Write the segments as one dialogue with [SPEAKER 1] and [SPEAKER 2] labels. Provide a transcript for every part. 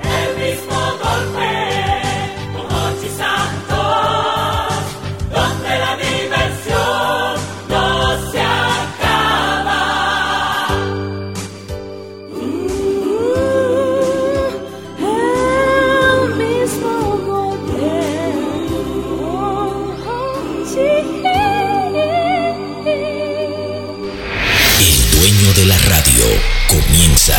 [SPEAKER 1] El mismo golpe, con Hochi Santos, donde la diversión no se acaba. Uh,
[SPEAKER 2] El mismo golpe
[SPEAKER 1] oh,
[SPEAKER 2] con Hochi.
[SPEAKER 3] El dueño de la radio comienza.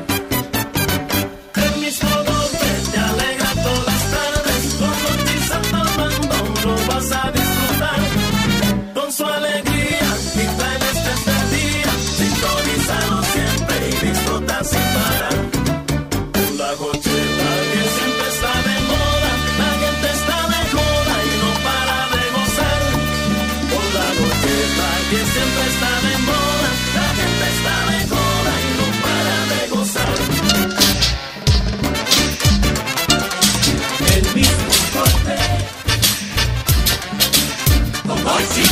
[SPEAKER 1] El mismo golpe te alegra todas las tardes. Con Hochi Santos Mandón lo vas a disfrutar. Con su alegría y planes de este día. Sintonízalo siempre y disfruta sin parar. Una gocheta que siempre está de moda. La gente está de moda y no para de gozar. Con la gocheta que siempre está de moda. La gente está de moda y no para de gozar. El mismo corte Con Hochi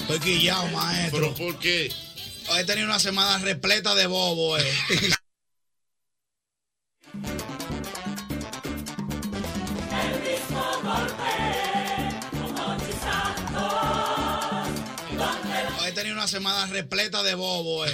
[SPEAKER 4] Estoy quillado, maestro.
[SPEAKER 5] ¿Pero por qué?
[SPEAKER 4] He tenido una semana repleta de bobo, eh. He tenido una semana repleta de bobo, eh.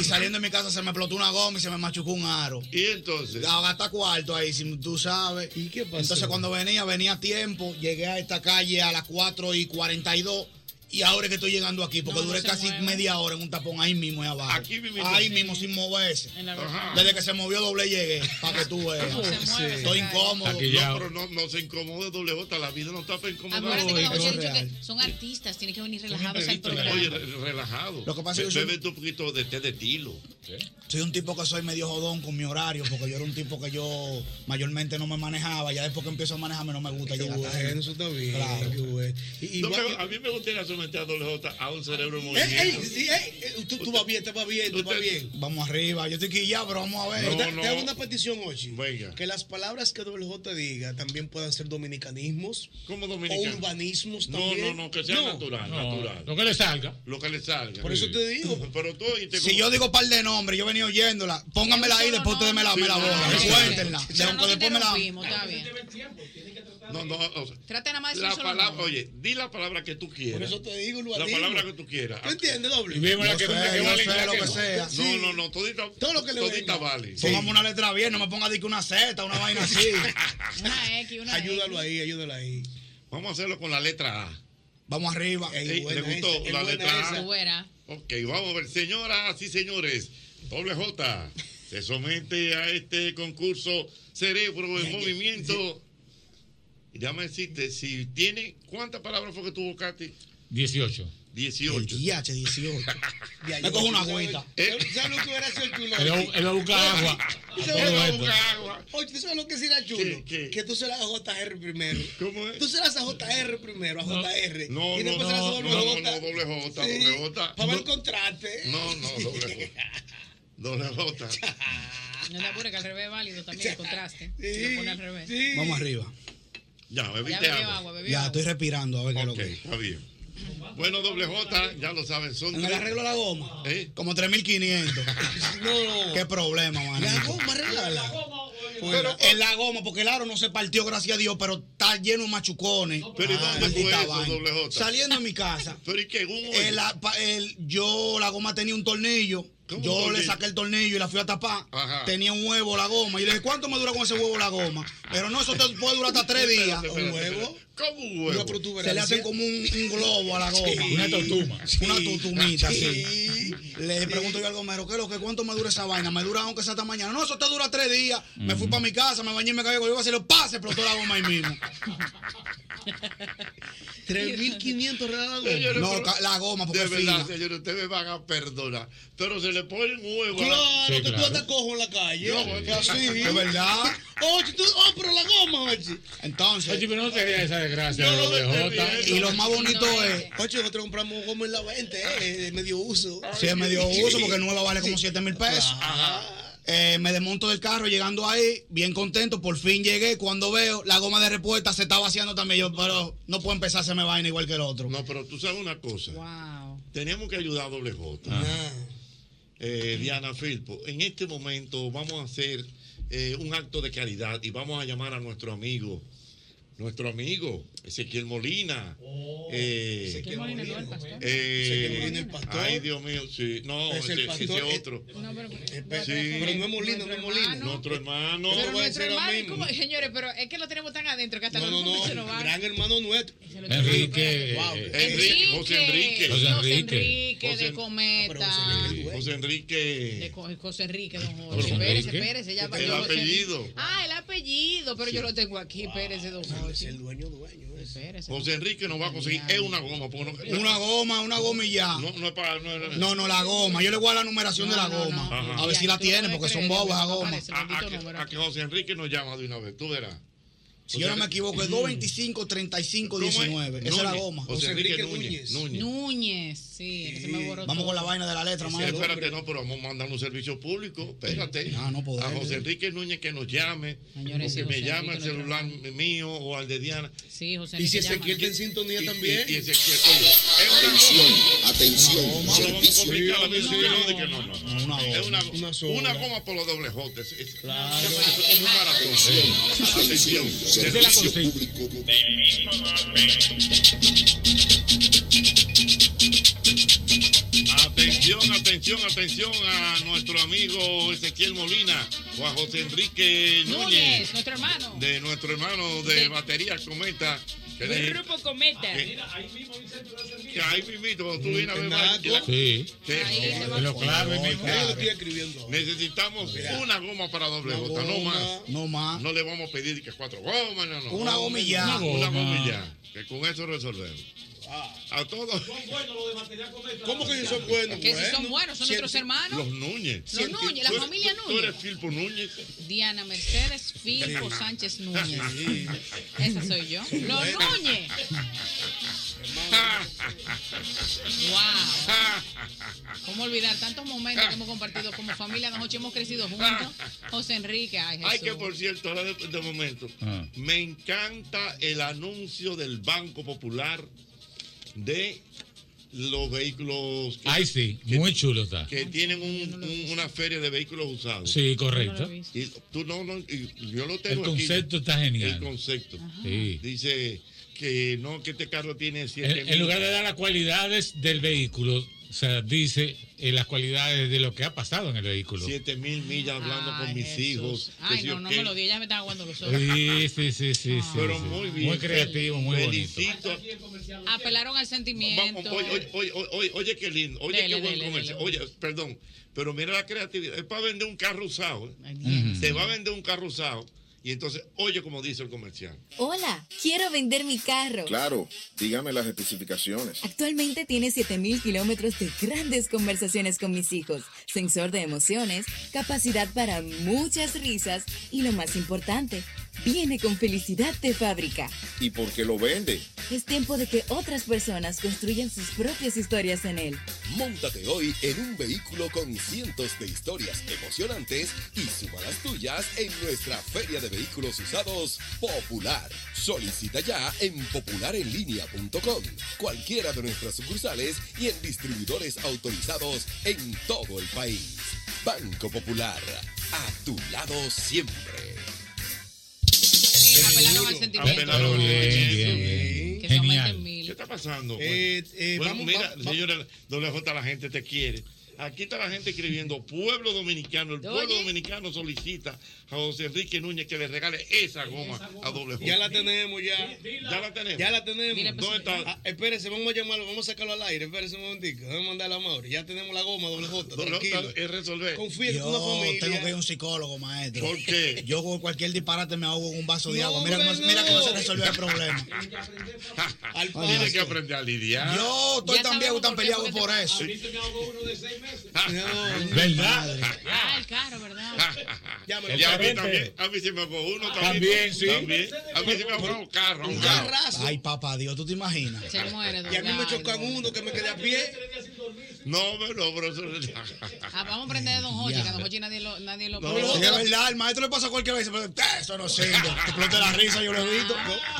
[SPEAKER 4] Y saliendo de mi casa se me explotó una goma y se me machucó un aro.
[SPEAKER 5] ¿Y entonces?
[SPEAKER 4] Ahora está cuarto ahí, si tú sabes. ¿Y qué pasó? Entonces cuando venía, venía a tiempo. Llegué a esta calle a las 4 y 42. Y ahora es que estoy llegando aquí, porque duré casi media hora en un tapón ahí mismo, ahí abajo.
[SPEAKER 5] Aquí mismo.
[SPEAKER 4] Ahí mismo, sin moverse.
[SPEAKER 5] Ajá.
[SPEAKER 4] Desde que se movió doble llegué, para que tú veas. Estoy incómodo.
[SPEAKER 5] No, pero no, no se incomode doble bota. La vida no está para incomodar.
[SPEAKER 6] Acuérdate que
[SPEAKER 4] no,
[SPEAKER 6] la Hochi ha
[SPEAKER 4] no,
[SPEAKER 6] dicho
[SPEAKER 4] real.
[SPEAKER 6] que son artistas, tienen que venir relajados al programa.
[SPEAKER 5] Oye, re- relajado.
[SPEAKER 4] Lo que pasa es que
[SPEAKER 5] Be-
[SPEAKER 4] yo soy-
[SPEAKER 5] Bebe tu poquito de té de tilo.
[SPEAKER 4] Soy un tipo que soy medio jodón con mi horario, porque yo era un tipo que yo mayormente no me manejaba. Ya después que empiezo a manejarme no me gusta llegar tarde.
[SPEAKER 7] Bueno, eso está bien.
[SPEAKER 4] Claro.
[SPEAKER 7] qué bueno. Y, y
[SPEAKER 5] No,
[SPEAKER 7] va-
[SPEAKER 5] pero a mí me gustaría someter a doble bota a un cerebro en
[SPEAKER 7] Ey,
[SPEAKER 5] movimiento.
[SPEAKER 7] ey, sí, ey, eh, tú, tú vas bien, te vas bien, te vas
[SPEAKER 5] Usted-
[SPEAKER 7] bien.
[SPEAKER 4] Vamos arriba. Yo estoy quillado, pero vamos a ver.
[SPEAKER 5] No,
[SPEAKER 7] te,
[SPEAKER 5] no.
[SPEAKER 7] te hago una petición, Ochi.
[SPEAKER 5] Venga.
[SPEAKER 7] Que las palabras que WJ diga también puedan ser dominicanismos
[SPEAKER 5] ¿Cómo
[SPEAKER 7] o
[SPEAKER 5] dominicano?
[SPEAKER 7] urbanismos
[SPEAKER 5] No,
[SPEAKER 7] también.
[SPEAKER 5] no, no, que sea natural, natural.
[SPEAKER 8] Lo que le salga.
[SPEAKER 5] Lo que le salga.
[SPEAKER 7] Por eso
[SPEAKER 5] Sí.
[SPEAKER 7] te digo.
[SPEAKER 5] Pero tú y te
[SPEAKER 4] Si yo digo par de nombres, yo venía oyéndola. Pónganmela ahí, después ustedes me la, me la
[SPEAKER 5] Sí,
[SPEAKER 4] borran.
[SPEAKER 5] no, no,
[SPEAKER 4] Recuérdenla.
[SPEAKER 6] Pero
[SPEAKER 4] Después-
[SPEAKER 6] no te
[SPEAKER 4] después me la-
[SPEAKER 6] interrumpimos, está bien.
[SPEAKER 5] No, no, o sea,
[SPEAKER 6] Trata nada más de decir
[SPEAKER 5] la
[SPEAKER 6] solo
[SPEAKER 5] palabra,
[SPEAKER 6] nombre.
[SPEAKER 5] oye, di la palabra que tú
[SPEAKER 7] Por
[SPEAKER 5] quieras.
[SPEAKER 7] eso te digo
[SPEAKER 5] La
[SPEAKER 7] urbanismo.
[SPEAKER 5] palabra que tú quieras.
[SPEAKER 7] ¿Tú entiendes, doble?
[SPEAKER 4] Yo sé, yo sé lo que sea.
[SPEAKER 5] No, no, no, todita,
[SPEAKER 7] Todo lo que le
[SPEAKER 5] todita
[SPEAKER 7] venga.
[SPEAKER 5] vale.
[SPEAKER 4] Pongamos una letra bien, no me ponga que una Z, una vaina así.
[SPEAKER 6] Una X, una
[SPEAKER 7] Ayúdalo
[SPEAKER 6] X.
[SPEAKER 7] ahí, ayúdalo ahí.
[SPEAKER 5] Vamos a hacerlo con la letra A.
[SPEAKER 4] Vamos arriba.
[SPEAKER 7] Ey,
[SPEAKER 5] Ey,
[SPEAKER 7] buena
[SPEAKER 5] le gustó
[SPEAKER 7] esa, es
[SPEAKER 5] la
[SPEAKER 7] buena
[SPEAKER 5] letra
[SPEAKER 7] esa.
[SPEAKER 5] A.
[SPEAKER 6] Tú verás.
[SPEAKER 5] Ok, vamos a ver, señoras y señores, doble J, se somete a este concurso Cerebro en Movimiento. Y déjame decirte, si tiene, ¿cuántas palabras fue que tú buscaste?
[SPEAKER 8] 18.
[SPEAKER 5] 18.
[SPEAKER 4] IH 18.
[SPEAKER 7] De ahí,
[SPEAKER 4] Me cojo
[SPEAKER 7] Ochi,
[SPEAKER 4] una
[SPEAKER 7] ¿sabes?
[SPEAKER 4] agüita.
[SPEAKER 5] Eh,
[SPEAKER 7] ¿Sabes- ¿Sabes lo que era ser chulo?
[SPEAKER 8] Él va- él va a buscar agua.
[SPEAKER 7] Se
[SPEAKER 8] Todo
[SPEAKER 7] va a
[SPEAKER 8] esto.
[SPEAKER 5] Busca agua.
[SPEAKER 7] Oye, ¿tú sabes lo que sí era chulo?
[SPEAKER 5] ¿Qué, qué?
[SPEAKER 7] Que tú serás a JR primero.
[SPEAKER 5] ¿Cómo es?
[SPEAKER 7] Tú serás a JR primero, a JR.
[SPEAKER 5] No,
[SPEAKER 7] y
[SPEAKER 5] no,
[SPEAKER 7] después serás a
[SPEAKER 5] no, no,
[SPEAKER 7] doble
[SPEAKER 5] no,
[SPEAKER 7] J.
[SPEAKER 5] no, doble J,
[SPEAKER 7] Sí,
[SPEAKER 5] doble J.
[SPEAKER 7] Para ver el
[SPEAKER 5] No,
[SPEAKER 7] contraste.
[SPEAKER 5] no, no, doble J. Doble J.
[SPEAKER 6] No te apures, que al revés es válido también, el contraste. Si lo pone al revés.
[SPEAKER 7] Sí.
[SPEAKER 4] Vamos arriba.
[SPEAKER 5] Ya,
[SPEAKER 6] Ya
[SPEAKER 5] bebiste
[SPEAKER 6] bebió
[SPEAKER 5] agua.
[SPEAKER 6] agua, bebió
[SPEAKER 4] Ya,
[SPEAKER 6] agua.
[SPEAKER 4] estoy respirando, a ver qué es lo
[SPEAKER 5] Ok,
[SPEAKER 4] que es.
[SPEAKER 5] está bien. Bueno, doble J, ya lo saben, son
[SPEAKER 4] En el
[SPEAKER 5] tres-
[SPEAKER 4] arreglo de la goma,
[SPEAKER 5] ¿Eh?
[SPEAKER 4] como 3.500.
[SPEAKER 7] No.
[SPEAKER 4] Qué problema,
[SPEAKER 7] La
[SPEAKER 4] man.
[SPEAKER 7] goma, regala.
[SPEAKER 4] Pero- en la goma, porque el aro no se partió, gracias a Dios, pero está lleno de machucones.
[SPEAKER 5] pero ¿y dónde
[SPEAKER 4] Maldita
[SPEAKER 5] fue eso,
[SPEAKER 4] vaina.
[SPEAKER 5] doble J?
[SPEAKER 4] Saliendo de mi casa.
[SPEAKER 5] Pero ¿y qué? ¿Un hoyo?
[SPEAKER 4] el, a- pa- el- yo, la goma tenía un tornillo.
[SPEAKER 5] ¿Cómo
[SPEAKER 4] Yo
[SPEAKER 5] un
[SPEAKER 4] le
[SPEAKER 5] tornillo?
[SPEAKER 4] saqué el tornillo y la fui a tapar.
[SPEAKER 5] Ajá.
[SPEAKER 4] Tenía un huevo la goma. Y le dije, ¿cuánto me dura con ese huevo la goma? Pero no, eso te puede durar hasta tres
[SPEAKER 5] Espérate,
[SPEAKER 4] días.
[SPEAKER 5] espérate, espérate. ¿Cómo un huevo?
[SPEAKER 4] Se le hace como un, un globo a la goma.
[SPEAKER 5] Sí. Una tortuma.
[SPEAKER 4] Una
[SPEAKER 5] Sí.
[SPEAKER 4] tortumita,
[SPEAKER 5] Sí.
[SPEAKER 4] sí. Le pregunto yo al gomero, ¿qué es lo que? ¿Cuánto me dura esa vaina? Me dura aunque sea hasta mañana. No, eso te dura tres días. Me fui para mi casa, me bañé, me cagué con el vacío, pase, explotó la goma ahí mismo.
[SPEAKER 7] 3.500
[SPEAKER 5] Señores,
[SPEAKER 7] regalos.
[SPEAKER 5] pero-
[SPEAKER 7] No, ca-
[SPEAKER 4] la goma, porque
[SPEAKER 5] De
[SPEAKER 4] es
[SPEAKER 5] verdad,
[SPEAKER 4] fina.
[SPEAKER 5] señores, ustedes van a perdonar. Pero se le ponen huevo.
[SPEAKER 7] Claro, que tú andas cojo en la calle.
[SPEAKER 5] Yo,
[SPEAKER 7] Que así.
[SPEAKER 5] es verdad.
[SPEAKER 7] Oye, tú, oh, pero la goma, oye.
[SPEAKER 4] Entonces.
[SPEAKER 9] Oye, pero no te rías de esa desgracia
[SPEAKER 7] No,
[SPEAKER 9] de
[SPEAKER 7] no
[SPEAKER 9] lo de
[SPEAKER 7] me estoy
[SPEAKER 9] Jota.
[SPEAKER 7] riendo.
[SPEAKER 4] Y lo más bonito es-
[SPEAKER 7] Oye, nosotros compramos goma en la 20, eh, de medio uso.
[SPEAKER 4] Sí, me dio uso porque nueva vale como 7 mil pesos. Eh, me desmonto del carro llegando ahí, bien contento, por fin llegué. Cuando veo la goma de respuesta se está vaciando también. Yo, pero no puedo empezar a hacerme vaina igual que el otro.
[SPEAKER 5] No, pero tú sabes una cosa.
[SPEAKER 6] Wow.
[SPEAKER 5] Tenemos que ayudar a Doble J.
[SPEAKER 7] Ah.
[SPEAKER 5] Eh, Diana Filpo, en este momento vamos a hacer eh, un acto de caridad y vamos a llamar a nuestro amigo, nuestro amigo Ezequiel Molina. Eh,
[SPEAKER 6] ¿Qué molina no el pastor?
[SPEAKER 5] eh,
[SPEAKER 7] Ezequiel Oh. Molina, el pastor.
[SPEAKER 5] Ay, Dios mío, sí. No,
[SPEAKER 7] Es el
[SPEAKER 5] ese, ese
[SPEAKER 7] pastor. eh,
[SPEAKER 5] otro.
[SPEAKER 6] No, pero,
[SPEAKER 5] Sí.
[SPEAKER 7] Pero no es Molina, no es Molina.
[SPEAKER 5] Nuestro hermano.
[SPEAKER 6] pero
[SPEAKER 7] no voy a
[SPEAKER 6] nuestro
[SPEAKER 7] decir lo
[SPEAKER 6] hermano,
[SPEAKER 7] mismo.
[SPEAKER 6] ¿cómo? señores, pero es que lo tenemos tan adentro que hasta
[SPEAKER 7] No,
[SPEAKER 6] los
[SPEAKER 7] no,
[SPEAKER 6] hombres se
[SPEAKER 7] no.
[SPEAKER 6] lo van.
[SPEAKER 7] Gran hermano nuestro.
[SPEAKER 9] Enrique.
[SPEAKER 7] Wow.
[SPEAKER 9] eh, eh,
[SPEAKER 5] Enrique, José
[SPEAKER 6] José
[SPEAKER 5] Enrique.
[SPEAKER 9] José
[SPEAKER 6] Enrique,
[SPEAKER 9] Enrique.
[SPEAKER 6] de Cometa.
[SPEAKER 5] José
[SPEAKER 6] de
[SPEAKER 5] Enrique.
[SPEAKER 6] Co- José Enrique, don
[SPEAKER 5] Pero
[SPEAKER 6] Jorge.
[SPEAKER 5] José
[SPEAKER 6] Espérese,
[SPEAKER 5] Enrique.
[SPEAKER 6] espérese. Ya va-
[SPEAKER 5] El
[SPEAKER 6] yo lo-
[SPEAKER 5] apellido.
[SPEAKER 6] Ah, el apellido, pero yo lo tengo aquí. Espérese, don
[SPEAKER 7] Es
[SPEAKER 6] Jorge.
[SPEAKER 7] el dueño, dueño. es.
[SPEAKER 6] Espérese.
[SPEAKER 5] José Enrique nos va a conseguir. Es una goma. pues, no-
[SPEAKER 4] Una goma, una goma y ya.
[SPEAKER 5] No, no es para. No, no,
[SPEAKER 4] No, no, la goma. Yo le voy a la numeración
[SPEAKER 6] No,
[SPEAKER 4] de la
[SPEAKER 6] no,
[SPEAKER 4] goma.
[SPEAKER 6] no.
[SPEAKER 5] Ajá.
[SPEAKER 4] A ver
[SPEAKER 6] Ya,
[SPEAKER 4] si la
[SPEAKER 6] tú no
[SPEAKER 4] tiene,
[SPEAKER 6] me
[SPEAKER 4] porque son
[SPEAKER 6] crees, no
[SPEAKER 4] bobas la
[SPEAKER 6] me
[SPEAKER 4] goma.
[SPEAKER 6] parece.
[SPEAKER 5] A, a
[SPEAKER 6] Bendito
[SPEAKER 5] que,
[SPEAKER 6] número
[SPEAKER 5] a que José Enrique nos llama de una vez, tú verás.
[SPEAKER 4] Si yo no me equivoco, es 225 35
[SPEAKER 5] ¿Cómo es?
[SPEAKER 4] 19. Esa es la
[SPEAKER 5] Núñez,
[SPEAKER 4] goma.
[SPEAKER 5] José Enrique
[SPEAKER 7] Enrique
[SPEAKER 5] Núñez. Núñez.
[SPEAKER 6] Núñez, sí, que se me borró
[SPEAKER 4] Vamos
[SPEAKER 6] todo.
[SPEAKER 4] con la vaina de la letra,
[SPEAKER 5] Sí,
[SPEAKER 4] maestro.
[SPEAKER 5] espérate, no, pero vamos a mandar un servicio público. Espérate.
[SPEAKER 4] Ah, no podemos.
[SPEAKER 5] a José Enrique Núñez que nos llame.
[SPEAKER 6] Señores,
[SPEAKER 5] o que
[SPEAKER 6] sí,
[SPEAKER 5] me
[SPEAKER 6] José
[SPEAKER 5] llame al
[SPEAKER 6] Enrique lo
[SPEAKER 5] celular mío o al de Diana.
[SPEAKER 6] Sí, José
[SPEAKER 7] Y si
[SPEAKER 6] Enrique
[SPEAKER 7] Ezequiel
[SPEAKER 6] llama.
[SPEAKER 7] está en sintonía
[SPEAKER 5] Y-
[SPEAKER 7] también.
[SPEAKER 5] y- y Ezequiel, oye, es una
[SPEAKER 1] Atención,
[SPEAKER 5] goma.
[SPEAKER 1] atención,
[SPEAKER 5] No lo vamos a
[SPEAKER 1] servicio.
[SPEAKER 5] complicar, amigo,
[SPEAKER 7] Sí,
[SPEAKER 5] que no,
[SPEAKER 7] no,
[SPEAKER 5] de que no, no. Es una,
[SPEAKER 7] Una sola.
[SPEAKER 5] una goma por los dobles jotes. Es, es- es un maratón. Atención.
[SPEAKER 1] Atención, servicio público.
[SPEAKER 5] Atención, atención, atención a nuestro amigo Ezequiel Molina o a José Enrique Núñez,
[SPEAKER 6] Núñez, nuestro hermano.
[SPEAKER 5] de nuestro hermano de batería Cometa. Que
[SPEAKER 6] El
[SPEAKER 5] de-
[SPEAKER 6] grupo Cometa.
[SPEAKER 5] que- que ahí mismito, tú vienes a ver,
[SPEAKER 7] Naco.
[SPEAKER 5] va- que-
[SPEAKER 9] Sí.
[SPEAKER 5] que-
[SPEAKER 6] Ahí se va.
[SPEAKER 9] Lo clave, mi
[SPEAKER 7] Yo lo estoy escribiendo. ahora.
[SPEAKER 5] Necesitamos una goma para doble J, no
[SPEAKER 7] goma.
[SPEAKER 5] más.
[SPEAKER 4] No más.
[SPEAKER 5] No le vamos a pedir que cuatro gomas, no, no.
[SPEAKER 4] Una goma y ya.
[SPEAKER 5] Una goma.
[SPEAKER 9] Una goma.
[SPEAKER 5] y ya. Que con eso resolvemos. A todos
[SPEAKER 7] ¿Cómo que yo soy bueno?
[SPEAKER 6] Que si son buenos, son
[SPEAKER 7] Si el-
[SPEAKER 6] nuestros hermanos.
[SPEAKER 5] los Núñez.
[SPEAKER 6] Los Núñez, la
[SPEAKER 5] Tú eres-
[SPEAKER 6] familia
[SPEAKER 5] tú- Tú
[SPEAKER 6] Núñez.
[SPEAKER 5] eres Filpo Núñez.
[SPEAKER 6] Diana Mercedes Filpo Sánchez Núñez. Esa soy yo. Los Núñez. Wow. ¿Cómo olvidar tantos momentos que hemos compartido como familia? Noche hemos crecido juntos. José Enrique, ay Jesús.
[SPEAKER 5] Ay, que por cierto, ahora de, de momento,
[SPEAKER 9] Ah.
[SPEAKER 5] me encanta el anuncio del Banco Popular de los vehículos que,
[SPEAKER 9] Ay, sí. Muy chulo está.
[SPEAKER 5] que tienen un- un- una feria de vehículos usados.
[SPEAKER 9] Sí,
[SPEAKER 6] No lo
[SPEAKER 9] correcto.
[SPEAKER 6] he visto.
[SPEAKER 5] Y tú no, no, y yo lo
[SPEAKER 9] El
[SPEAKER 5] tengo aquí.
[SPEAKER 9] concepto está
[SPEAKER 5] El
[SPEAKER 9] genial.
[SPEAKER 5] concepto.
[SPEAKER 9] Sí.
[SPEAKER 5] Dice que no, que este carro tiene
[SPEAKER 9] En,
[SPEAKER 5] 7
[SPEAKER 9] en lugar de dar las cualidades del vehículo, o sea, dice eh, las cualidades de lo que ha pasado en el vehículo.
[SPEAKER 5] siete mil millas hablando
[SPEAKER 6] Ay,
[SPEAKER 5] con mis
[SPEAKER 6] Jesús.
[SPEAKER 5] hijos. que
[SPEAKER 6] Ay,
[SPEAKER 5] sí
[SPEAKER 6] no,
[SPEAKER 5] o
[SPEAKER 6] no
[SPEAKER 5] qué.
[SPEAKER 6] me lo Ah. di. Ya me están aguando los ojos.
[SPEAKER 9] Sí, sí, sí, sí, sí,
[SPEAKER 5] Pero
[SPEAKER 9] sí.
[SPEAKER 5] muy bien.
[SPEAKER 9] Muy creativo, muy bonito.
[SPEAKER 5] Felicito a-
[SPEAKER 6] Apelaron al
[SPEAKER 5] Vamos,
[SPEAKER 6] sentimiento.
[SPEAKER 5] oye, oye, oye, oye, oye, qué lindo. Oye,
[SPEAKER 6] Dele,
[SPEAKER 5] qué buen
[SPEAKER 6] dele,
[SPEAKER 5] comercio.
[SPEAKER 6] dele.
[SPEAKER 5] Oye, perdón, pero mira la creatividad. Es para vender un carro usado. ¿eh?
[SPEAKER 6] Ay, bien.
[SPEAKER 5] Se va a vender un carro usado. Y entonces, oye, como dice el comercial.
[SPEAKER 10] Hola, quiero vender mi carro.
[SPEAKER 11] Claro, dígame las especificaciones.
[SPEAKER 10] Actualmente tiene 7000 kilómetros de grandes conversaciones con mis hijos, sensor de emociones, capacidad para muchas risas y lo más importante, viene con felicidad de fábrica.
[SPEAKER 11] ¿Y por qué lo vende?
[SPEAKER 10] Es tiempo de que otras personas construyan sus propias historias en él.
[SPEAKER 12] Móntate hoy en un vehículo con cientos de historias emocionantes y suma las tuyas en nuestra Feria de Vehículos Usados Popular. Solicita ya en popularenlinea.com, cualquiera de nuestras sucursales y en distribuidores autorizados en todo el país. Banco Popular, a tu lado siempre.
[SPEAKER 6] Apelaron al sentimiento.
[SPEAKER 5] Apelaron al sentimiento.
[SPEAKER 6] Que se aumenten mil.
[SPEAKER 5] ¿Qué está pasando?
[SPEAKER 7] Eh,
[SPEAKER 5] pues?
[SPEAKER 7] eh,
[SPEAKER 5] bueno,
[SPEAKER 7] vamos,
[SPEAKER 5] mira,
[SPEAKER 7] va- va-
[SPEAKER 5] señora doble J, la gente te quiere. Aquí está la gente escribiendo, pueblo dominicano, el pueblo dominicano solicita a José Enrique Núñez que le regale esa goma, a doble J.
[SPEAKER 7] Ya la tenemos, ya.
[SPEAKER 5] Ya la tenemos.
[SPEAKER 7] Ya la tenemos.
[SPEAKER 5] Mira, pues, ¿Dónde está?
[SPEAKER 7] Ah, espérese, vamos a llamarlo, vamos a sacarlo al aire. Espérese un momentico. Vamos a mandarla a Mauri. Ya tenemos la goma, doble J.
[SPEAKER 5] Doble J
[SPEAKER 7] Tranquilo.
[SPEAKER 5] es resolver.
[SPEAKER 7] Confía en
[SPEAKER 4] Yo
[SPEAKER 7] tu familia.
[SPEAKER 4] tengo que ir a un psicólogo, maestro.
[SPEAKER 5] ¿Por qué?
[SPEAKER 4] Yo con cualquier disparate me ahogo en un vaso de
[SPEAKER 7] No,
[SPEAKER 4] agua. Mira cómo,
[SPEAKER 7] hombre,
[SPEAKER 4] mira cómo se
[SPEAKER 7] no.
[SPEAKER 4] resolvió el problema.
[SPEAKER 5] Tiene que aprender a lidiar.
[SPEAKER 4] Yo estoy tan viejo, tan peleado por eso.
[SPEAKER 5] ¿Verdad?
[SPEAKER 6] Ah, el carro, ¿verdad?
[SPEAKER 5] Ya
[SPEAKER 6] me lo
[SPEAKER 5] a mí
[SPEAKER 6] pagaste.
[SPEAKER 5] también. A mí se me ahogó uno Ah, también.
[SPEAKER 4] También, sí.
[SPEAKER 5] También. A mí se me ahogó un carro. Un carro.
[SPEAKER 4] Ay, papá Dios, ¿tú te imaginas?
[SPEAKER 6] Se muere,
[SPEAKER 7] Y a mí me
[SPEAKER 6] Don
[SPEAKER 7] chocan uno que me quedé a pie.
[SPEAKER 5] No, no, pero eso
[SPEAKER 6] Ah, vamos a prender de Don Jochi, que a Don
[SPEAKER 4] Ya.
[SPEAKER 6] Jochi nadie lo, nadie lo
[SPEAKER 4] No, sí, es verdad, el maestro le pasa cualquier vez. Pero, "Eh, eso no sirve. Explote la risa, yo lo he visto.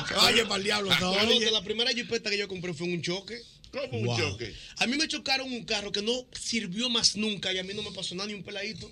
[SPEAKER 4] Se Vaya para el diablo. todo,
[SPEAKER 7] Bueno,
[SPEAKER 4] oye.
[SPEAKER 7] de la primera jipeta que yo compré fue en un choque.
[SPEAKER 5] ¿Cómo
[SPEAKER 4] un Wow. choque?
[SPEAKER 7] A mí me chocaron un carro que no sirvió más nunca y a mí no me pasó nada ni un peladito.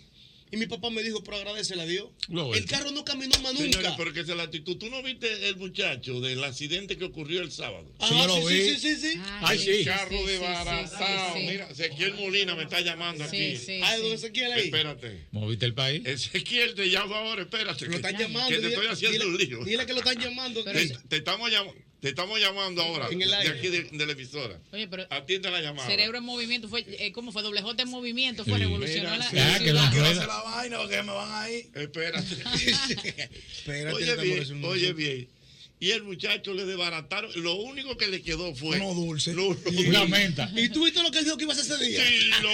[SPEAKER 7] Y mi papá me dijo, pero agradecele a Dios.
[SPEAKER 5] Lo
[SPEAKER 7] el
[SPEAKER 5] ves.
[SPEAKER 7] carro no caminó más nunca.
[SPEAKER 5] Señores, pero que esa es la actitud. ¿Tú no viste el muchacho del accidente que ocurrió el sábado?
[SPEAKER 7] Ajá, Ah, Sí, lo sí, vi. sí, sí, sí, sí. Ay, sí.
[SPEAKER 5] Carro
[SPEAKER 7] Sí, sí,
[SPEAKER 5] desbaratado.
[SPEAKER 7] sí, sí, sí.
[SPEAKER 5] Mira, Ezequiel Molina me está llamando
[SPEAKER 7] Sí,
[SPEAKER 5] aquí.
[SPEAKER 7] sí, Ah, sí. don Ezequiel ahí.
[SPEAKER 5] Espérate.
[SPEAKER 13] ¿Moviste el país?
[SPEAKER 5] Ezequiel te llamo ahora, espérate.
[SPEAKER 7] Lo están llamando.
[SPEAKER 5] Que te
[SPEAKER 7] dile-
[SPEAKER 5] estoy haciendo
[SPEAKER 7] dile-
[SPEAKER 5] un lío.
[SPEAKER 7] Dile que lo están llamando.
[SPEAKER 5] Te, te estamos llamando. Te estamos llamando ahora.
[SPEAKER 7] En el aire.
[SPEAKER 5] De aquí de, de la emisora.
[SPEAKER 6] Oye, pero
[SPEAKER 5] Atiende la llamada.
[SPEAKER 6] Cerebro en movimiento fue, eh, ¿cómo fue? Doble J en movimiento, fue
[SPEAKER 5] Sí.
[SPEAKER 6] revolucionario.
[SPEAKER 5] Mira,
[SPEAKER 6] la
[SPEAKER 5] sí. Ah,
[SPEAKER 6] la
[SPEAKER 5] que lo
[SPEAKER 6] ciudad.
[SPEAKER 5] que-
[SPEAKER 4] Hace la vaina porque me van ahí.
[SPEAKER 5] Espérate.
[SPEAKER 4] Espérate,
[SPEAKER 5] oye,
[SPEAKER 4] estamos
[SPEAKER 5] bien,
[SPEAKER 4] resolviendo.
[SPEAKER 5] oye bien. Y el muchacho le desbarataron. Lo único que le quedó fue. Uno dulce.
[SPEAKER 13] Una menta.
[SPEAKER 7] ¿Y tú viste lo que él dijo que ibas a hacer ese día?
[SPEAKER 5] Sí, lo.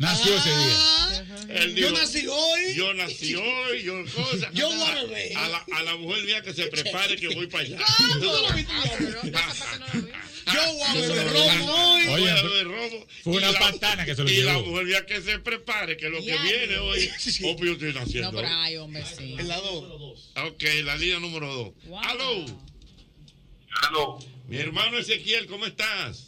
[SPEAKER 13] Nació ese
[SPEAKER 6] Ah,
[SPEAKER 13] día.
[SPEAKER 5] Él
[SPEAKER 7] Yo
[SPEAKER 5] dijo,
[SPEAKER 7] nací hoy.
[SPEAKER 5] Yo nací hoy, yo cosa.
[SPEAKER 7] Yo voy a beber.
[SPEAKER 5] A la, a la mujer mía que se prepare que voy para allá.
[SPEAKER 7] ¿Cómo? Ah, ¿Tú lo viste? Yo voy a beber romo hoy.
[SPEAKER 5] Voy a
[SPEAKER 7] Oye,
[SPEAKER 5] beber romo.
[SPEAKER 13] fue
[SPEAKER 5] Y
[SPEAKER 13] una
[SPEAKER 5] la-
[SPEAKER 13] patana que se lo
[SPEAKER 5] Y la
[SPEAKER 13] llevó.
[SPEAKER 5] mujer mía que se prepare que lo que viene hoy. Obvio estoy naciendo.
[SPEAKER 6] No, pero ay, hombre, sí.
[SPEAKER 7] En la dos.
[SPEAKER 5] Ok, la línea número 2. ¡Aló! ¡Aló! Mi hermano Ezequiel, ¿cómo estás?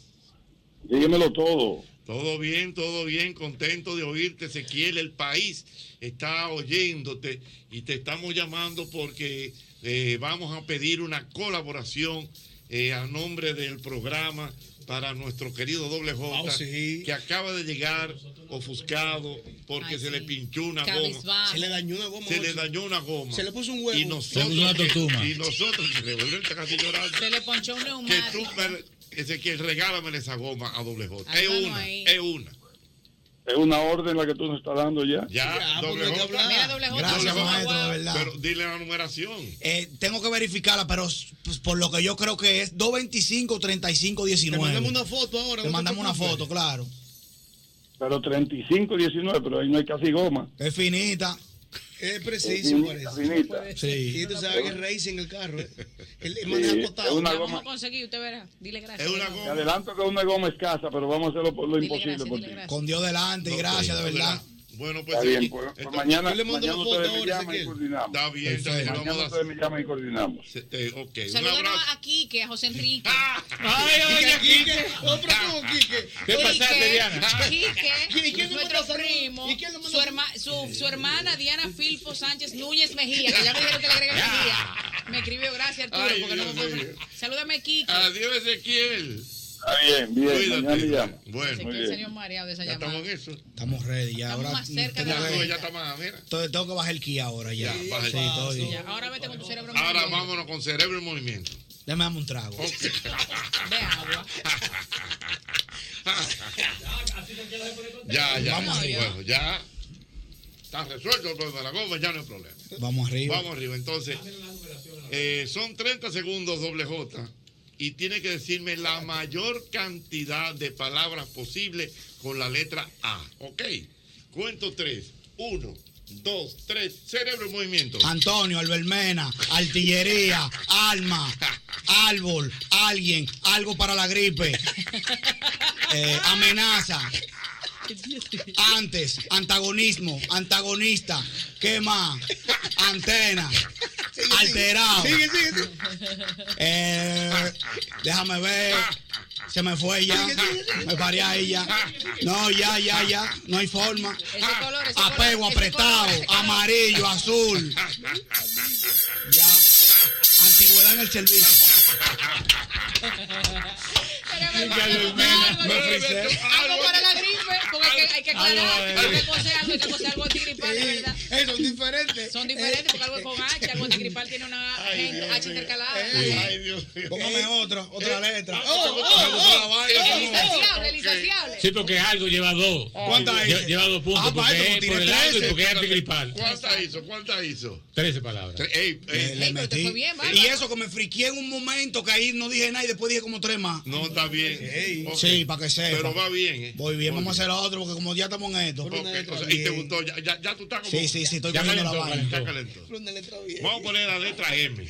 [SPEAKER 9] Dígamelo todo.
[SPEAKER 5] Todo bien, todo bien, contento de oírte, Ezequiel. El país está oyéndote y te estamos llamando porque eh, vamos a pedir una colaboración eh, a nombre del programa para nuestro querido Doble J,
[SPEAKER 7] Ah, sí.
[SPEAKER 5] que acaba de llegar ofuscado porque se le pinchó una goma.
[SPEAKER 7] Cabizbajo. Se le dañó una goma,
[SPEAKER 5] Se
[SPEAKER 7] Jorge.
[SPEAKER 5] le dañó una goma.
[SPEAKER 7] Se le puso un huevo.
[SPEAKER 5] Y nosotros,
[SPEAKER 7] Se le puso una totuma.
[SPEAKER 5] y nosotros, que le volvió casi llorando.
[SPEAKER 6] Se le ponchó un
[SPEAKER 5] Que
[SPEAKER 6] neumático.
[SPEAKER 5] tú, me- Ezequiel, regálame esa goma a doble J. Es
[SPEAKER 6] Anótalo
[SPEAKER 5] una,
[SPEAKER 6] ahí.
[SPEAKER 5] es una.
[SPEAKER 9] Es una orden la que tú nos estás dando ya.
[SPEAKER 5] Ya, doble J.
[SPEAKER 6] Mira, doble J.
[SPEAKER 4] Gracias,
[SPEAKER 6] doble J.
[SPEAKER 4] maestro, de verdad.
[SPEAKER 5] Pero dile la numeración.
[SPEAKER 4] Eh, tengo que verificarla, pero pues, por lo que yo creo que es 225 35 19.
[SPEAKER 7] Te mandamos una foto ahora.
[SPEAKER 4] Te
[SPEAKER 7] no
[SPEAKER 4] mandamos una
[SPEAKER 7] preocupes.
[SPEAKER 4] foto, claro.
[SPEAKER 9] Pero 35, 19, pero ahí no hay casi goma.
[SPEAKER 4] Es finita.
[SPEAKER 7] Es
[SPEAKER 9] Es
[SPEAKER 7] preciso,
[SPEAKER 9] finita,
[SPEAKER 7] parece.
[SPEAKER 9] finita. Sí.
[SPEAKER 7] Y tú sabes que es racing el carro, ¿eh? Él
[SPEAKER 9] Sí,
[SPEAKER 7] maneja
[SPEAKER 9] es
[SPEAKER 7] acotado.
[SPEAKER 9] una
[SPEAKER 6] Vamos
[SPEAKER 9] goma.
[SPEAKER 6] a conseguir, usted verá. Dile gracias.
[SPEAKER 9] Te adelanto que es una goma escasa, pero vamos a hacerlo por lo imposible por ti.
[SPEAKER 4] Con Dios delante, y gracias, de Ah, verdad.
[SPEAKER 5] Bueno, pues,
[SPEAKER 9] Está bien,
[SPEAKER 5] Ezequiel,
[SPEAKER 9] pues, pues
[SPEAKER 5] entonces-
[SPEAKER 9] mañana, mañana ustedes me llaman y coordinamos.
[SPEAKER 5] Está bien, está bien,
[SPEAKER 9] Mañana
[SPEAKER 5] vamos a-
[SPEAKER 9] ustedes me llaman y coordinamos.
[SPEAKER 5] Eh, ok, un
[SPEAKER 6] Salúdanos
[SPEAKER 5] abrazo.
[SPEAKER 6] Ah, a Quique, a José Enrique.
[SPEAKER 5] Ay,
[SPEAKER 7] oye, Quique. Otro como Quique.
[SPEAKER 13] ¿Qué pasaste, Diana?
[SPEAKER 6] Quique,
[SPEAKER 7] ¿Y quién le
[SPEAKER 6] nuestro
[SPEAKER 7] mandó saludos?
[SPEAKER 6] primo,
[SPEAKER 7] ¿Y quién le mandó
[SPEAKER 6] su, herma- su, su hermana Diana Filpo Sánchez Núñez Mejía, que ya me dijeron que le agregué Mejía. Me escribió, gracias Arturo,
[SPEAKER 5] Ay,
[SPEAKER 6] porque no
[SPEAKER 5] Dios
[SPEAKER 6] me puedo...
[SPEAKER 5] mío. Ah,
[SPEAKER 6] Salúdame, Quique.
[SPEAKER 5] Adiós, Ezequiel.
[SPEAKER 9] Está bien, bien. Mañana me llaman.
[SPEAKER 5] Bueno,
[SPEAKER 6] Ezequiel salió mareado de esa llamada.
[SPEAKER 5] en eso.
[SPEAKER 4] Estamos ready ya.
[SPEAKER 6] Estamos
[SPEAKER 4] Ahora
[SPEAKER 6] más cerca de
[SPEAKER 4] tengo
[SPEAKER 6] la
[SPEAKER 4] que-
[SPEAKER 6] meta.
[SPEAKER 5] ya está más, mira.
[SPEAKER 4] Entonces tengo que bajar el ki ahora ya.
[SPEAKER 5] Ya, baja el
[SPEAKER 4] Sí,
[SPEAKER 5] ki.
[SPEAKER 4] estoy-
[SPEAKER 6] Ya, Ahora vete con tu cerebro. en
[SPEAKER 5] Ahora
[SPEAKER 6] movimiento.
[SPEAKER 5] vámonos con cerebro en movimiento.
[SPEAKER 4] Déjame darme un trago.
[SPEAKER 6] De agua.
[SPEAKER 5] Ya, ya.
[SPEAKER 4] Vamos arriba.
[SPEAKER 5] Bueno, ya. Está resuelto el problema de la goma, ya no hay problema.
[SPEAKER 4] Vamos arriba.
[SPEAKER 5] Vamos arriba. Entonces, eh, son 30 segundos doble J y tiene que decirme la mayor cantidad de palabras posible con la letra A. ¿Ok? Cuento 3. 1, 2, 3. Cerebro en movimiento.
[SPEAKER 4] Antonio, Albermena, artillería, alma, árbol, alguien, algo para la gripe, eh, amenaza, antes, antagonismo, antagonista, ¿qué más? Antena, alterado,
[SPEAKER 7] Sigue, sigue, sigue.
[SPEAKER 4] eh, déjame ver, se me fue ya, me paré ahí ya, no, ya, ya, ya, no hay forma,
[SPEAKER 6] Ese color, ese color,
[SPEAKER 4] apego
[SPEAKER 6] ese color,
[SPEAKER 4] apretado,
[SPEAKER 6] ese color.
[SPEAKER 4] amarillo, azul. dan el servicio.
[SPEAKER 6] Algo para la gripe, porque hay que- hay que aclarar, hay que coser algo, hay que coser algo antigripal, de verdad.
[SPEAKER 4] eh. Son diferentes.
[SPEAKER 6] Son diferentes porque algo es con H, algo antigripal tiene una gente, H intercalada.
[SPEAKER 4] Eh, Ay, Dios mío. Póngame otra, otra letra. Oh,
[SPEAKER 6] oh,
[SPEAKER 4] me gustó la
[SPEAKER 6] oh.
[SPEAKER 4] vaina,
[SPEAKER 6] Es
[SPEAKER 4] como-
[SPEAKER 6] insaciable, es
[SPEAKER 5] ah.
[SPEAKER 6] insaciable.
[SPEAKER 9] Sí, porque algo lleva dos.
[SPEAKER 5] ¿Cuántas
[SPEAKER 9] Lle-
[SPEAKER 5] hizo?
[SPEAKER 9] Lleva dos puntos.
[SPEAKER 5] Ah, para eso,
[SPEAKER 9] porque es
[SPEAKER 5] tiene
[SPEAKER 9] por el algo y
[SPEAKER 5] 13.
[SPEAKER 9] porque es antigripal.
[SPEAKER 5] ¿Cuánta hizo? ¿Cuánta hizo?
[SPEAKER 9] Trece palabras.
[SPEAKER 5] Ey, ey,
[SPEAKER 4] Le metí. Y eso que me friqué en un momento que ahí no dije nada y después dije como tres más.
[SPEAKER 5] No, está bien. Ok.
[SPEAKER 4] Sí, para que sepa.
[SPEAKER 5] Pero va bien, ¿eh?
[SPEAKER 4] Voy bien,
[SPEAKER 5] Voy
[SPEAKER 4] vamos a hacer otro porque como ya estamos en esto.
[SPEAKER 5] Ok, o sea, y te gustó, ya, ya, ya tú estás como.
[SPEAKER 4] Sí, sí, sí, estoy
[SPEAKER 5] ya
[SPEAKER 4] cogiendo la
[SPEAKER 5] calentó,
[SPEAKER 4] vaina.
[SPEAKER 5] Está calentó. Vamos a poner la letra M.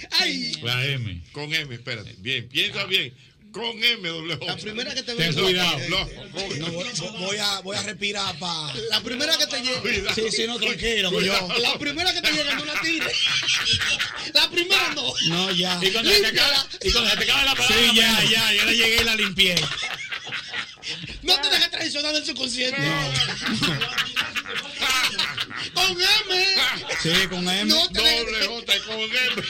[SPEAKER 9] La M.
[SPEAKER 5] Con M, espérate. Bien, piensa bien. Con M, doble La primera
[SPEAKER 7] que te
[SPEAKER 5] Ten
[SPEAKER 7] venga.
[SPEAKER 5] cuidado.
[SPEAKER 7] Eh,
[SPEAKER 5] No,
[SPEAKER 4] No, voy, voy a, voy a respirar para.
[SPEAKER 7] La primera que te llega.
[SPEAKER 4] Sí, sí, no, tranquilo. que yo-
[SPEAKER 7] La primera que te llega no la tires. La primera no.
[SPEAKER 4] No, ya.
[SPEAKER 9] Y cuando se te acaba, y cuando se te acaba la palabra.
[SPEAKER 4] Sí, ya, ya, yo la llegué y la limpié.
[SPEAKER 7] No te dejes traicionar en su concierto. Con M.
[SPEAKER 4] Sí, con M.
[SPEAKER 7] No te dejes-
[SPEAKER 5] doble J con M.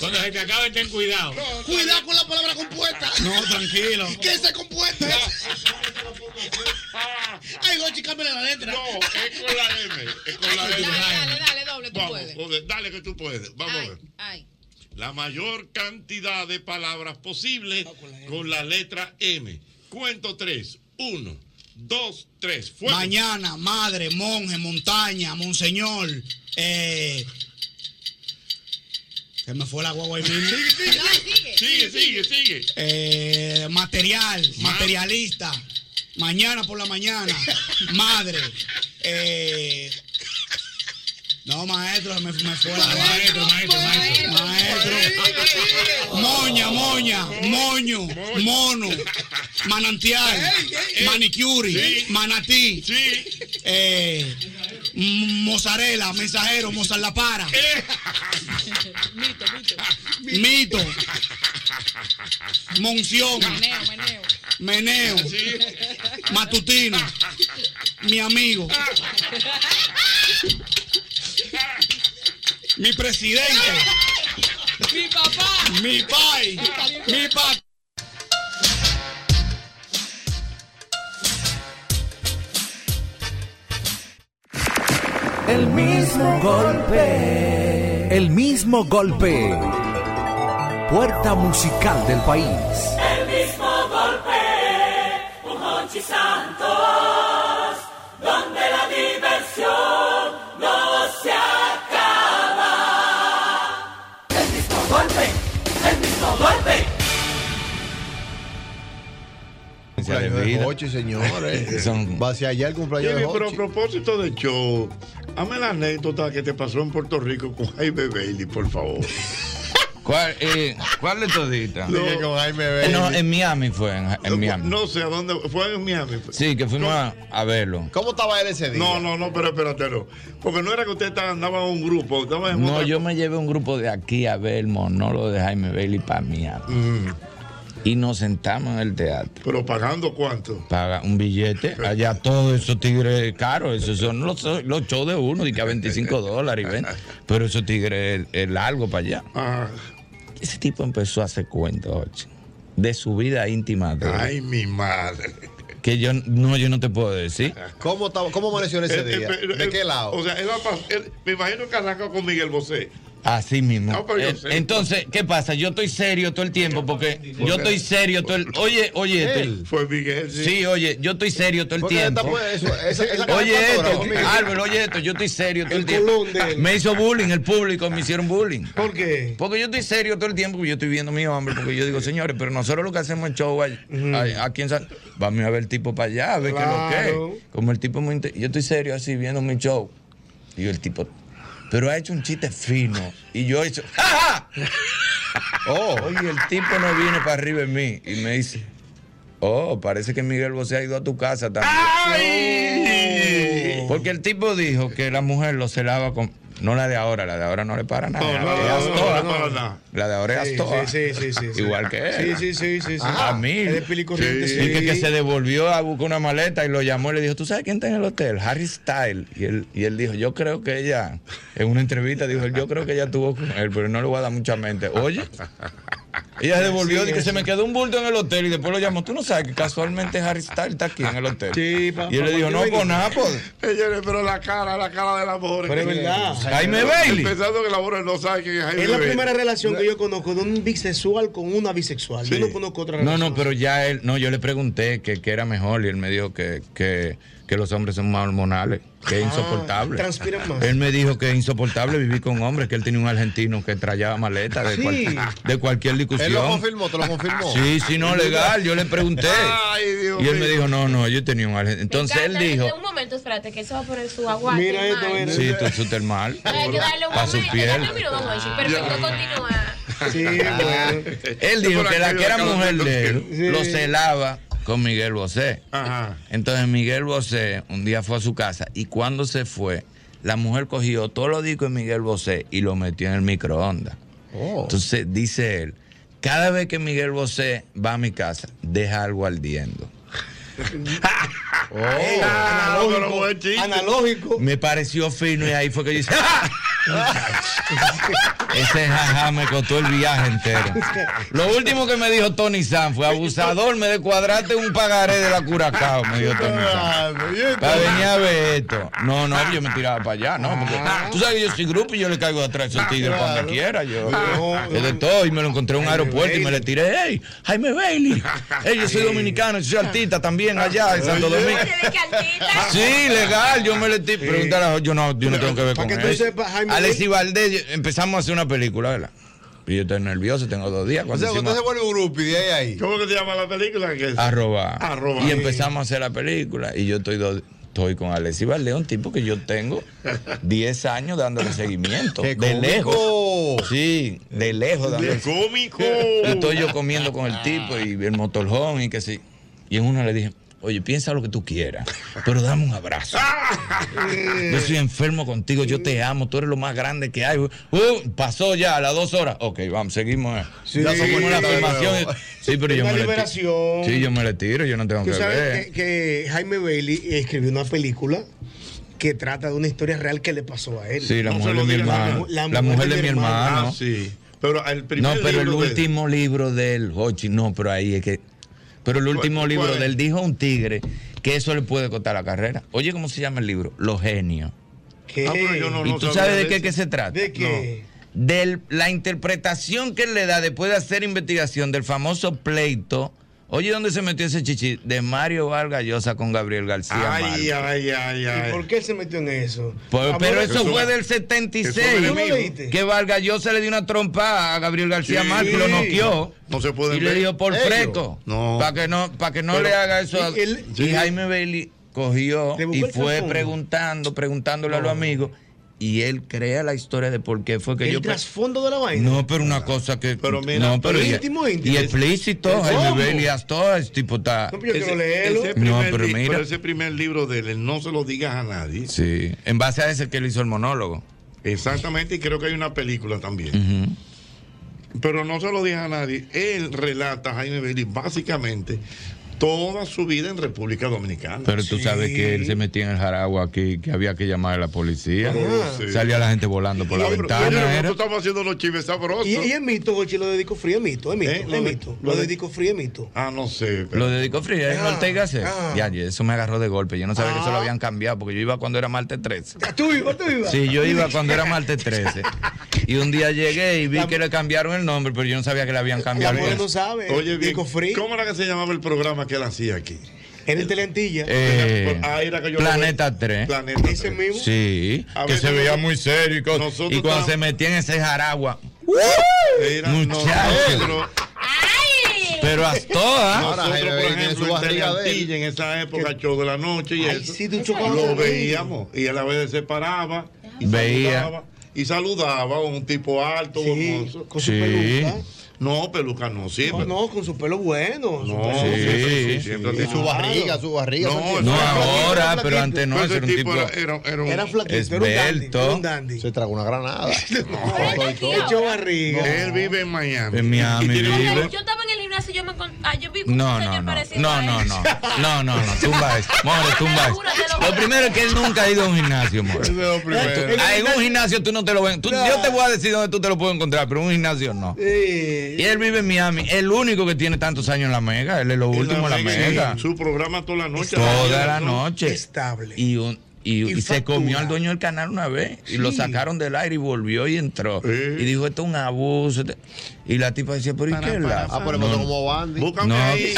[SPEAKER 9] Cuando se te acabe, ten cuidado.
[SPEAKER 7] Cuidado con la palabra compuesta.
[SPEAKER 4] No, tranquilo.
[SPEAKER 7] ¿Qué se compuesta? ¿eh? Ay, Gochi, cámbiale la letra.
[SPEAKER 5] No, es con la M. Es con la
[SPEAKER 6] Dale,
[SPEAKER 5] M.
[SPEAKER 6] dale, dale, doble, tú
[SPEAKER 5] Vamos,
[SPEAKER 6] puedes.
[SPEAKER 5] joder, dale que tú puedes. Vamos a ver.
[SPEAKER 6] Ay,
[SPEAKER 5] La mayor cantidad de palabras posible con la letra M. Cuento tres. Uno, dos, tres. Fuego.
[SPEAKER 4] Mañana, madre, monje, montaña, monseñor. Eh. Se me fue la guagua ahí mismo.
[SPEAKER 5] Sigue, sigue, sigue.
[SPEAKER 4] Eh, material, materialista. Mañana por la mañana. Madre. Eh, no, maestro, me, me fue la
[SPEAKER 9] Maestro, maestro, maestro.
[SPEAKER 4] maestro. Moña, moña, moño, mono, manantial, manicuri, manatí, eh, m- mozzarella, mensajero, mozzarella para,
[SPEAKER 9] Eh.
[SPEAKER 6] mito, mito.
[SPEAKER 4] mito, monción,
[SPEAKER 6] Meneo, meneo.
[SPEAKER 4] meneo, matutino, mi amigo, mi presidente.
[SPEAKER 6] Mi papá.
[SPEAKER 4] Mi pai, mi pai.
[SPEAKER 14] El mismo golpe. El mismo golpe. Puerta musical del país.
[SPEAKER 1] El mismo golpe, un Hochi Santos, donde la diversión no se acaba. El mismo golpe, el mismo golpe.
[SPEAKER 11] Cumpleaños de Hochi, señores. Va hacia allá el cumpleaños de
[SPEAKER 5] Jimmy, pero a
[SPEAKER 11] Hochi.
[SPEAKER 5] propósito de show, hazme la anécdota que te pasó en Puerto Rico con Jaime Bailey, por favor.
[SPEAKER 12] ¿Cuál, eh, ¿Cuál de todita? Eh,
[SPEAKER 5] Dije con Jaime Bailey.
[SPEAKER 12] No, en Miami fue, en, en Miami.
[SPEAKER 5] No sé a dónde fue en Miami.
[SPEAKER 12] Sí, que fuimos a, a verlo.
[SPEAKER 5] ¿Cómo estaba él ese día? No, no, no, pero espérate, no. Porque no era que usted estaba, andaba en un grupo, estaba en
[SPEAKER 12] No,
[SPEAKER 5] otra-
[SPEAKER 12] yo me llevé un grupo de aquí a ver el monólogo de Jaime Bailey para Miami. Y nos sentamos en el teatro.
[SPEAKER 5] Mm. ¿Pero pagando cuánto?
[SPEAKER 12] Paga un billete. Allá todos esos tigres caros. Esos son los, los shows de uno, de que a 25 dólares. y 20. Pero esos tigres es- es largo para allá. Ese tipo empezó a hacer cuentos, ocho, de su vida íntima. de él.
[SPEAKER 5] Ay, mi madre.
[SPEAKER 12] Que yo, no, yo no te puedo decir.
[SPEAKER 11] ¿Cómo, estaba, ¿Cómo amaneció en ese
[SPEAKER 5] Eh, eh,
[SPEAKER 11] día?
[SPEAKER 5] pero,
[SPEAKER 11] ¿De
[SPEAKER 5] eh,
[SPEAKER 11] qué lado?
[SPEAKER 5] O sea, él ha pas- él- me imagino que arrancó con Miguel Bosé.
[SPEAKER 12] Así mismo.
[SPEAKER 5] No, pero yo
[SPEAKER 12] Eh,
[SPEAKER 5] sé.
[SPEAKER 12] Entonces, ¿qué pasa? Yo estoy serio todo el tiempo porque yo estoy serio todo el Oye, oye,
[SPEAKER 5] Él.
[SPEAKER 12] esto-
[SPEAKER 5] Fue Miguel. sí.
[SPEAKER 12] Sí, oye, yo estoy serio todo el
[SPEAKER 5] Porque
[SPEAKER 12] tiempo.
[SPEAKER 5] esta fue eso, esa- esa
[SPEAKER 12] oye
[SPEAKER 5] caricatura,
[SPEAKER 12] esto,
[SPEAKER 5] Miguel.
[SPEAKER 12] Álvaro, oye esto, yo estoy serio todo el, tiempo. Me hizo bullying el público, me hicieron bullying. ¿Por
[SPEAKER 7] qué?
[SPEAKER 12] Porque yo estoy serio todo el tiempo, porque yo estoy viendo mi hombre, porque yo digo, señores, pero nosotros lo que hacemos es show ahí- ahí- aquí en San... Vamos a ver el tipo para allá, a ver qué es lo
[SPEAKER 7] Claro.
[SPEAKER 12] que es. Como el tipo muy... inte- Yo estoy serio así viendo mi show. Y yo, el tipo... Pero ha hecho un chiste fino. Y yo he hecho... ¡Ja, ja! Oh. Oye, el tipo no viene para arriba en mí y me dice, oh, parece que Miguel Bosé ha ido a tu casa también. Porque el tipo dijo que la mujer lo celaba con... No la de ahora, la de ahora no le para nada.
[SPEAKER 5] No, no,
[SPEAKER 12] la, de
[SPEAKER 5] no,
[SPEAKER 12] Astoa.
[SPEAKER 5] no, no, no.
[SPEAKER 12] la de ahora es
[SPEAKER 5] Sí,
[SPEAKER 12] Astoa.
[SPEAKER 5] sí, sí, sí, sí.
[SPEAKER 12] Igual que él. Ah,
[SPEAKER 5] Sí, sí, sí, sí, sí.
[SPEAKER 12] A mí.
[SPEAKER 5] Es de pila y corriente, sí.
[SPEAKER 12] Y que, que se devolvió a buscar una maleta y lo llamó y le dijo, ¿tú sabes quién está en el hotel? Harry Styles. Y él, y él dijo, yo creo que ella, en una entrevista dijo, él, yo creo que ella estuvo con él, pero no le voy a dar mucha mente. Oye. Ella se devolvió
[SPEAKER 7] Sí,
[SPEAKER 12] y que
[SPEAKER 7] sí.
[SPEAKER 12] se me quedó un bulto en el hotel y después lo llamó. Tú no sabes que casualmente Harry Styles está aquí en el hotel. y él le dijo, no, pues nada, pues.
[SPEAKER 5] Señores, pero la cara, la cara de la mujer.
[SPEAKER 7] Pero es verdad.
[SPEAKER 12] Jaime Bailey.
[SPEAKER 5] Pensando que la mujer no sabe quién es Jaime
[SPEAKER 7] Es la
[SPEAKER 5] Bailey.
[SPEAKER 7] primera relación que yo conozco de un bisexual con una bisexual. Yo no conozco otra
[SPEAKER 12] No,
[SPEAKER 7] relación.
[SPEAKER 12] no, pero ya él, no, yo le pregunté que, que era mejor y él me dijo que, que, que los hombres son más hormonales, que es insoportable.
[SPEAKER 7] transpiran más.
[SPEAKER 12] Él me dijo que es insoportable vivir con hombres, que él tenía un argentino que trayaba maleta de,
[SPEAKER 11] Sí.
[SPEAKER 12] cual- de cualquier discusión.
[SPEAKER 11] Él lo confirmó, te lo confirmó.
[SPEAKER 12] Sí, sí, no, legal, yo le pregunté.
[SPEAKER 11] Ay, Dios
[SPEAKER 12] y él
[SPEAKER 11] mío.
[SPEAKER 12] me dijo, no, no, yo tenía un argentino. Entonces él
[SPEAKER 15] Cántale,
[SPEAKER 12] dijo,
[SPEAKER 15] Un momento, espérate, que eso va a poner su agua.
[SPEAKER 12] mira
[SPEAKER 15] hermano.
[SPEAKER 12] esto, mira. Sí, tu- su termal,
[SPEAKER 15] Hay que darle un
[SPEAKER 12] para su
[SPEAKER 15] momento,
[SPEAKER 12] piel.
[SPEAKER 15] dale un minuto, Juanchi. Perfecto, continúa.
[SPEAKER 12] Sí, Él dijo que la que era mujer de él lo celaba con Miguel Bosé. Entonces Miguel Bosé un día fue a su casa y cuando se fue, la mujer cogió todos los discos de Miguel Bosé y lo metió en el microondas. Entonces dice él, cada vez que Miguel Bosé va a mi casa, deja algo ardiendo.
[SPEAKER 7] Ey, analógico, analógico.
[SPEAKER 12] Me pareció fino y ahí fue que yo hice. "Ah". Ese jaja me costó el viaje entero. Lo último que me dijo Tony San fue abusador, me descuadraste un pagaré de la Curacao, me dijo Tony San. Para venir a ver esto. No, no, yo me tiraba para allá, no. porque tú sabes que yo soy grupo y yo le caigo atrás a esos tigres cuando quiera. Yo, yo de todo, y me lo encontré en un aeropuerto y me le tiré, hey, Jaime Bailey. Hey, yo soy dominicano, yo soy artista también allá en Santo Domingo. Sí, legal, yo me le tiré. Pregúntale a yo no, yo no tengo que ver con
[SPEAKER 7] que tú
[SPEAKER 12] eso.
[SPEAKER 7] sepas, Jaime
[SPEAKER 12] Alexis Valdés, empezamos a hacer una película, ¿verdad? Y yo estoy nervioso, tengo dos días.
[SPEAKER 11] O
[SPEAKER 12] cuando
[SPEAKER 11] sea, usted se
[SPEAKER 12] hicimos-
[SPEAKER 11] vuelve un grupo y de ahí a ahí.
[SPEAKER 5] ¿Cómo que se llama la película? ¿Qué es?
[SPEAKER 12] Arroba.
[SPEAKER 5] Arroba.
[SPEAKER 12] Y empezamos a hacer la película. Y yo estoy, do- estoy con Alexis Valdés, un tipo que yo tengo 10 años dándole seguimiento.
[SPEAKER 5] ¡Qué
[SPEAKER 12] de
[SPEAKER 5] cómico!
[SPEAKER 12] lejos. Sí, de lejos dándole.
[SPEAKER 5] ¡Qué cómico!
[SPEAKER 12] Y estoy yo comiendo con el tipo y el motorjón y que sí. Y en una le dije, oye, piensa lo que tú quieras, pero dame un abrazo. Yo soy enfermo contigo, yo te amo, tú eres lo más grande que hay. Uh, pasó ya a las dos horas. Ok, vamos, seguimos.
[SPEAKER 7] Sí,
[SPEAKER 12] ya seguimos la
[SPEAKER 7] sí,
[SPEAKER 12] filmación.
[SPEAKER 7] claro.
[SPEAKER 12] Sí, pero yo
[SPEAKER 7] Una
[SPEAKER 12] me le
[SPEAKER 7] liberación.
[SPEAKER 12] tiro. Sí, yo me le tiro, yo no tengo que
[SPEAKER 7] Tú
[SPEAKER 12] ver.
[SPEAKER 7] sabes que, que Jaime Bailey escribió una película que trata de una historia real que le pasó a él.
[SPEAKER 12] Sí, la
[SPEAKER 7] No se
[SPEAKER 12] mujer
[SPEAKER 7] lo
[SPEAKER 12] de mi
[SPEAKER 7] digas a
[SPEAKER 12] hermano.
[SPEAKER 7] mu-
[SPEAKER 12] La mujer de mi hermano.
[SPEAKER 5] Ah, sí. Pero el
[SPEAKER 12] No,
[SPEAKER 5] primer
[SPEAKER 12] pero el
[SPEAKER 5] libro de-
[SPEAKER 12] último libro del Hochi, no, pero ahí es que. Pero el último
[SPEAKER 5] ¿Cuál-
[SPEAKER 12] libro
[SPEAKER 5] cuál es?
[SPEAKER 12] del dijo un tigre que eso le puede costar la carrera. Oye, ¿cómo se llama el libro? Los genios.
[SPEAKER 7] ¿Qué?
[SPEAKER 5] Ah, pero yo no-
[SPEAKER 12] ¿Y
[SPEAKER 5] no
[SPEAKER 12] tú
[SPEAKER 5] sabía
[SPEAKER 12] sabes
[SPEAKER 5] de
[SPEAKER 12] de qué,
[SPEAKER 5] eso.
[SPEAKER 12] qué se trata?
[SPEAKER 7] ¿De qué?
[SPEAKER 12] De la interpretación que él le da después de hacer investigación del famoso pleito. Oye, ¿dónde se metió ese chichi? De Mario Vargas Llosa con Gabriel García.
[SPEAKER 7] Ay,
[SPEAKER 12] Márquez.
[SPEAKER 7] ay, ay, ay. ¿Y por qué se metió en eso?
[SPEAKER 12] Pero, Pues, pero
[SPEAKER 7] Amor,
[SPEAKER 12] eso fue del
[SPEAKER 7] Eso
[SPEAKER 12] 76.
[SPEAKER 7] fue de mí.
[SPEAKER 12] que Vargas Llosa le dio una trompa a Gabriel García
[SPEAKER 7] Sí.
[SPEAKER 12] Márquez, lo noqueó.
[SPEAKER 5] No se puede
[SPEAKER 12] Y le
[SPEAKER 5] ver.
[SPEAKER 12] dijo por
[SPEAKER 5] Ellos.
[SPEAKER 12] fresco.
[SPEAKER 5] No.
[SPEAKER 12] Para que no, para que no
[SPEAKER 5] Pero-
[SPEAKER 12] le haga eso. a-
[SPEAKER 5] Y él-
[SPEAKER 12] y Jaime Bailey cogió y
[SPEAKER 5] buscó
[SPEAKER 12] fue
[SPEAKER 5] el trasfondo.
[SPEAKER 12] preguntando, preguntándole a los amigos. Y él crea la historia de por qué fue que
[SPEAKER 7] El
[SPEAKER 12] yo. pe-
[SPEAKER 7] trasfondo de la vaina.
[SPEAKER 12] No, pero una cosa que. Pero
[SPEAKER 7] mira,
[SPEAKER 12] no,
[SPEAKER 7] pero
[SPEAKER 12] pero y-
[SPEAKER 7] íntimo,
[SPEAKER 12] Y
[SPEAKER 7] íntimo.
[SPEAKER 12] explícito,
[SPEAKER 7] ¿Cómo?
[SPEAKER 12] Jaime Bailey, todo es tipo está.
[SPEAKER 7] No, pero yo quiero leerlo.
[SPEAKER 5] Ese
[SPEAKER 12] No,
[SPEAKER 5] primer
[SPEAKER 12] pero
[SPEAKER 5] li-
[SPEAKER 12] mira.
[SPEAKER 5] ese primer libro de él, no se lo digas a nadie.
[SPEAKER 12] Sí, en base a ese que él hizo el monólogo.
[SPEAKER 5] Exactamente, y creo que hay una película también. Pero no se lo digas a nadie. Él relata, Jaime Bailey, básicamente toda su vida en República Dominicana.
[SPEAKER 12] Pero tú sabes que él se metía en el jaragua aquí, que había que llamar a la policía.
[SPEAKER 5] Ah, sí.
[SPEAKER 12] Salía la gente volando por la
[SPEAKER 5] No, pero, oye,
[SPEAKER 12] ventana.
[SPEAKER 5] nosotros estamos haciendo los chives sabrosos.
[SPEAKER 7] Y, y es mito, Jochi, lo dedico frío, es mito, es mito,
[SPEAKER 5] ¿Eh?
[SPEAKER 7] es mito. Lo
[SPEAKER 5] de-
[SPEAKER 7] dedico frío, es mito.
[SPEAKER 5] Ah, no sé. pero-
[SPEAKER 12] Lo dedicó Frida en
[SPEAKER 7] Ah,
[SPEAKER 12] Ortega C.
[SPEAKER 7] ah.
[SPEAKER 12] Ya, y eso me agarró de golpe. Yo no sabía que
[SPEAKER 5] Ah.
[SPEAKER 12] eso lo habían cambiado porque yo iba cuando era martes 13.
[SPEAKER 7] ¿Tú ibas, tú ibas?
[SPEAKER 12] Sí, yo iba cuando era martes 13. Y un día llegué y vi que le cambiaron el nombre, pero yo no sabía que le habían cambiado el nombre.
[SPEAKER 5] Oye, bien, ¿cómo era que se llamaba el programa que él hacía aquí?
[SPEAKER 7] En el Telentilla.
[SPEAKER 12] Eh,
[SPEAKER 5] Ah, era que yo lo
[SPEAKER 12] Planeta 3.
[SPEAKER 5] Planeta
[SPEAKER 7] Ese mismo.
[SPEAKER 12] Sí,
[SPEAKER 5] A
[SPEAKER 12] que
[SPEAKER 5] veces
[SPEAKER 12] se veía
[SPEAKER 5] nosotros-
[SPEAKER 12] muy serio y cosas.
[SPEAKER 5] nosotros
[SPEAKER 12] Y cuando
[SPEAKER 5] estábamos-
[SPEAKER 12] se metía en ese jaragua.
[SPEAKER 5] Era
[SPEAKER 12] Muchachos.
[SPEAKER 5] nosotros,
[SPEAKER 12] eh. Pero Astoa.
[SPEAKER 5] nosotros, por ejemplo, en Teleantilla, en esa época, el show de la noche y eso, lo veíamos. Y él a veces se paraba y
[SPEAKER 12] Veía.
[SPEAKER 5] saludaba. Y saludaba a un tipo alto, hermoso.
[SPEAKER 12] Sí.
[SPEAKER 5] No, peluca no, siempre.
[SPEAKER 7] No, no, con su pelo bueno. su
[SPEAKER 5] No,
[SPEAKER 7] pelo-
[SPEAKER 5] sí, sí,
[SPEAKER 11] Y su barriga, su barriga.
[SPEAKER 5] No,
[SPEAKER 11] eso
[SPEAKER 5] no,
[SPEAKER 11] tiene-
[SPEAKER 12] ahora,
[SPEAKER 11] Era
[SPEAKER 12] pero antes no,
[SPEAKER 11] flaquito.
[SPEAKER 12] ese era un tipo.
[SPEAKER 11] Era flaquito, era un dandy, era un dandy. Se tragó una granada.
[SPEAKER 7] Echó barriga.
[SPEAKER 5] Él vive en Miami.
[SPEAKER 12] En Miami vive.
[SPEAKER 15] Yo estaba en el gimnasio, yo me encont- ah, yo vi un
[SPEAKER 12] No, no,
[SPEAKER 15] señor
[SPEAKER 12] no.
[SPEAKER 15] parecido
[SPEAKER 12] No,
[SPEAKER 15] a
[SPEAKER 12] no,
[SPEAKER 15] él.
[SPEAKER 12] no. No, no, no. Tumba eso. More, tumba eso. Lo primero es que él nunca ha ido a un gimnasio, more.
[SPEAKER 5] primero.
[SPEAKER 12] Ah, En un gimnasio tú no te lo ven. Tú-
[SPEAKER 7] No.
[SPEAKER 12] Yo te voy a decir dónde tú te lo puedes encontrar, pero en un gimnasio no.
[SPEAKER 7] Eh,
[SPEAKER 12] Y él vive en Miami. El único que tiene tantos años en la mega. Él es lo último en la mega.
[SPEAKER 5] Su programa toda la noche.
[SPEAKER 12] Toda la noche.
[SPEAKER 7] Estable.
[SPEAKER 12] Y un- y-
[SPEAKER 7] Y
[SPEAKER 12] y se
[SPEAKER 7] factura.
[SPEAKER 12] comió al dueño del canal una vez y lo
[SPEAKER 7] Sí.
[SPEAKER 12] sacaron del aire y volvió y entró. Y dijo, esto es un abuso. este-". Y la tipa decía, pero ¿y qué es la?
[SPEAKER 11] Ah, pero
[SPEAKER 12] No,
[SPEAKER 11] empezó como Bandy.
[SPEAKER 12] Búscame No. ahí.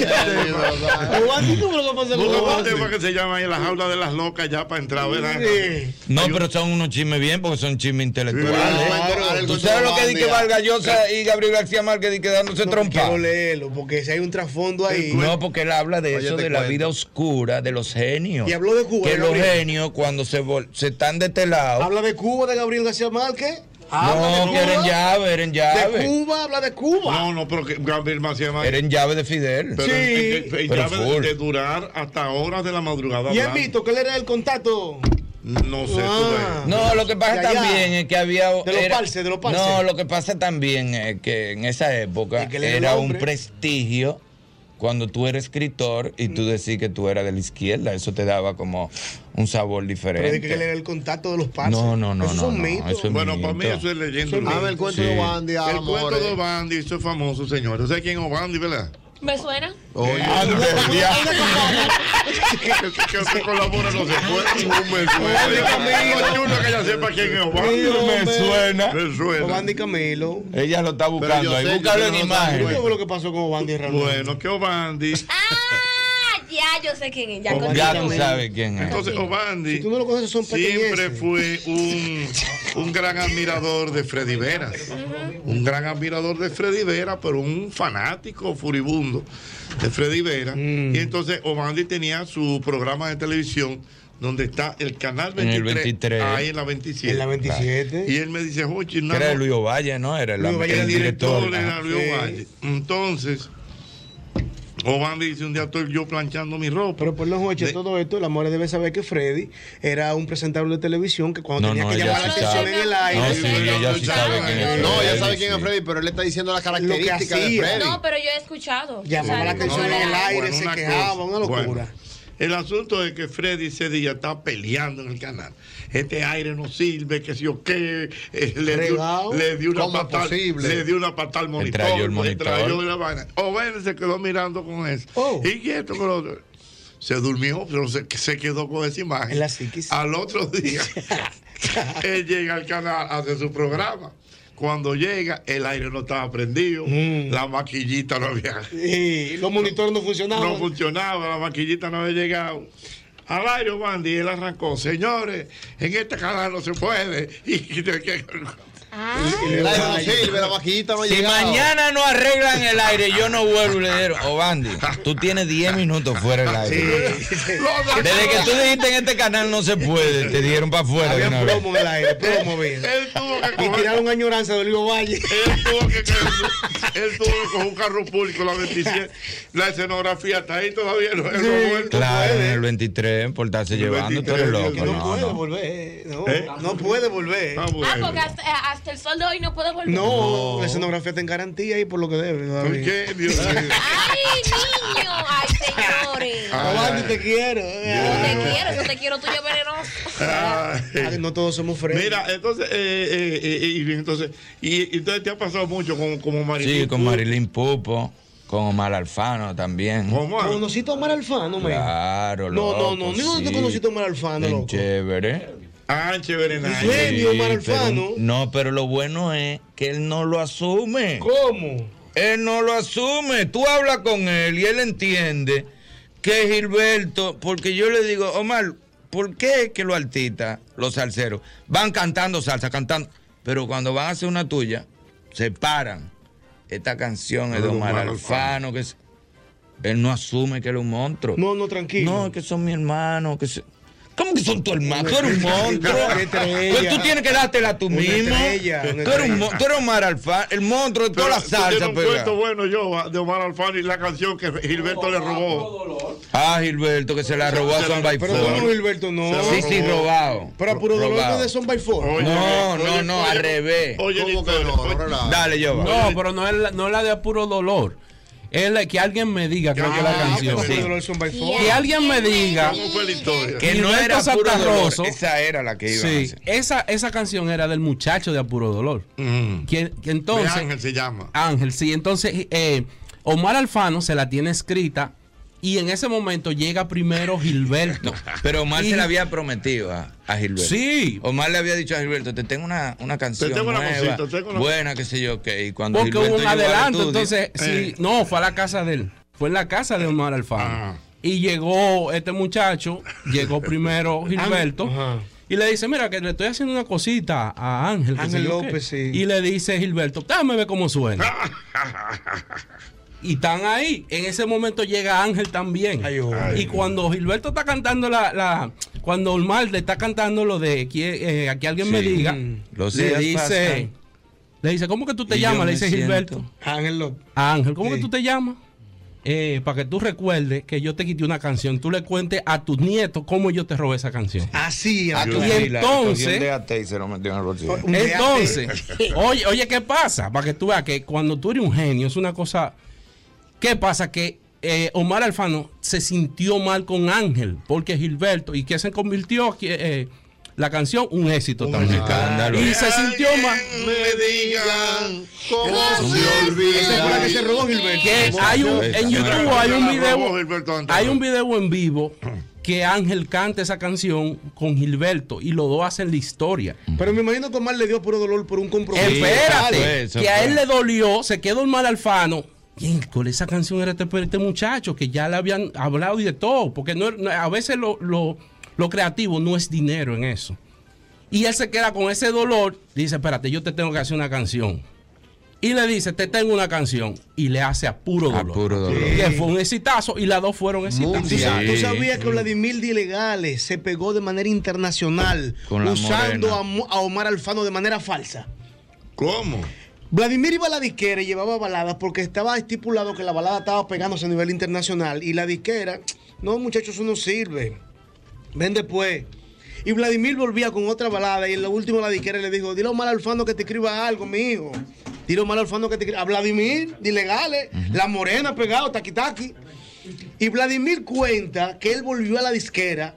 [SPEAKER 7] Pero a ti ¿Cómo lo va a pasar?
[SPEAKER 5] Busca
[SPEAKER 7] con
[SPEAKER 5] un tema
[SPEAKER 7] Basti?
[SPEAKER 5] que se llama ahí la jaula de las locas ya para entrar, ¿verdad?
[SPEAKER 7] Sí.
[SPEAKER 12] No, pero son unos chismes bien porque son chismes intelectuales.
[SPEAKER 7] claro,
[SPEAKER 12] ¿Tú sabes lo que di que Vargallosa y Gabriel García Márquez di que dándose
[SPEAKER 7] No,
[SPEAKER 12] trompa?
[SPEAKER 7] Quiero leerlo, porque si hay un trasfondo ahí.
[SPEAKER 12] No, porque él habla de
[SPEAKER 7] Oye,
[SPEAKER 12] eso,
[SPEAKER 7] te
[SPEAKER 12] de la
[SPEAKER 7] cuento.
[SPEAKER 12] vida oscura, de los genios.
[SPEAKER 7] Y habló de Cuba,
[SPEAKER 12] Que
[SPEAKER 7] de
[SPEAKER 12] los
[SPEAKER 7] Gabriel.
[SPEAKER 12] genios, cuando se, vol- se están de este lado.
[SPEAKER 7] Habla de Cuba, de Gabriel García Márquez. Habla de
[SPEAKER 12] no, que
[SPEAKER 7] Cuba.
[SPEAKER 12] eran llave, eran
[SPEAKER 7] De
[SPEAKER 12] llave.
[SPEAKER 7] Cuba, habla de Cuba.
[SPEAKER 5] No, no, pero que Gabriel Macías Márquez-
[SPEAKER 12] Eran llave de Fidel.
[SPEAKER 5] Pero en- en- en
[SPEAKER 12] Pero
[SPEAKER 5] llave
[SPEAKER 12] full.
[SPEAKER 5] de durar hasta horas de la madrugada.
[SPEAKER 7] Y él
[SPEAKER 5] hablando.
[SPEAKER 7] visto que él era el contacto.
[SPEAKER 5] No sé,
[SPEAKER 7] Ah.
[SPEAKER 5] tú ves.
[SPEAKER 12] No, lo que pasa
[SPEAKER 7] De allá.
[SPEAKER 12] también es que había.
[SPEAKER 7] De los parces, de los parces.
[SPEAKER 12] No, lo que pasa también es que en esa época
[SPEAKER 7] que él era
[SPEAKER 12] era
[SPEAKER 7] el
[SPEAKER 12] un
[SPEAKER 7] hombre.
[SPEAKER 12] prestigio cuando tú eres escritor y
[SPEAKER 7] Mm.
[SPEAKER 12] tú decís que tú eras de la izquierda. Eso te daba como un sabor
[SPEAKER 7] Pero dije que él
[SPEAKER 12] diferente.
[SPEAKER 7] era el contacto de los parces.
[SPEAKER 12] No, no, no,
[SPEAKER 7] Esos son
[SPEAKER 12] no, no,
[SPEAKER 7] mitos.
[SPEAKER 12] eso es
[SPEAKER 5] Bueno, para
[SPEAKER 12] mitos.
[SPEAKER 5] mí eso es
[SPEAKER 7] Eso
[SPEAKER 5] leyenda.
[SPEAKER 7] es
[SPEAKER 5] urbana.
[SPEAKER 7] Ah, el
[SPEAKER 11] cuento de Obandi,
[SPEAKER 5] El
[SPEAKER 11] amores.
[SPEAKER 5] cuento de Obandi, eso es famoso, señor. ¿Usted sabe quién es Obandi, verdad? Eh,
[SPEAKER 15] ¿Me suena?
[SPEAKER 11] Oye,
[SPEAKER 5] que, que, que colabora no se puede. No me suena. No, chulo que ella sepa quién es Obandi.
[SPEAKER 12] No me suena.
[SPEAKER 5] Me suena.
[SPEAKER 7] Obandi Camilo.
[SPEAKER 12] Ella lo está buscando
[SPEAKER 5] yo
[SPEAKER 12] ahí.
[SPEAKER 5] sé, yo
[SPEAKER 12] Búscalo
[SPEAKER 5] sé,
[SPEAKER 12] en
[SPEAKER 5] no lo
[SPEAKER 12] imagen.
[SPEAKER 5] sabía.
[SPEAKER 7] ¿Qué fue lo que pasó con Obandi Ramón?
[SPEAKER 5] Bueno, que Obandi.
[SPEAKER 15] Ah, ya, yo sé quién es. Ya, ¿eh?
[SPEAKER 12] Obandi
[SPEAKER 15] contigo.
[SPEAKER 12] Ya tú sabes quién es.
[SPEAKER 5] Entonces, Obandi
[SPEAKER 7] Si tú no lo conoces, son
[SPEAKER 5] siempre
[SPEAKER 7] pequeñeces.
[SPEAKER 5] fue un, un gran admirador de Freddy Veras. Un gran admirador de Freddy Vera, pero un fanático furibundo de Freddy Vera.
[SPEAKER 7] Mm.
[SPEAKER 5] Y entonces Obandi tenía su programa de televisión donde está el canal
[SPEAKER 12] En
[SPEAKER 5] 23,
[SPEAKER 12] el 23.
[SPEAKER 5] ahí en la 27.
[SPEAKER 7] En la 27.
[SPEAKER 5] Y él me dice, oye,
[SPEAKER 12] Que
[SPEAKER 5] no,
[SPEAKER 12] Era
[SPEAKER 5] no,
[SPEAKER 12] de Luis Ovalle, ¿no? Ah, Era el,
[SPEAKER 7] Luis Ovalle
[SPEAKER 12] el
[SPEAKER 7] era
[SPEAKER 5] el
[SPEAKER 12] director. Ah,
[SPEAKER 5] director
[SPEAKER 12] Ajá.
[SPEAKER 5] era Luis
[SPEAKER 7] Sí.
[SPEAKER 5] Ovalle. Entonces, Obandi dice, un día estoy yo planchando mi ropa.
[SPEAKER 7] Pero por los ocho, todo esto, la madre debe saber que Freddy era un presentador de televisión que cuando
[SPEAKER 12] No,
[SPEAKER 7] tenía
[SPEAKER 12] no,
[SPEAKER 7] que
[SPEAKER 12] ella
[SPEAKER 7] llamar
[SPEAKER 12] sí
[SPEAKER 7] la atención
[SPEAKER 12] sabe.
[SPEAKER 7] en el
[SPEAKER 12] No,
[SPEAKER 7] aire.
[SPEAKER 12] sí, ella sí sabe quién es
[SPEAKER 11] No,
[SPEAKER 12] Freddy,
[SPEAKER 11] ya sabe quién es
[SPEAKER 12] sí.
[SPEAKER 11] Freddy, pero él le está diciendo las
[SPEAKER 7] que
[SPEAKER 11] características de
[SPEAKER 7] hacía.
[SPEAKER 11] Freddy.
[SPEAKER 15] No, pero yo he escuchado.
[SPEAKER 7] Llamaba
[SPEAKER 15] O sea,
[SPEAKER 5] eh,
[SPEAKER 7] la
[SPEAKER 15] no
[SPEAKER 7] atención en
[SPEAKER 15] era-
[SPEAKER 7] el aire, se
[SPEAKER 5] una
[SPEAKER 7] quejaba,
[SPEAKER 5] cosa.
[SPEAKER 7] una locura.
[SPEAKER 5] el asunto es que Freddy Cedilla está peleando en el canal. Este aire no sirve, que si yo qué, eh, le, dio,
[SPEAKER 7] Fregado.
[SPEAKER 5] le dio una
[SPEAKER 11] ¿Cómo es
[SPEAKER 5] patada,
[SPEAKER 11] posible?
[SPEAKER 5] le dio una patada al monitor,
[SPEAKER 12] trayó el
[SPEAKER 5] le
[SPEAKER 12] monitor.
[SPEAKER 5] trayó la vaina. Oben se quedó mirando con eso.
[SPEAKER 7] Oh.
[SPEAKER 5] Y quieto con lo otro. Se durmió, pero se, se quedó con esa imagen.
[SPEAKER 7] En la psiquis.
[SPEAKER 5] Al otro día, él llega al canal, hace su programa. Cuando llega, el aire no estaba prendido,
[SPEAKER 7] Mm.
[SPEAKER 5] la maquillita no había
[SPEAKER 7] Y los monitores no funcionaban.
[SPEAKER 5] no funcionaba, la maquillita no había llegado. Al aire, Bandy, él arrancó, señores, en este canal no se puede. Y, de que-
[SPEAKER 11] El aire no sirve, la maquillita no ha
[SPEAKER 12] Si
[SPEAKER 11] llegado.
[SPEAKER 12] mañana no arreglan el aire, yo no vuelvo y le digo, Obandi, tú tienes 10 minutos fuera del aire.
[SPEAKER 5] Lo
[SPEAKER 12] Desde que tú
[SPEAKER 5] sacaron.
[SPEAKER 12] dijiste en este canal no se puede, te dieron para afuera de una
[SPEAKER 7] Había
[SPEAKER 12] vez.
[SPEAKER 7] promo en el aire, promo bien.
[SPEAKER 5] Él tuvo que
[SPEAKER 7] Y
[SPEAKER 5] coger.
[SPEAKER 7] tiraron añoranza de Olivo Valle.
[SPEAKER 5] Él tuvo que, él tuvo que coger un carro público, la 27. La escenografía está ahí todavía. No, él no vuelve.
[SPEAKER 12] Claro, en el 23, portarse llevando, tú eres loco.
[SPEAKER 7] Que no,
[SPEAKER 12] No,
[SPEAKER 7] puede
[SPEAKER 12] no.
[SPEAKER 7] volver. No,
[SPEAKER 5] ¿Eh?
[SPEAKER 7] no puede volver.
[SPEAKER 5] Ah,
[SPEAKER 15] Ah,
[SPEAKER 5] bueno.
[SPEAKER 15] porque hasta, hasta el sol de hoy no puedo volver.
[SPEAKER 7] No, la escenografía está en garantía y por lo que debe.
[SPEAKER 5] ¿Por
[SPEAKER 7] todavía.
[SPEAKER 5] qué, Dios mío?
[SPEAKER 15] ¡Ay, niño! ¡Ay, señores!
[SPEAKER 5] Ah,
[SPEAKER 7] Obandi, te quiero.
[SPEAKER 15] Yo te quiero, yo te quiero, tuyo venenoso.
[SPEAKER 5] Ay.
[SPEAKER 7] Ay, Ah, No todos somos Freddy.
[SPEAKER 5] Mira, entonces, eh, eh, eh, y bien, entonces, y, y entonces te ha pasado mucho como, como Marilyn.
[SPEAKER 12] Sí, con Marilyn Pupo, con Omar Alfano también.
[SPEAKER 5] ¿Cómo?
[SPEAKER 7] ¿Conociste a Omar Alfano, men?
[SPEAKER 12] Claro,
[SPEAKER 7] No,
[SPEAKER 12] loco,
[SPEAKER 7] no, no, ni dónde
[SPEAKER 12] sí.
[SPEAKER 7] conociste a Omar Alfano,
[SPEAKER 12] Bien
[SPEAKER 7] loco.
[SPEAKER 12] chévere.
[SPEAKER 5] Ah, chévere, nada.
[SPEAKER 7] Sí. Genio, Omar
[SPEAKER 12] Sí, pero-
[SPEAKER 7] Alfano.
[SPEAKER 12] no, pero lo bueno es que él no lo asume.
[SPEAKER 7] ¿Cómo?
[SPEAKER 12] Él no lo asume. Tú hablas con él y él entiende que Gilberto, porque yo le digo, Omar, ¿por qué es que los artistas, los salseros, van cantando salsa, cantando? Pero cuando van a hacer una tuya, se paran. Esta canción es de Omar Alfano, que es- él no asume que él es un monstruo.
[SPEAKER 7] No, no, tranquilo.
[SPEAKER 12] No, es que son mi hermano, que se- ¿Cómo que son tu hermano? Tú eres un monstruo.
[SPEAKER 16] Una estrella.
[SPEAKER 12] Pues tú tienes que dártela tú
[SPEAKER 16] Una
[SPEAKER 12] mismo.
[SPEAKER 16] estrella, una
[SPEAKER 12] tú eres un
[SPEAKER 16] estrella.
[SPEAKER 12] mon- tú eres Omar Alfaro, el monstruo de toda la
[SPEAKER 5] Pero tú tienes
[SPEAKER 12] salsa. pues,
[SPEAKER 5] un
[SPEAKER 12] pega.
[SPEAKER 5] cuento bueno yo de Omar Alfano y la canción que Gilberto le robó.
[SPEAKER 12] Ah, Gilberto, que se la robó a
[SPEAKER 5] Se la-
[SPEAKER 12] Son by
[SPEAKER 5] pero
[SPEAKER 12] Four.
[SPEAKER 5] ¿cómo, Gilberto? No.
[SPEAKER 12] Sí, sí, robado.
[SPEAKER 7] Pero a puro dolor
[SPEAKER 12] Robado.
[SPEAKER 7] no es de Son by Four.
[SPEAKER 12] No, no, no, al revés. Dale, yo.
[SPEAKER 16] No, pero no es la, no es la de puro dolor. Es la que alguien me diga cuál es la canción.
[SPEAKER 12] Puro Dolor,
[SPEAKER 7] Son by
[SPEAKER 12] Four.
[SPEAKER 16] Que alguien me diga
[SPEAKER 12] Que no
[SPEAKER 16] Gilberto
[SPEAKER 12] era puro
[SPEAKER 16] Santa
[SPEAKER 12] dolor,
[SPEAKER 16] Rosa-
[SPEAKER 12] esa era la que iba a
[SPEAKER 16] Sí,
[SPEAKER 12] hacer.
[SPEAKER 16] esa, esa canción era del muchacho de Apuro Dolor. Que, que entonces,
[SPEAKER 5] De Ángel se llama.
[SPEAKER 16] Ángel, sí. Entonces, eh, Omar Alfano se la tiene escrita y en ese momento llega primero Gilberto.
[SPEAKER 12] Pero Omar
[SPEAKER 16] Y-
[SPEAKER 12] se la había prometido a, a Gilberto.
[SPEAKER 16] Sí.
[SPEAKER 12] Omar le había dicho a Gilberto, te tengo una, una canción
[SPEAKER 16] tengo una
[SPEAKER 12] nueva,
[SPEAKER 16] cosita, te tengo una-
[SPEAKER 12] buena, qué sé yo, qué. Y cuando
[SPEAKER 16] Porque hubo
[SPEAKER 12] Gilberto
[SPEAKER 16] un
[SPEAKER 12] llegó al
[SPEAKER 16] adelanto,
[SPEAKER 12] estudio-
[SPEAKER 16] entonces,
[SPEAKER 12] Eh.
[SPEAKER 16] sí, no, fue a la casa de él. Fue en la casa de Omar Alfano. Y llegó este muchacho, llegó primero Gilberto. Y le dice, mira, que le estoy haciendo una cosita a Ángel. que
[SPEAKER 7] Ángel
[SPEAKER 16] sé yo qué".
[SPEAKER 7] López, sí.
[SPEAKER 16] Y le dice Gilberto, dame ver cómo suena. y están ahí. En ese momento llega Ángel también. y cuando Gilberto está cantando la... la- cuando Omar le está cantando lo de que, eh, a que alguien me
[SPEAKER 12] Sí.
[SPEAKER 16] diga,
[SPEAKER 12] Los
[SPEAKER 16] le
[SPEAKER 12] días
[SPEAKER 16] dice...
[SPEAKER 12] pasan.
[SPEAKER 16] Le dice, ¿cómo que tú te
[SPEAKER 12] Y yo
[SPEAKER 16] llamas?
[SPEAKER 12] me
[SPEAKER 16] Le dice
[SPEAKER 12] siento-
[SPEAKER 16] Gilberto.
[SPEAKER 7] Ángel López.
[SPEAKER 16] Ángel, ¿cómo que tú te llamas? Eh, para que tú recuerdes que yo te quité una canción, tú le cuentes a tus nietos cómo yo te robé esa canción.
[SPEAKER 7] Así,
[SPEAKER 12] Ah, tú
[SPEAKER 16] Y
[SPEAKER 12] sí, la canción
[SPEAKER 16] entonces-
[SPEAKER 12] de AT y se lo metió en el bolsillo.
[SPEAKER 16] Entonces, oye, oye, ¿qué pasa? Para que tú veas que cuando tú eres un genio, es una cosa. ¿Qué pasa? Que eh, Omar Alfano se sintió mal con Ángel, porque Gilberto, y que se convirtió que, eh, la canción un éxito también.
[SPEAKER 12] escándalo. Ah,
[SPEAKER 16] Y se sintió mal.
[SPEAKER 5] Me digan cómo
[SPEAKER 16] se olvida. Esa fue la que se robó
[SPEAKER 5] Gilberto.
[SPEAKER 16] Que hay un, en YouTube hay un
[SPEAKER 5] Gilberto
[SPEAKER 16] video,
[SPEAKER 5] Antonio.
[SPEAKER 16] hay un video en vivo que Ángel canta esa canción con Gilberto y los dos hacen la historia.
[SPEAKER 7] Pero me imagino que Omar le dio puro dolor por un compromiso. Dale.
[SPEAKER 16] Espérate, que a él le dolió, se quedó el mal alfano. Y con esa canción era este, este muchacho que ya le habían hablado y de todo, porque no, no- a veces lo, lo- lo creativo no es dinero en eso. Y él se queda con ese dolor, dice, espérate, yo te tengo que hacer una canción. Y le dice, te tengo una canción. Y le hace a puro dolor. Que fue un exitazo y las dos fueron exitazos.
[SPEAKER 7] ¿Tú, sa- tú sabías que Vladimir de Ilegales se pegó de manera internacional
[SPEAKER 16] Con la
[SPEAKER 7] usando
[SPEAKER 16] morena.
[SPEAKER 7] a, Mo- a Omar Alfano de manera falsa?
[SPEAKER 5] ¿Cómo?
[SPEAKER 7] Vladimir iba a la disquera y llevaba baladas porque estaba estipulado que la balada estaba pegándose a nivel internacional y la disquera, no muchachos, eso no sirve. Ven después. Y Vladimir volvía con otra balada y en la última la disquera le dijo, dile a Omar Alfano que te escriba algo, mi hijo. Dile a Omar Alfano que te escriba. A Vladimir, de ilegales, la morena pegado, taqui taqui. Y Vladimir cuenta que él volvió a la disquera,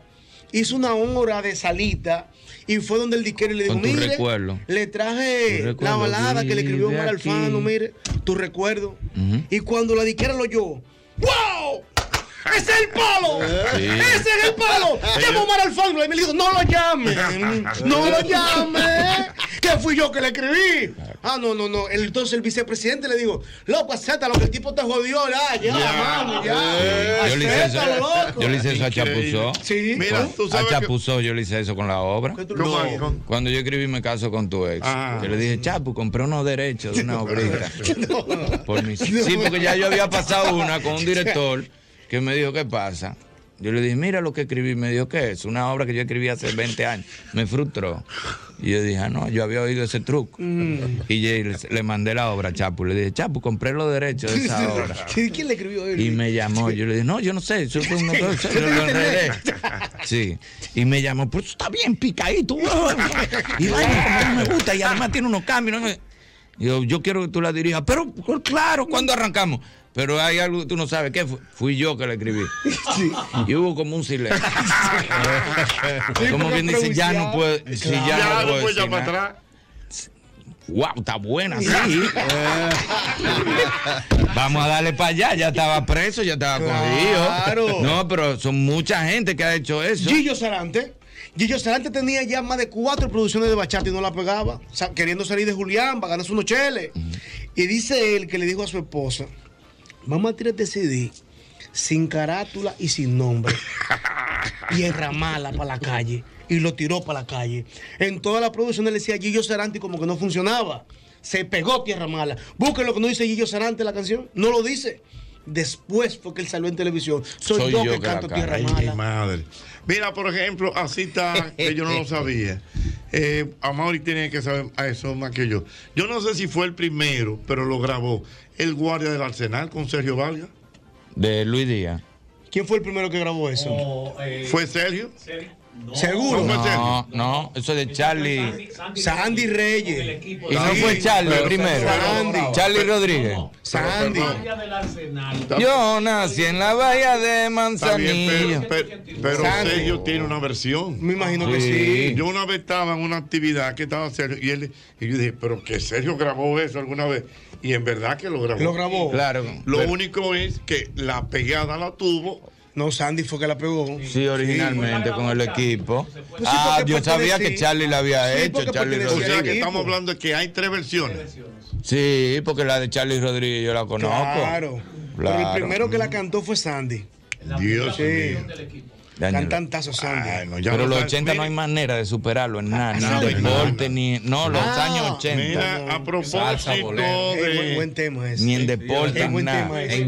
[SPEAKER 7] hizo una hora de salita y fue donde el disquero le dijo,
[SPEAKER 12] Con tu
[SPEAKER 7] mire,
[SPEAKER 12] recuerdo.
[SPEAKER 7] le
[SPEAKER 12] Tu
[SPEAKER 7] traje la
[SPEAKER 12] recuerdo
[SPEAKER 7] balada que le escribió
[SPEAKER 12] vive
[SPEAKER 7] Omar
[SPEAKER 12] aquí".
[SPEAKER 7] Alfano, mire, tu recuerdo. Y cuando la disquera lo oyó, ¡Wow! ¡Ese es el palo!
[SPEAKER 12] Sí.
[SPEAKER 7] ¡Ese es el palo! Llamo a Omar Alfano y me dijo, no lo llame, no lo llame, que fui yo que le escribí. Ah, no, no, no. El- Entonces el vicepresidente le dijo, loco, acéptalo, que el tipo te jodió, ya, ya, mano, ya.
[SPEAKER 12] Yo le hice eso,
[SPEAKER 7] Acéptalo, loco.
[SPEAKER 12] yo le hice eso a Chapuzó.
[SPEAKER 7] Sí.
[SPEAKER 12] Mira, a Chapuzó yo le hice eso con la obra.
[SPEAKER 7] No.
[SPEAKER 12] Cuando yo escribí Me caso con tu ex,
[SPEAKER 7] Ah.
[SPEAKER 12] yo le dije, Chapu, compré unos derechos de una obrita. Por mis-
[SPEAKER 7] No.
[SPEAKER 12] Sí, porque ya yo había pasado una con un director que me dijo, ¿qué pasa? Yo le dije, mira lo que escribí. Me dijo, ¿qué es? Una obra que yo escribí hace 20 años. Me frustró. Y yo dije, ah, no, yo había oído ese truco. Y yo le, le mandé la obra a Chapu. Le dije, Chapu, compré los derechos de esa obra.
[SPEAKER 7] ¿Quién le escribió él?
[SPEAKER 12] Y me llamó. Yo le dije, no, yo no sé. Eso fue un-
[SPEAKER 7] Yo
[SPEAKER 12] yo lo enredé. Sí. Y me llamó, pues está bien picadito. güey. Y vaina como no me gusta. Y además tiene unos cambios. ¿no? Y Yo, yo quiero que tú la dirijas. Pero pues, claro, cuando arrancamos. Pero hay algo que tú no sabes. ¿Qué fue? Fui yo que la escribí. Y hubo como un silencio. como
[SPEAKER 5] porque
[SPEAKER 12] quien dice, ya
[SPEAKER 5] improvisado.
[SPEAKER 12] no puedo. sí, ya,
[SPEAKER 5] Ya
[SPEAKER 12] no
[SPEAKER 5] no
[SPEAKER 12] puedo
[SPEAKER 5] puedes
[SPEAKER 12] decir
[SPEAKER 5] llamar
[SPEAKER 12] nada. Wow, está buena, sí. Vamos a darle para allá. Ya estaba preso, ya estaba
[SPEAKER 7] Claro.
[SPEAKER 12] cogido. No, pero son mucha gente que ha hecho eso.
[SPEAKER 7] Gillo Sarante. Gillo Sarante tenía ya más de cuatro producciones de bachata y no la pegaba. Sa- queriendo salir de Julián para ganarse unos cheles. Y dice él que le dijo a su esposa: Vamos a tirar este CD sin carátula y sin nombre. y enramarla para la calle. Y lo tiró para la calle. En todas las producciones le decía Gillo Sarante y como que no funcionaba. Se pegó Tierra Mala. Busquen lo que no dice Gillo Sarante en la canción. No lo dice. Después fue que él salió en televisión. Soy, yo, que canto
[SPEAKER 5] la
[SPEAKER 7] Tierra
[SPEAKER 5] cara. Ay, mi
[SPEAKER 7] Mala.
[SPEAKER 5] madre. Mira, por ejemplo, así está, que yo no lo sabía. Eh, Amaury tiene que saber a eso más que yo. Yo no sé si fue el primero, pero lo grabó el guardia del Arsenal con Sergio Vargas.
[SPEAKER 12] De Luis Díaz.
[SPEAKER 7] ¿Quién fue el primero que grabó eso?
[SPEAKER 5] ¿Fue Sergio?
[SPEAKER 7] ¿Seguro? Pues,
[SPEAKER 12] No, no, eso es de Charlie.
[SPEAKER 7] Sandy Reyes.
[SPEAKER 12] Y no fue Charlie
[SPEAKER 7] pero-
[SPEAKER 12] primero.
[SPEAKER 7] Sandy.
[SPEAKER 12] Charlie Rodríguez.
[SPEAKER 7] Sandy.
[SPEAKER 12] Yo nací en la bahía de
[SPEAKER 5] Está bien,
[SPEAKER 12] Manzanillo.
[SPEAKER 5] pero, pero- pero
[SPEAKER 12] Sandy.
[SPEAKER 5] Sergio tiene una versión.
[SPEAKER 7] Me imagino
[SPEAKER 12] que Sí. sí.
[SPEAKER 5] Yo una vez estaba en una actividad que estaba Sergio y, él, y yo dije, pero que Sergio grabó eso alguna vez. Y en verdad que lo grabó.
[SPEAKER 7] Lo grabó. Claro.
[SPEAKER 5] Lo
[SPEAKER 7] Pero-
[SPEAKER 5] único es que la pegada la tuvo.
[SPEAKER 7] No, Sandy fue que la pegó.
[SPEAKER 12] Sí, originalmente con el equipo.
[SPEAKER 5] sí,
[SPEAKER 12] Ah,
[SPEAKER 5] porque
[SPEAKER 12] yo sabía
[SPEAKER 5] pertenecía-
[SPEAKER 12] que Charlie la había
[SPEAKER 5] Sí,
[SPEAKER 12] hecho,
[SPEAKER 5] porque
[SPEAKER 12] Charlie
[SPEAKER 5] pertenecía al O sea, que
[SPEAKER 12] Rodríguez.
[SPEAKER 5] estamos hablando de que hay tres versiones.
[SPEAKER 12] Sí, porque la de Charlie Rodríguez yo la conozco.
[SPEAKER 7] Claro. Pero el
[SPEAKER 12] pues, Claro.
[SPEAKER 7] primero que la cantó fue Sandy.
[SPEAKER 12] Dios
[SPEAKER 7] Sí.
[SPEAKER 12] Daniel.
[SPEAKER 7] Cantantazo Sandy.
[SPEAKER 5] ya
[SPEAKER 12] Pero
[SPEAKER 5] no
[SPEAKER 12] los
[SPEAKER 5] está-
[SPEAKER 12] 80 no hay manera de superarlo en nada, ni en
[SPEAKER 5] nada,
[SPEAKER 12] deporte, ni. No, los
[SPEAKER 7] Ah,
[SPEAKER 12] años 80.
[SPEAKER 7] mira, a
[SPEAKER 12] propósito
[SPEAKER 7] Eh, buen, buen tema ese.
[SPEAKER 12] ni en deporte,
[SPEAKER 7] Es
[SPEAKER 12] en
[SPEAKER 7] buen
[SPEAKER 12] nada.
[SPEAKER 7] tema ese.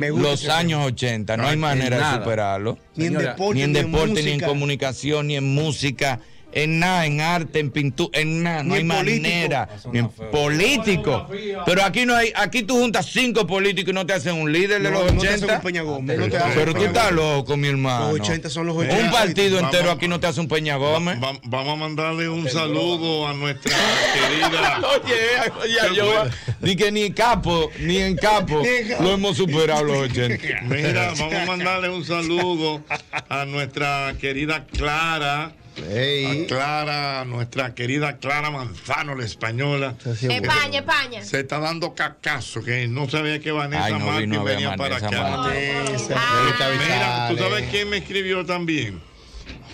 [SPEAKER 7] Me gusta
[SPEAKER 12] Los
[SPEAKER 7] ese
[SPEAKER 12] años 80, no hay
[SPEAKER 7] en
[SPEAKER 12] manera
[SPEAKER 7] nada.
[SPEAKER 12] de superarlo.
[SPEAKER 7] Ni en
[SPEAKER 12] Señora,
[SPEAKER 7] deporte,
[SPEAKER 12] ni en,
[SPEAKER 7] ni en
[SPEAKER 12] deporte, ni en
[SPEAKER 7] música.
[SPEAKER 12] comunicación, ni en música. En nada, en arte, en pintura, en nada, no
[SPEAKER 7] Ni
[SPEAKER 12] hay
[SPEAKER 7] en político.
[SPEAKER 12] manera. Ni en político. Pero aquí no hay, aquí tú juntas cinco políticos y no te hacen un líder de
[SPEAKER 7] No,
[SPEAKER 12] los
[SPEAKER 7] no te hacen
[SPEAKER 12] 80.
[SPEAKER 7] un Peña Gómez, no te hacen
[SPEAKER 12] Ah, Pero
[SPEAKER 7] un
[SPEAKER 12] tú
[SPEAKER 7] Peña
[SPEAKER 12] estás
[SPEAKER 7] Gómez.
[SPEAKER 12] loco, mi hermano.
[SPEAKER 7] Los 80 son los
[SPEAKER 12] Un
[SPEAKER 7] 80.
[SPEAKER 12] partido
[SPEAKER 7] Vamos.
[SPEAKER 12] entero aquí no te hace un Peña Gómez.
[SPEAKER 5] Vamos a mandarle un saludo a nuestra querida.
[SPEAKER 12] Oye, oye, yo ni que ni capo, ni en capo lo hemos superado los 80.
[SPEAKER 5] Mira, vamos a mandarle un saludo a nuestra querida Clara. A Clara, nuestra querida Clara Manzano, la española.
[SPEAKER 15] España, España.
[SPEAKER 5] Se está dando cacazo, que no sabía que Vanessa
[SPEAKER 12] Ay, no vi,
[SPEAKER 5] Martín
[SPEAKER 12] no vi a
[SPEAKER 5] venía para
[SPEAKER 12] Vanessa
[SPEAKER 5] acá.
[SPEAKER 12] Martín.
[SPEAKER 5] Mira, ¿tú sabes quién me escribió también?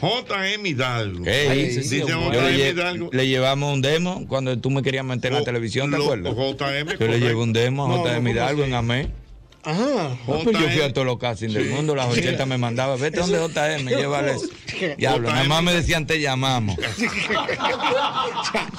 [SPEAKER 5] J.M. Hidalgo.
[SPEAKER 12] Ey,
[SPEAKER 5] Dice
[SPEAKER 12] yo
[SPEAKER 5] J.M.
[SPEAKER 12] le,
[SPEAKER 5] Hidalgo.
[SPEAKER 12] lle- le llevamos un demo cuando tú me querías meter en la televisión, ¿te acuerdas? yo le llevo un demo a
[SPEAKER 5] No,
[SPEAKER 12] JM
[SPEAKER 5] no, ¿cómo
[SPEAKER 12] Hidalgo en Amé.
[SPEAKER 7] Ajá.
[SPEAKER 12] No, pues yo fui a todos los castings del mundo, las 80 me mandaba, vete donde JM, llévale eso. Diablo, nada más me decían te llamamos.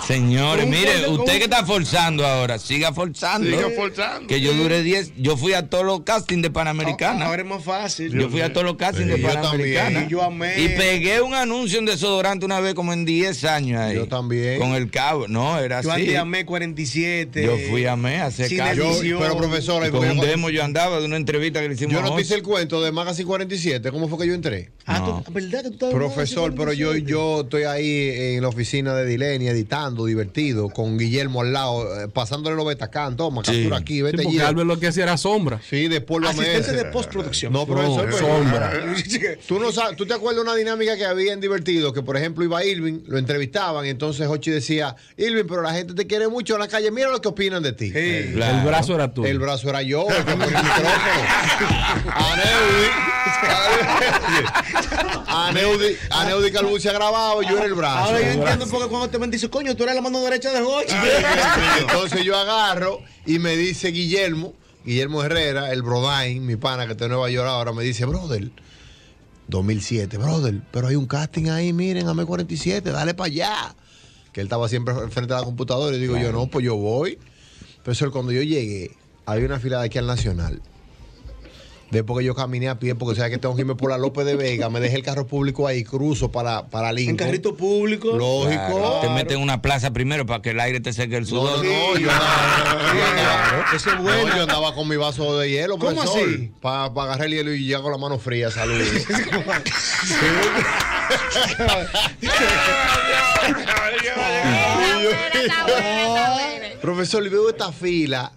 [SPEAKER 12] Señores,
[SPEAKER 1] Con un
[SPEAKER 12] mire,
[SPEAKER 1] corte- con
[SPEAKER 12] usted
[SPEAKER 1] un-
[SPEAKER 12] que está forzando ahora, siga forzando.
[SPEAKER 5] Siga forzando.
[SPEAKER 12] Que yo duré 10, yo fui a todos los castings de Panamericana.
[SPEAKER 7] Ahora es más fácil.
[SPEAKER 12] Yo fui a todos los castings de
[SPEAKER 7] Sí, yo
[SPEAKER 12] Panamericana.
[SPEAKER 7] también. Y yo amé.
[SPEAKER 12] Y pegué un anuncio en desodorante una vez como en 10 años ahí. Yo también. Con el cabo. No, era
[SPEAKER 7] Yo
[SPEAKER 12] así.
[SPEAKER 7] antes amé 47.
[SPEAKER 12] Yo fui a me a hacer
[SPEAKER 7] Sin
[SPEAKER 12] cambio.
[SPEAKER 7] edición. Yo- pero, profesora,
[SPEAKER 12] Y con
[SPEAKER 7] yo-
[SPEAKER 12] un demo yo andaba de una entrevista que le hicimos
[SPEAKER 11] Yo
[SPEAKER 12] a
[SPEAKER 11] no te hice
[SPEAKER 12] José.
[SPEAKER 11] el cuento de Magazine 47, ¿cómo fue que yo entré?
[SPEAKER 12] No.
[SPEAKER 7] ¿Verdad que Ah, tú estabas
[SPEAKER 11] Profesor, pero yo, yo estoy ahí en la oficina de Dileni editando, divertido, con Guillermo al lado, eh, pasándole los betacán, toma, captura aquí, vete
[SPEAKER 16] porque
[SPEAKER 11] allí.
[SPEAKER 16] Albert lo que hacía era sombra.
[SPEAKER 11] Sí, después lo
[SPEAKER 16] Asistente
[SPEAKER 11] amé.
[SPEAKER 16] de postproducción.
[SPEAKER 11] No, profesor,
[SPEAKER 16] No,
[SPEAKER 7] pues.
[SPEAKER 11] pero- Ah,
[SPEAKER 16] sombra.
[SPEAKER 11] ¿Tú, no sabes, ¿Tú te acuerdas de una dinámica que había en Divertido? Que, por ejemplo, iba Irving, lo entrevistaban, y entonces Hochi decía, Irving, pero la gente te quiere mucho en la calle, mira lo que opinan de ti.
[SPEAKER 16] El brazo era tuyo.
[SPEAKER 11] El brazo era yo, el que ponía el micrófono. A Neudi, a Neudi Calvo se ha grabado,
[SPEAKER 12] Ah,
[SPEAKER 11] yo era el brazo.
[SPEAKER 7] Ahora yo entiendo porque cuando te dice, coño, tú eres la mano derecha de Jorge.
[SPEAKER 11] Entonces yo agarro y me dice Guillermo, Guillermo Herrera, el Brodain, mi pana que está en Nueva York ahora, me dice, brother, 2007, brother, pero hay un casting ahí, miren, a 47, dale para allá. Que él estaba siempre frente a la computadora y digo yo, no, pues yo voy. Pero cuando yo llegué, había una fila de aquí al Nacional. Después que yo caminé a pie, porque sabes que tengo que irme por la López de Vega, me dejé el carro público ahí, cruzo para, para Lincoln. ¿En carrito
[SPEAKER 7] público?
[SPEAKER 11] Lógico.
[SPEAKER 12] Claro, Te meten en una plaza primero para que el aire te seque el sudor.
[SPEAKER 11] no, yo Eso es bueno. yo andaba con mi vaso de hielo,
[SPEAKER 12] ¿Cómo
[SPEAKER 11] así? Para agarrar el hielo y ya con la mano fría, salud. Profesor, le veo esta fila.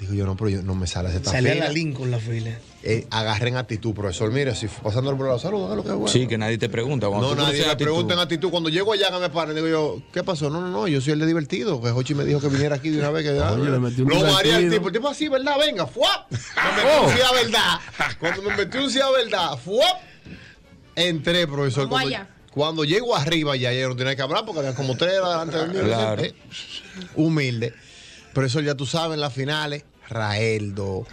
[SPEAKER 11] Digo yo, no, pero yo no me sale esta
[SPEAKER 7] Salía
[SPEAKER 11] fila.
[SPEAKER 7] la Lincoln la fila.
[SPEAKER 11] Eh, agarren actitud, profesor. Mire, si fue pasando el brazo, salud, haga lo que es bueno.
[SPEAKER 12] Sí, que nadie te pregunta. cuando
[SPEAKER 11] No,
[SPEAKER 12] tú conoces
[SPEAKER 11] nadie
[SPEAKER 12] la
[SPEAKER 11] me
[SPEAKER 12] actitud.
[SPEAKER 11] pregunta en actitud. Cuando llego allá que me paran, digo yo, ¿qué pasó? No, no, no, yo soy el de divertido. Que Hochi me dijo que viniera aquí de una vez. Que, ya-
[SPEAKER 16] Oye, le metí un
[SPEAKER 11] lo mareé al
[SPEAKER 16] divertido.
[SPEAKER 11] tipo. El tipo así, ¿verdad? Venga, ¡fuap! Me metí
[SPEAKER 16] Oh.
[SPEAKER 11] un sí a verdad. Cuando me metí un sí a verdad, ¡fuap! Entré, profesor.
[SPEAKER 15] Vamos
[SPEAKER 11] Cuando,
[SPEAKER 15] allá.
[SPEAKER 11] cuando llego arriba ya, ya no tenía que hablar porque había como tres delante de mí. Eh, me
[SPEAKER 12] Claro.
[SPEAKER 11] senté. Humilde. Profesor, ya tú sabes, en las finales, Raeldo.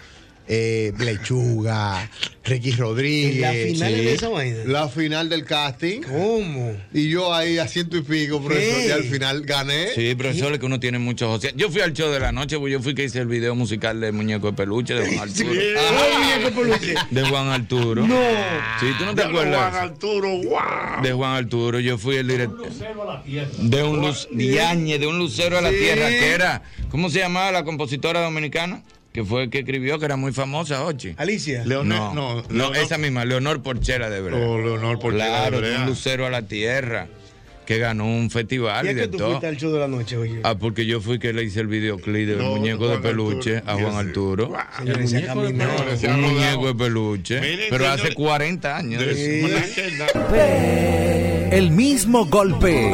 [SPEAKER 17] eh, Lechuga, Ricky Rodríguez.
[SPEAKER 18] ¿En la final
[SPEAKER 17] Sí.
[SPEAKER 18] de esa vaina?
[SPEAKER 17] La final del casting.
[SPEAKER 18] ¿Cómo?
[SPEAKER 17] Y yo ahí a ciento y pico, profesor,
[SPEAKER 12] ¿Qué?
[SPEAKER 17] y al final gané.
[SPEAKER 12] Sí, profesor, es que uno tiene muchos socios. Yo fui al show de la noche, pues yo fui que hice el video musical de Muñeco de Peluche, de Juan Arturo.
[SPEAKER 5] Ay,
[SPEAKER 12] Ajá.
[SPEAKER 5] muñeco de peluche.
[SPEAKER 12] De Juan Arturo.
[SPEAKER 5] No.
[SPEAKER 12] Sí, tú no te
[SPEAKER 5] Diablo, Juan
[SPEAKER 12] acuerdas.
[SPEAKER 5] Arturo, guau.
[SPEAKER 12] De Juan Arturo, yo fui el director. De un luz, Diañe, de un lucero a la
[SPEAKER 5] Sí.
[SPEAKER 12] tierra, que era, ¿cómo se llamaba la compositora dominicana? Que fue el que escribió, que era muy famosa, Ochi.
[SPEAKER 18] Alicia.
[SPEAKER 12] no,
[SPEAKER 18] Leonor-
[SPEAKER 12] no,
[SPEAKER 18] no,
[SPEAKER 12] esa misma, Leonor Porchera de Brea.
[SPEAKER 5] Oh, Leonor Porchera de
[SPEAKER 12] Claro,
[SPEAKER 5] Brea.
[SPEAKER 12] un lucero a la tierra, que ganó un festival
[SPEAKER 18] ¿Y
[SPEAKER 12] y,
[SPEAKER 18] es
[SPEAKER 12] de
[SPEAKER 18] que tú
[SPEAKER 12] todo.
[SPEAKER 18] fuiste al show de la noche, oye?
[SPEAKER 12] Ah, porque yo fui que le hice el videoclip del
[SPEAKER 18] No,
[SPEAKER 12] muñeco de
[SPEAKER 18] Juan
[SPEAKER 12] peluche
[SPEAKER 18] Arturo.
[SPEAKER 12] a Juan Arturo.
[SPEAKER 18] El muñeco de caminaba. peluche. Se ha
[SPEAKER 12] un
[SPEAKER 18] rodado.
[SPEAKER 12] muñeco de peluche. pero hace 40 años.
[SPEAKER 19] de-
[SPEAKER 12] Sí.
[SPEAKER 19] El mismo golpe.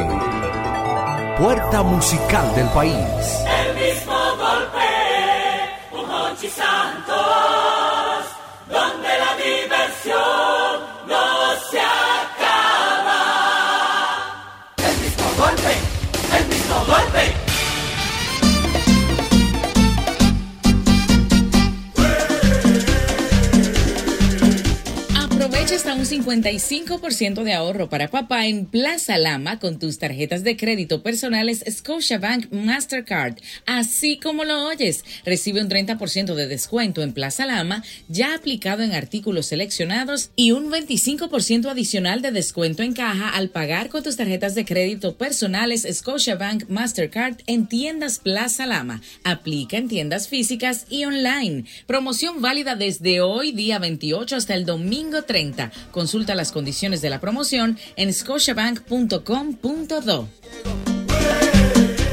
[SPEAKER 19] Puerta musical del país.
[SPEAKER 1] El mismo golpe, un Hochi Santos, donde la diversión no se acaba. El mismo golpe, el mismo golpe.
[SPEAKER 6] Aprovecha hasta un 55% de ahorro para papá en Plaza Lama con tus tarjetas de crédito personales Scotiabank Mastercard. Así como lo oyes, recibe un 30% de descuento en Plaza Lama ya aplicado en artículos seleccionados y un 25% adicional de descuento en caja al pagar con tus tarjetas de crédito personales Scotiabank Mastercard en tiendas Plaza Lama. Aplica en tiendas físicas y online. Promoción válida desde hoy, día 28, hasta el domingo 30. Consulta las condiciones de la promoción en scotiabank.com.do.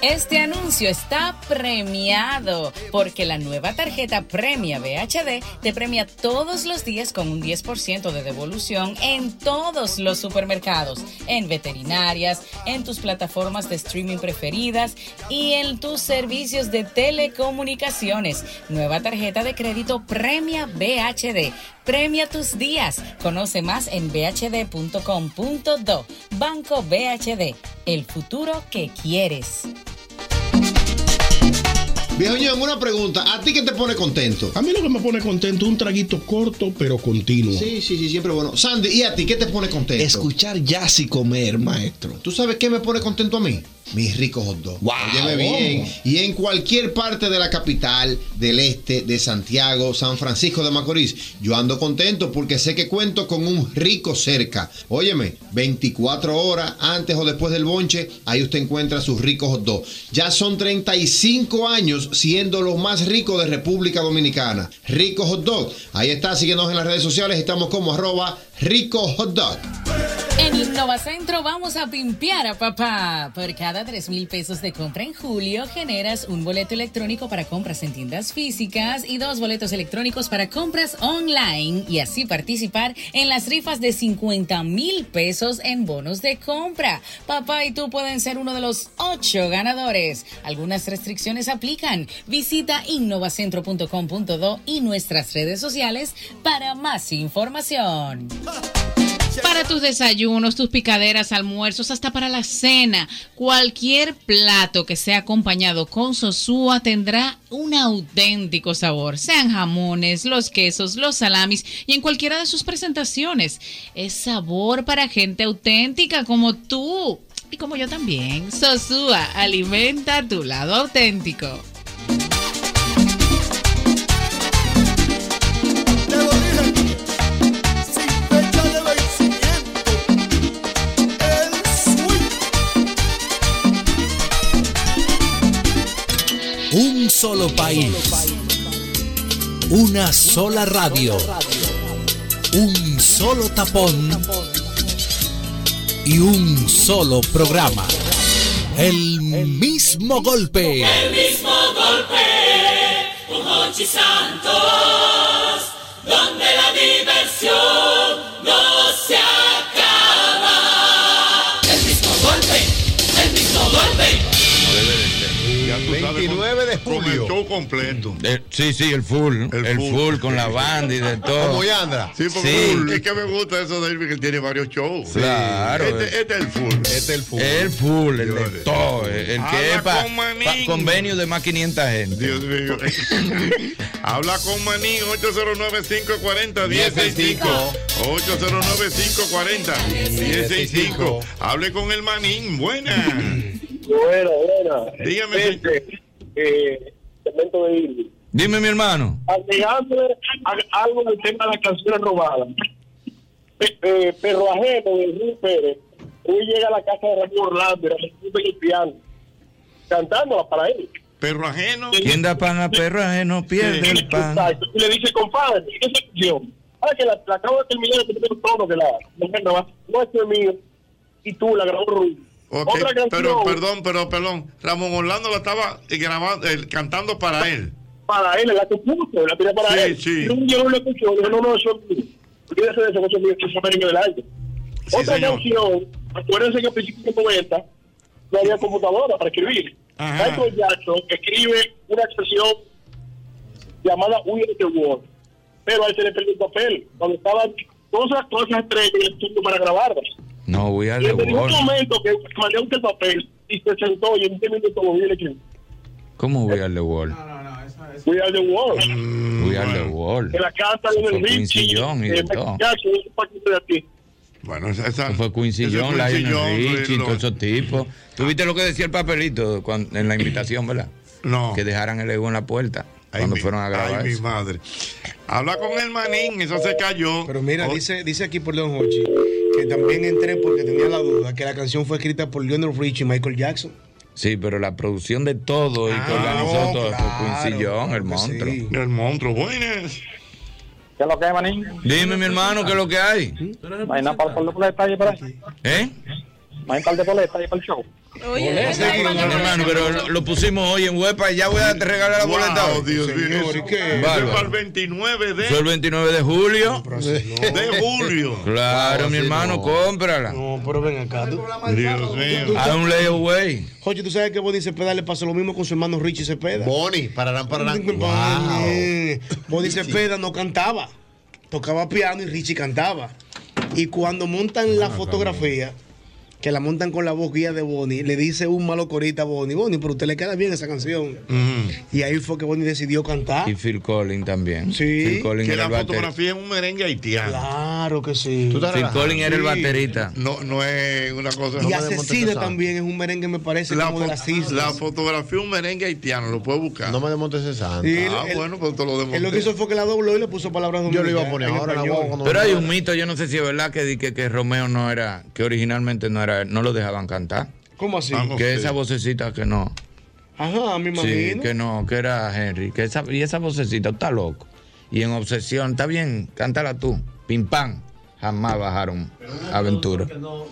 [SPEAKER 6] Este anuncio está premiado porque la nueva tarjeta Premia BHD te premia todos los días con un 10% de devolución en todos los supermercados, en veterinarias, en tus plataformas de streaming preferidas y en tus servicios de telecomunicaciones. Nueva tarjeta de crédito Premia BHD. Premia tus días. Conoce más en bhd.com.do. Banco BHD, el futuro que quieres.
[SPEAKER 11] Viejo Ñon, una pregunta. ¿A ti qué te pone contento?
[SPEAKER 9] A mí lo que me pone contento es un traguito corto pero continuo.
[SPEAKER 11] Sí, sí, sí, siempre bueno. Sandy, ¿y a ti qué te pone contento?
[SPEAKER 9] Escuchar jazz y comer, maestro.
[SPEAKER 11] ¿Tú sabes qué me pone contento a mí? Mis ricos hot dogs. Óyeme bien. Y en cualquier parte de la capital, del este, de Santiago, San Francisco de Macorís, yo ando contento porque sé que cuento con un rico cerca. Óyeme, 24 horas antes o después del bonche, ahí usted encuentra sus ricos hot dogs. Ya son 35 años siendo los más ricos de República Dominicana. Rico hot dog. Ahí está, síguenos en las redes sociales. Estamos como arroba rico hot dog.
[SPEAKER 6] En Innovacentro vamos a pimpear a papá. Por cada 3 mil pesos de compra en julio, generas un boleto electrónico para compras en tiendas físicas y dos boletos electrónicos para compras online y así participar en las rifas de 50 mil pesos en bonos de compra. Papá y tú pueden ser uno de los ocho ganadores. Algunas restricciones aplican. Visita innovacentro.com.do y nuestras redes sociales para más información.
[SPEAKER 20] Para tus desayunos, tus picaderas, almuerzos, hasta para la cena, cualquier plato que sea acompañado con sosúa tendrá un auténtico sabor. Sean jamones, los quesos, los salamis y en cualquiera de sus presentaciones. Es sabor para gente auténtica como tú y como yo también. Sosúa, alimenta tu lado auténtico.
[SPEAKER 1] Sin fecha de vencimiento, el swing.
[SPEAKER 14] Un solo país. Una sola radio. Un solo tapón. Y un solo programa. El mismo golpe.
[SPEAKER 1] El mismo golpe, un Hochi Santos, donde la
[SPEAKER 21] canción no se acaba. El mismo golpe, el mismo golpe.
[SPEAKER 5] Ya tú sabes,
[SPEAKER 11] 29 de
[SPEAKER 5] con- Con el show completo.
[SPEAKER 12] Eh, sí, sí, el full. El, full. con la banda y de todo.
[SPEAKER 5] Sí, porque full. es que me gusta eso de Irving, que tiene varios shows.
[SPEAKER 12] Claro.
[SPEAKER 5] Este, este es el full. Este es el full.
[SPEAKER 12] El full, el de todo. El el
[SPEAKER 5] Habla
[SPEAKER 12] que es para
[SPEAKER 5] con manín.
[SPEAKER 12] convenio de más 500 gente.
[SPEAKER 5] Dios mío. Habla con Manín 809-540-1065. 809-540-1065. Hable con el Manín. Buena.
[SPEAKER 1] Buena, buena.
[SPEAKER 5] Dígame.
[SPEAKER 1] Este, eh, segmento de Irving.
[SPEAKER 12] Dime, mi hermano.
[SPEAKER 1] Agregándole a- algo del tema de las canciones robadas. Pe- eh, perro ajeno de Ruth Pérez. Hoy llega a la casa de Ramón Orlando y Ramón Orlando en el piano. Cantándola para él.
[SPEAKER 5] Perro ajeno.
[SPEAKER 12] Quien da pan a perro ajeno pierde el pan.
[SPEAKER 1] Exacto. Y le dice, compadre, ¿qué es esa canción? Ah, que la, la acabo de terminar de tener todo que la. No, no, no es mío. Y tú la grabó Ruth.
[SPEAKER 5] Ok,
[SPEAKER 1] Otra canción.
[SPEAKER 5] pero perdón, pero perdón. Ramón Orlando la estaba eh, grabando, eh, cantando para él.
[SPEAKER 1] para él, la que puso, la tiré para
[SPEAKER 5] Sí,
[SPEAKER 1] él.
[SPEAKER 5] sí.
[SPEAKER 1] Y un día uno lo escuchó, dijo, no, no, eso es mío. Olvídese de eso, eso es mío, eso es merengue del aire. Otra
[SPEAKER 5] señor.
[SPEAKER 1] canción, acuérdense que al principio de los 90 no había computadora para escribir.
[SPEAKER 5] Ajá.
[SPEAKER 1] Michael Jackson escribe una expresión llamada We Are the World, pero a él se le perdió el papel, cuando estaban todas las cosas estrellas en el estudio para grabarlas.
[SPEAKER 12] No, we are
[SPEAKER 1] Y
[SPEAKER 12] the
[SPEAKER 1] en un
[SPEAKER 12] world.
[SPEAKER 1] momento que mandé un papel y se sentó y en 10 minutos lo vi y le escribí,
[SPEAKER 12] ¿Cómo we are the world?
[SPEAKER 1] We Are the World.
[SPEAKER 12] We are the world.
[SPEAKER 1] en la casa de
[SPEAKER 12] Con
[SPEAKER 1] Lionel
[SPEAKER 12] Quincy
[SPEAKER 1] Richie,
[SPEAKER 12] Jones y
[SPEAKER 1] eh,
[SPEAKER 12] de
[SPEAKER 1] Michael
[SPEAKER 12] todo.
[SPEAKER 1] Jackson, un paquete de aquí.
[SPEAKER 5] Bueno, esa, esa-
[SPEAKER 12] Fue Quincy
[SPEAKER 5] ese
[SPEAKER 12] Jones,
[SPEAKER 5] Quincy
[SPEAKER 12] Lionel
[SPEAKER 5] Jones,
[SPEAKER 12] Richie,
[SPEAKER 5] lo-
[SPEAKER 12] todos esos tipos. ¿Tuviste lo que decía el papelito cuan- en la invitación, verdad?
[SPEAKER 5] No.
[SPEAKER 12] Que dejaran el ego en la puerta cuando fueron a grabar.
[SPEAKER 5] ay, mi
[SPEAKER 12] eso.
[SPEAKER 5] madre. Habla con el manín, eso se cayó.
[SPEAKER 7] Pero mira, dice, dice aquí por León Hochi que también entré porque tenía la duda que la canción fue escrita por Leonard Richie y Michael Jackson.
[SPEAKER 12] Sí, pero la producción de todo y
[SPEAKER 5] Ah,
[SPEAKER 12] que organizó todo fue Quincy Jones, el monstruo.
[SPEAKER 5] El monstruo, buenas.
[SPEAKER 22] ¿Qué es lo que hay, manín?
[SPEAKER 12] Dime, mi hermano, ¿qué es lo que hay?
[SPEAKER 22] Hay una par par de boletas ahí para ahí.
[SPEAKER 12] ¿Eh?
[SPEAKER 22] Hay un par de boletas ahí para el show.
[SPEAKER 12] Oye, sí, hermano, pero lo- lo pusimos hoy en Huepa y ya voy a te regalar la
[SPEAKER 5] Wow,
[SPEAKER 12] boleta. hoy.
[SPEAKER 5] Dios mío. eso- eso
[SPEAKER 12] Bárbaro.
[SPEAKER 5] es para el 29 de,
[SPEAKER 12] Fue el 29 de julio.
[SPEAKER 5] de julio.
[SPEAKER 12] Claro,
[SPEAKER 5] No,
[SPEAKER 12] mi
[SPEAKER 5] sí,
[SPEAKER 12] hermano,
[SPEAKER 5] no.
[SPEAKER 12] cómprala.
[SPEAKER 7] No, pero ven acá.
[SPEAKER 5] Dios mío.
[SPEAKER 12] Haz un layaway.
[SPEAKER 7] Jochi, ¿tú sabes que Bonnie Cepeda le pasó lo mismo con su hermano Richie Cepeda?
[SPEAKER 11] Bonnie, pararán, pararán.
[SPEAKER 7] Bonnie. Bonnie Cepeda no cantaba. Tocaba piano y Richie cantaba. Y cuando montan la fotografía, que la montan con la voz guía de Bonnie, le dice un malo corita a Bonnie, Bonnie, pero a usted le queda bien esa canción. Y ahí fue que Bonnie decidió cantar.
[SPEAKER 12] Y Phil Collins también.
[SPEAKER 7] Sí.
[SPEAKER 12] Phil Collins
[SPEAKER 7] Que
[SPEAKER 12] era el
[SPEAKER 7] la
[SPEAKER 12] baterista.
[SPEAKER 5] Fotografía en un merengue haitiano.
[SPEAKER 7] Claro que sí.
[SPEAKER 12] Phil Collins era el baterista.
[SPEAKER 5] No, no es una cosa.
[SPEAKER 7] Y Asesina también es un merengue, me parece,
[SPEAKER 5] La,
[SPEAKER 7] como de
[SPEAKER 5] fo-
[SPEAKER 7] las islas.
[SPEAKER 5] la fotografía un merengue haitiano, lo puedes buscar. No
[SPEAKER 11] me desmontes ese santo.
[SPEAKER 7] Y
[SPEAKER 5] Ah,
[SPEAKER 7] él-
[SPEAKER 5] bueno, pues te lo
[SPEAKER 7] Él lo que
[SPEAKER 5] demonté.
[SPEAKER 7] hizo fue que la dobló y le puso palabras dominicanas. en español.
[SPEAKER 12] Pero hay un mito, yo no sé si es verdad que, di- que, que Romeo no era, que originalmente no era, no lo dejaban cantar.
[SPEAKER 7] ¿Cómo así?
[SPEAKER 12] Que esa vocecita que no.
[SPEAKER 7] Ajá, me imagino.
[SPEAKER 12] Sí, que no, que era Henry. Que esa, y esa vocecita está loco. Y en obsesión, está bien, cántala tú. Pim pam. Jamás bajaron aventura.
[SPEAKER 3] Nos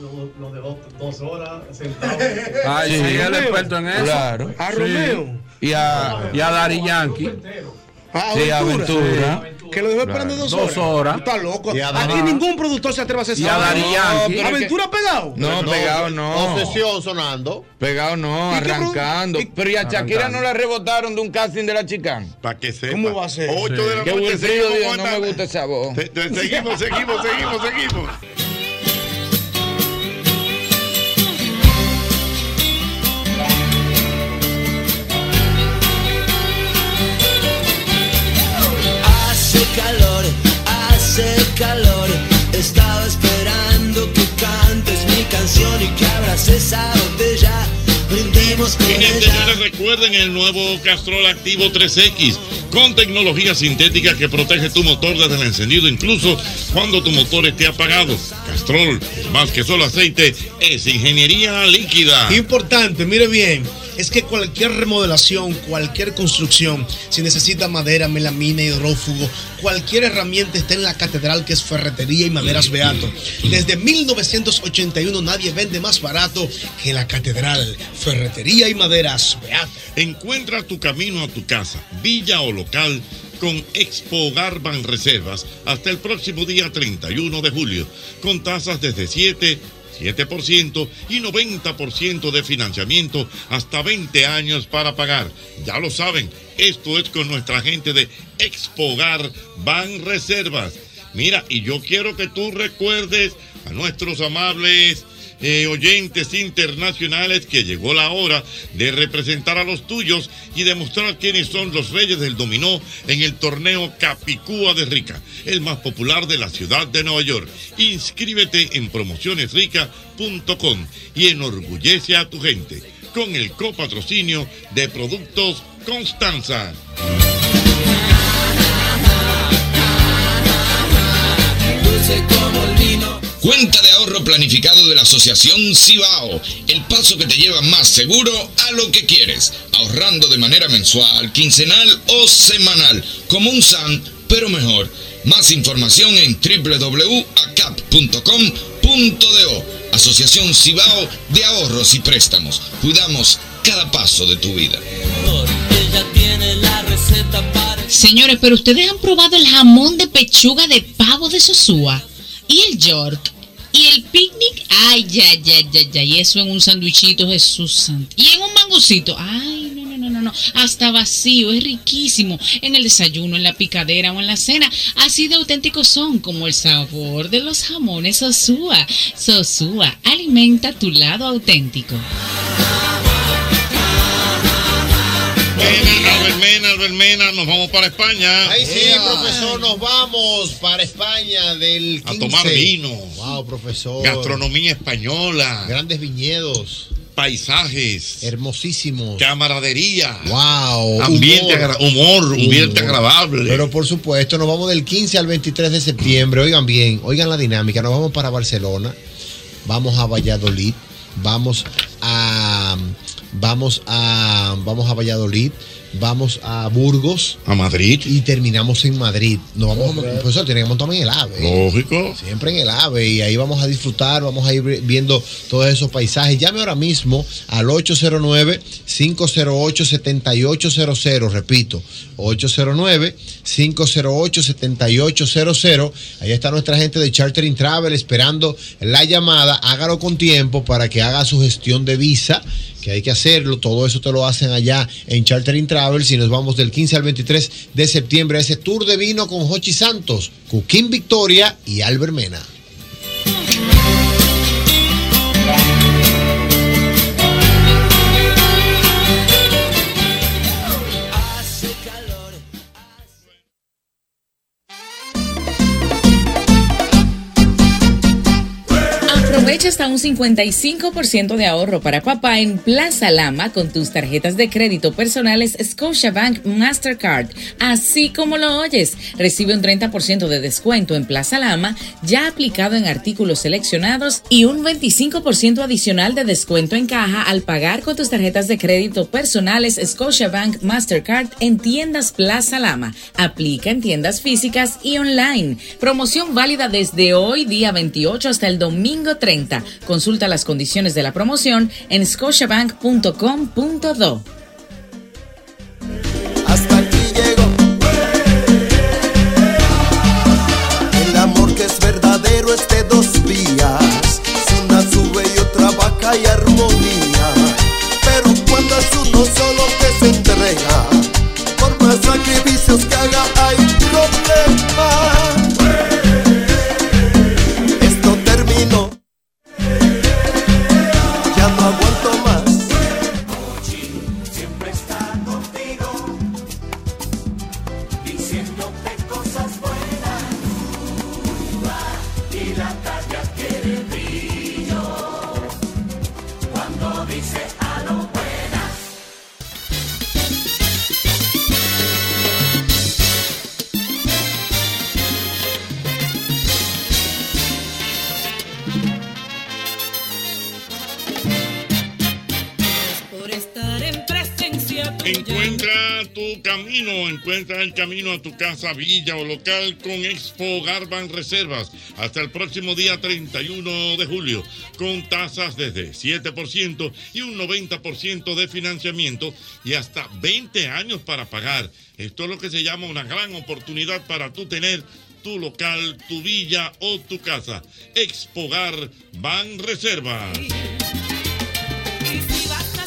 [SPEAKER 3] dejó dos horas sentados.
[SPEAKER 12] Ay, sí,
[SPEAKER 3] él
[SPEAKER 12] él es experto en eso. Claro.
[SPEAKER 3] ¿A
[SPEAKER 12] Sí.
[SPEAKER 3] Romeo?
[SPEAKER 12] Y a, y a Dari Yankee. Sí, Aventura.
[SPEAKER 7] Ah, Que lo dejó
[SPEAKER 12] Claro.
[SPEAKER 7] esperando dos horas.
[SPEAKER 12] Dos horas.
[SPEAKER 7] Está loco.
[SPEAKER 12] Y a Dari-
[SPEAKER 7] Aquí ningún productor se atreve a hacer
[SPEAKER 12] Y a
[SPEAKER 7] esa-
[SPEAKER 12] Dari Yankee.
[SPEAKER 7] ¿Aventura pegado?
[SPEAKER 12] No, pegado no.
[SPEAKER 11] Obsesión sonando.
[SPEAKER 12] Pegado no,
[SPEAKER 11] ¿Y qué pro-
[SPEAKER 12] arrancando.
[SPEAKER 11] y-
[SPEAKER 12] Pero y a Shakira
[SPEAKER 11] Arrancando.
[SPEAKER 12] no la rebotaron de un casting de la chicán.
[SPEAKER 5] Para que sepa.
[SPEAKER 12] ¿Cómo va a ser?
[SPEAKER 5] Ocho de la
[SPEAKER 12] que
[SPEAKER 5] noche,
[SPEAKER 12] Wilfrido
[SPEAKER 5] seguimos
[SPEAKER 12] dijo,
[SPEAKER 5] con
[SPEAKER 12] no
[SPEAKER 5] esta-
[SPEAKER 12] me gusta esa voz.
[SPEAKER 5] Te- te- Seguimos, seguimos, seguimos, seguimos.
[SPEAKER 23] Hace calor, hace calor. Estaba esperando que cantes mi canción y que abras esa botella. Brindemos con
[SPEAKER 5] Gente,
[SPEAKER 23] ella.
[SPEAKER 5] señores, Este recuerden el nuevo Castrol Activo 3X con tecnología sintética que protege tu motor desde el encendido, incluso cuando tu motor esté apagado. Castrol, más que solo aceite, es ingeniería
[SPEAKER 4] Ah.
[SPEAKER 5] líquida.
[SPEAKER 24] Importante, mire bien, es que cualquier remodelación, cualquier construcción, si necesita madera, melamina, hidrófugo, cualquier herramienta está en la catedral que es Ferretería y
[SPEAKER 4] Mm,
[SPEAKER 24] Maderas Beato. Desde 1981 nadie vende más barato que la catedral Ferretería y Maderas Beato.
[SPEAKER 5] Encuentra tu camino a tu casa, villa o local con Expo Hogar Banreservas hasta el próximo día 31 de julio, con tasas desde 7, 7% y 90% de financiamiento hasta 20 años para pagar. Ya lo saben, esto es con nuestra gente de Expo Hogar Banreservas. Mira, y yo quiero que tú recuerdes a nuestros amables eh, oyentes internacionales que llegó la hora de representar a los tuyos y demostrar quiénes son los reyes del dominó en el torneo Capicúa de Rica, el más popular de la ciudad de Nueva York. Inscríbete en promocionesrica.com y enorgullece a tu gente con el copatrocinio de Productos Constanza.
[SPEAKER 12] dulce como el vino. Cuenta de ahorro planificado de la Asociación Cibao, el paso que te lleva más seguro a lo que quieres, ahorrando de manera mensual, quincenal o semanal, como un SAN, pero mejor. Más información en www.acap.com.do. Asociación Cibao de Ahorros y Préstamos. Cuidamos cada paso de tu vida.
[SPEAKER 25] Ella tiene la receta para
[SPEAKER 26] Señores, pero ustedes han probado el jamón de pechuga de pavo de Sosúa y el York y el picnic. Ay, ya, ya, ya, ya. Y eso en un sandwichito, Jesús santo. Y en un mangocito. Ay, no, no, no, no, no. Hasta vacío, es riquísimo. En el desayuno, en la picadera o en la cena. Así de auténticos son como el sabor de los jamones Sosúa. Sosúa, alimenta tu lado auténtico.
[SPEAKER 5] Albert Mena, Albert Mena, nos vamos para España.
[SPEAKER 11] Ahí sí, profesor, nos vamos para España del 15.
[SPEAKER 5] A tomar vino.
[SPEAKER 11] Wow, profesor.
[SPEAKER 5] Gastronomía española.
[SPEAKER 11] Grandes viñedos.
[SPEAKER 5] Paisajes.
[SPEAKER 11] Hermosísimos.
[SPEAKER 5] Camaradería.
[SPEAKER 11] Wow.
[SPEAKER 5] Ambiente agra- humor, ambiente agradable.
[SPEAKER 11] Pero por supuesto, nos vamos del 15 al 23 de septiembre. Oigan bien, oigan la dinámica. Nos vamos para Barcelona. Vamos a Valladolid. Vamos a. Vamos a. Vamos a Valladolid. Vamos a Burgos.
[SPEAKER 5] A Madrid.
[SPEAKER 11] Y terminamos en Madrid. Nos vamos, por eso tenemos que montar en el AVE.
[SPEAKER 5] Lógico.
[SPEAKER 11] Siempre en el AVE y ahí vamos a disfrutar, vamos a ir viendo todos esos paisajes. Llame ahora mismo al 809-508-7800, repito, 809-508-7800. Ahí está nuestra gente de Chartering Travel esperando la llamada. Hágalo con tiempo para que haga su gestión de visa que hay que hacerlo, todo eso te lo hacen allá en Chartering Travel, si nos vamos del 15 al 23 de septiembre a ese tour de vino con Jochi Santos, Cuquín Victoria y Albert Mena.
[SPEAKER 6] Aprovecha hasta un 55% de ahorro para papá en Plaza Lama con tus tarjetas de crédito personales Scotiabank Mastercard. Así como lo oyes, recibe un 30% de descuento en Plaza Lama ya aplicado en artículos seleccionados y un 25% adicional de descuento en caja al pagar con tus tarjetas de crédito personales Scotiabank Mastercard en tiendas Plaza Lama. Aplica en tiendas físicas y online. Promoción válida desde hoy día 28 hasta el domingo 30. Consulta las condiciones de la promoción en scotiabank.com.do.
[SPEAKER 1] El amor que es verdadero es de dos vías. Si una sube y otra baja y armonía. Pero cuando es uno solo que se entrega, por más sacrificios que haga hay problema. Esto terminó. Ya no aguanto más.
[SPEAKER 5] Encuentra tu camino, encuentra el camino a tu casa, villa o local con Expo Hogar Reservas hasta el próximo día 31 de julio, con tasas desde 7% y un 90% de financiamiento y hasta 20 años para pagar. Esto es lo que se llama una gran oportunidad para tú tener tu local, tu villa o tu casa. Expogar Ban Reservas.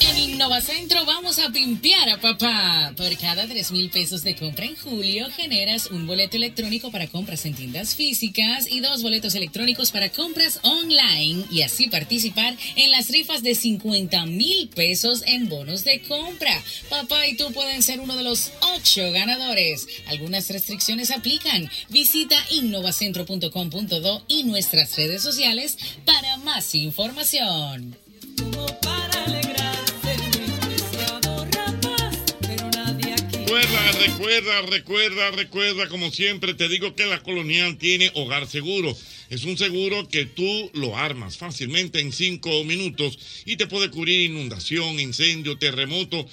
[SPEAKER 6] En Innovacentro vamos a pimpear a papá. Por cada 3 mil pesos de compra en julio, generas un boleto electrónico para compras en tiendas físicas y dos boletos electrónicos para compras online y así participar en las rifas de 50 mil pesos en bonos de compra. Papá y tú pueden ser uno de los ocho ganadores. Algunas restricciones aplican. Visita innovacentro.com.do y nuestras redes sociales para más información.
[SPEAKER 5] Recuerda, recuerda, recuerda, recuerda, como siempre te digo que la colonial tiene hogar seguro. Es un seguro que tú lo armas fácilmente en cinco minutos y te puede cubrir inundación, incendio, terremoto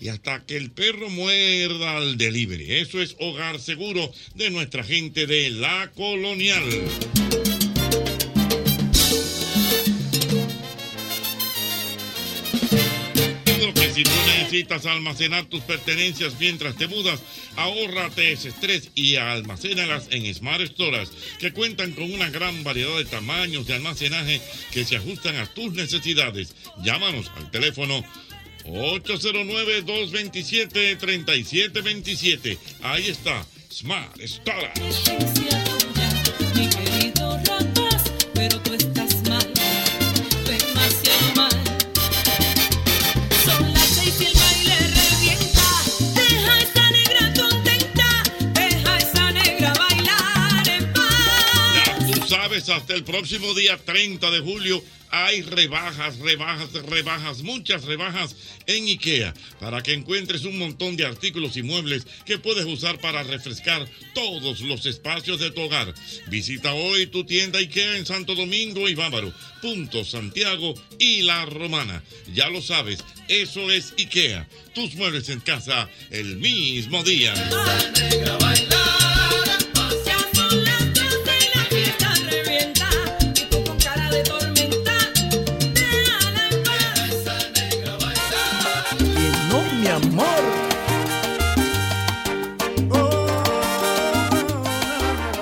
[SPEAKER 5] y hasta que el perro muerda al delivery. Eso es hogar seguro de nuestra gente de la colonial. Lo que si tú necesitas almacenar tus pertenencias mientras te mudas, ahórrate ese estrés y almacénalas en Smart Storage, que cuentan con una gran variedad de tamaños de almacenaje que se ajustan a tus necesidades. Llámanos al teléfono 809-227-3727. Ahí está, Smart Storage.
[SPEAKER 1] Mi querido rapaz, pero tú estás mal, demasiado mal. Son las seis y el baile revienta. Deja esa negra contenta, deja esa negra bailar en paz.
[SPEAKER 5] Tú sabes, hasta el próximo día 30 de julio hay rebajas, rebajas, rebajas, muchas rebajas en IKEA para que encuentres un montón de artículos y muebles que puedes usar para refrescar todos los espacios de tu hogar. Visita hoy tu tienda IKEA en Santo Domingo y Bávaro, Punto Santiago y La Romana. Ya lo sabes, eso es IKEA. Tus muebles en casa el mismo día.
[SPEAKER 1] Ya son las doce y la fiesta revienta, y tú con cara de tormenta, déjala en paz.
[SPEAKER 14] No, mi amor.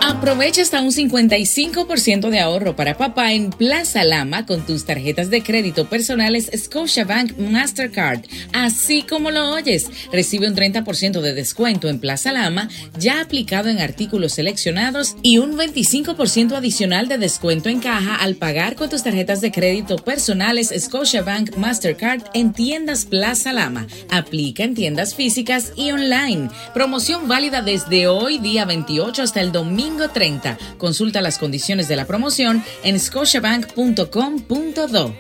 [SPEAKER 6] Aprovecha hasta un 55% de ahorro para papá en Plaza Lama con tus tarjetas de crédito personales Scotiabank Mastercard. Así como lo oyes, recibe un 30% de descuento en Plaza Lama ya aplicado en artículos seleccionados y un 25% adicional de descuento en caja al pagar con tus tarjetas de crédito personales Scotiabank Mastercard en tiendas Plaza Lama. Aplica en tiendas físicas y online. Promoción válida desde hoy día 28 hasta el domingo 30. Consulta las condiciones de la promoción en scotiabank.com.do.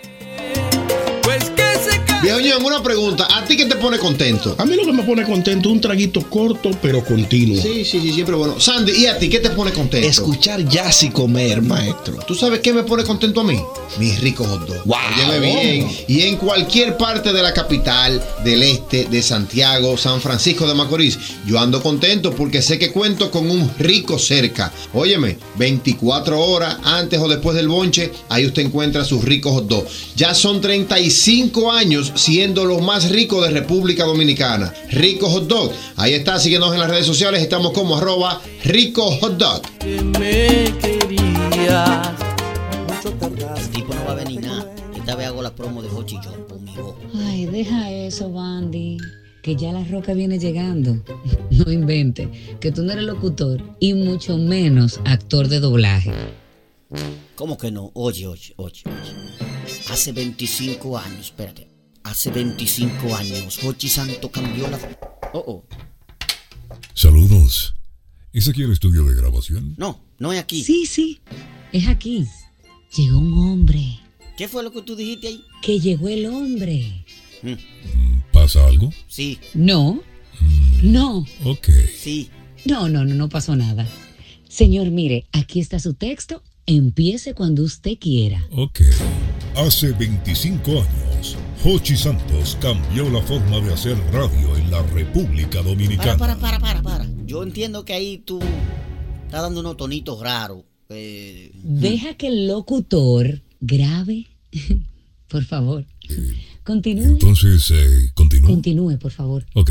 [SPEAKER 11] Viejo Ñongo, una pregunta. ¿A ti qué te pone contento?
[SPEAKER 9] A mí lo que me pone contento es un traguito corto pero continuo.
[SPEAKER 11] Sí, sí, sí, siempre bueno. Sandy, ¿y a ti qué te pone contento?
[SPEAKER 9] Escuchar jazz y comer, maestro.
[SPEAKER 11] ¿Tú sabes qué me pone contento a mí? Mis ricos hot dogs. Óyeme bien. Y en cualquier parte de la capital, del este, de Santiago, San Francisco de Macorís, yo ando contento porque sé que cuento con un rico cerca. Óyeme, 24 horas antes o después del bonche, ahí usted encuentra sus ricos hot dogs. Ya son 35 años siendo los más ricos de República Dominicana. Rico Hot Dog. Ahí está, síguenos en las redes sociales. Estamos como arroba rico hot dog.
[SPEAKER 1] Me querías.
[SPEAKER 3] El tipo no va a venir nada. Esta vez hago la promo de Hochi John conmigo.
[SPEAKER 6] Ay, deja eso, Bandy. Que ya la roca viene llegando. No invente, que tú no eres locutor y mucho menos actor de doblaje.
[SPEAKER 3] ¿Cómo que no? Oye, oye, oye, oye. Hace 25 años, espérate. Hace 25 años, Hochi Santo cambió la. Oh, oh.
[SPEAKER 27] Saludos. ¿Es aquí el estudio de grabación?
[SPEAKER 3] No, no es aquí.
[SPEAKER 6] Sí, sí, es aquí. Llegó un hombre.
[SPEAKER 3] ¿Qué fue lo que tú dijiste ahí?
[SPEAKER 6] Que llegó el hombre.
[SPEAKER 27] ¿Pasa algo?
[SPEAKER 3] Sí.
[SPEAKER 6] No. No.
[SPEAKER 27] Ok.
[SPEAKER 3] Sí.
[SPEAKER 6] No, no, no, no pasó nada. Señor, mire, aquí está su texto. Empiece cuando usted quiera.
[SPEAKER 27] Ok. Hace 25 años, Jochi Santos cambió la forma de hacer radio en la República
[SPEAKER 22] Para,
[SPEAKER 27] Dominicana.
[SPEAKER 22] para, para, para, para. Yo entiendo que ahí tú estás dando unos tonitos raros. eh,
[SPEAKER 3] Deja que el locutor grabe, por favor. Continúe,
[SPEAKER 27] Entonces, eh, continúa.
[SPEAKER 3] continúe, por favor.
[SPEAKER 27] Ok.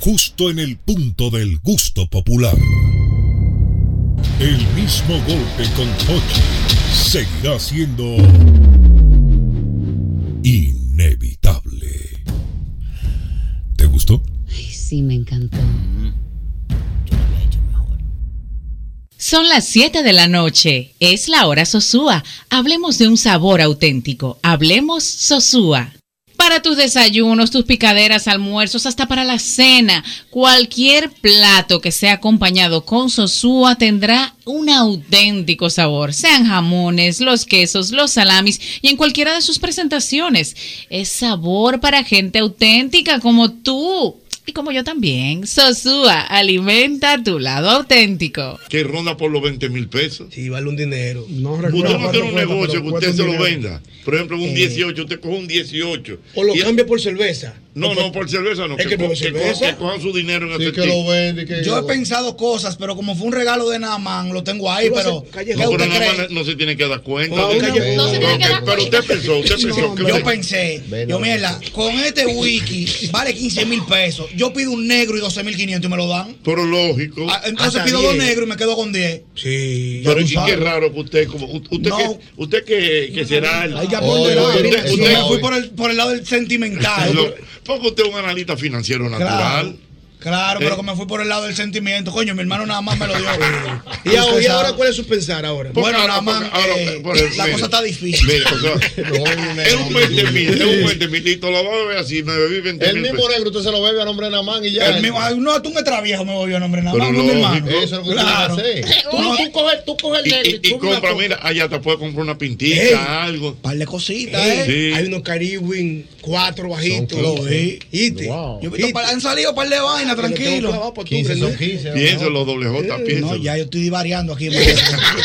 [SPEAKER 27] justo en el punto del gusto popular. El mismo golpe con Hochi seguirá siendo inevitable. ¿Te gustó?
[SPEAKER 3] Ay, sí, me encantó.
[SPEAKER 6] Son las 7 de la noche. Es la hora Sosúa. Hablemos de un sabor auténtico. Hablemos Sosúa. Para tus desayunos, tus picaderas, almuerzos, hasta para la cena, cualquier plato que sea acompañado con Sosúa tendrá un auténtico sabor. Sean jamones, los quesos, los salamis y en cualquiera de sus presentaciones. Es sabor para gente auténtica como tú y como yo también. Sosúa, alimenta tu lado auténtico.
[SPEAKER 5] Que ronda por los 20 mil pesos.
[SPEAKER 7] Sí, vale un dinero. No
[SPEAKER 5] Usted va a hacer un negocio que usted se lo
[SPEAKER 7] dinero.
[SPEAKER 5] venda. Por ejemplo, un
[SPEAKER 7] Eh.
[SPEAKER 5] 18, usted coge un 18.
[SPEAKER 7] O lo
[SPEAKER 5] Y-
[SPEAKER 7] cambia por cerveza.
[SPEAKER 5] No,
[SPEAKER 4] pues,
[SPEAKER 5] no, por cerveza no.
[SPEAKER 7] Es que
[SPEAKER 5] co-
[SPEAKER 7] por
[SPEAKER 5] co-
[SPEAKER 7] cerveza.
[SPEAKER 5] que cojan su dinero en
[SPEAKER 13] Sí,
[SPEAKER 5] efectivo.
[SPEAKER 13] que lo vende y que-
[SPEAKER 4] Yo he pensado cosas, pero como fue un regalo de Namán, lo tengo ahí,
[SPEAKER 5] No,
[SPEAKER 4] pero. ¿qué
[SPEAKER 5] No, pero
[SPEAKER 4] usted
[SPEAKER 5] nada
[SPEAKER 4] cree?
[SPEAKER 5] más no se tiene que dar cuenta.
[SPEAKER 4] No,
[SPEAKER 5] de-
[SPEAKER 4] una- no se tiene que dar
[SPEAKER 5] Ok, Pero usted pensó, usted pensó. que-
[SPEAKER 4] Yo pensé, yo mierda, con este wiki vale 15 mil pesos. Yo pido un negro y 12 mil 500 y me lo dan.
[SPEAKER 5] Pero lógico.
[SPEAKER 4] Ah, entonces
[SPEAKER 5] Hasta
[SPEAKER 4] pido dos
[SPEAKER 5] 10.
[SPEAKER 4] negros y me quedo con 10.
[SPEAKER 7] Sí.
[SPEAKER 5] Pero
[SPEAKER 4] tú
[SPEAKER 5] y qué
[SPEAKER 4] sabes.
[SPEAKER 5] raro que usted, como, u- usted, que, usted que, que será el.
[SPEAKER 4] Ay, ya
[SPEAKER 5] Oye,
[SPEAKER 4] ponderado.
[SPEAKER 5] oye,
[SPEAKER 4] Mira,
[SPEAKER 5] usted-
[SPEAKER 4] eso
[SPEAKER 5] usted-
[SPEAKER 4] me fui por el, por el lado del sentimental.
[SPEAKER 5] Lo- Porque usted es un analista financiero natural.
[SPEAKER 4] Claro, pero
[SPEAKER 5] Eh.
[SPEAKER 4] que me fui por el lado del sentimiento. Coño, mi hermano nada más me lo dio.
[SPEAKER 7] Y ahora, y
[SPEAKER 4] Usted
[SPEAKER 7] ahora,
[SPEAKER 4] sabe.
[SPEAKER 7] ¿cuál es su pensar ahora?
[SPEAKER 4] Porque Bueno, ahora- nada más,
[SPEAKER 5] ah,
[SPEAKER 4] porque ahora- eh, por el- la mire. cosa está difícil. Mire, o sea,
[SPEAKER 5] Es un 20 mil, es un 20 mil. Y te lo va a beber así, me bebí 20
[SPEAKER 4] El
[SPEAKER 5] mil.
[SPEAKER 4] mismo
[SPEAKER 5] pesos.
[SPEAKER 4] negro,
[SPEAKER 28] usted se lo bebe a nombre de Namán y
[SPEAKER 4] El mismo- ay, no, tú me traviejo, me volvió a nombre nada
[SPEAKER 5] Pero
[SPEAKER 4] más, no, mi
[SPEAKER 5] lógico.
[SPEAKER 4] hermano.
[SPEAKER 5] Eso es lo que usted
[SPEAKER 4] Claro. Eh,
[SPEAKER 5] debe hacer.
[SPEAKER 4] Tú no- tú coges, tú coges
[SPEAKER 5] Y,
[SPEAKER 4] negro
[SPEAKER 5] y- y
[SPEAKER 4] tú me
[SPEAKER 5] compra,
[SPEAKER 4] la
[SPEAKER 5] mira, allá te puede comprar una pintita,
[SPEAKER 4] Ey,
[SPEAKER 5] algo.
[SPEAKER 4] Eh, par de cositas,
[SPEAKER 7] Eh,
[SPEAKER 5] Sí.
[SPEAKER 7] Hay unos Cariwin, cuatro bajitos.
[SPEAKER 5] Son 15.
[SPEAKER 7] ¿Viste?
[SPEAKER 5] Wow.
[SPEAKER 7] Yo he
[SPEAKER 4] Yo-
[SPEAKER 7] visto-
[SPEAKER 4] han salido par de vainas,
[SPEAKER 7] Pero tengo
[SPEAKER 4] tranquilo.
[SPEAKER 7] clavado por tu 15 son presencia. 15,
[SPEAKER 5] Piénselo, doble J, piénselo.
[SPEAKER 4] Eh, No, ya yo estoy variando aquí. hermano.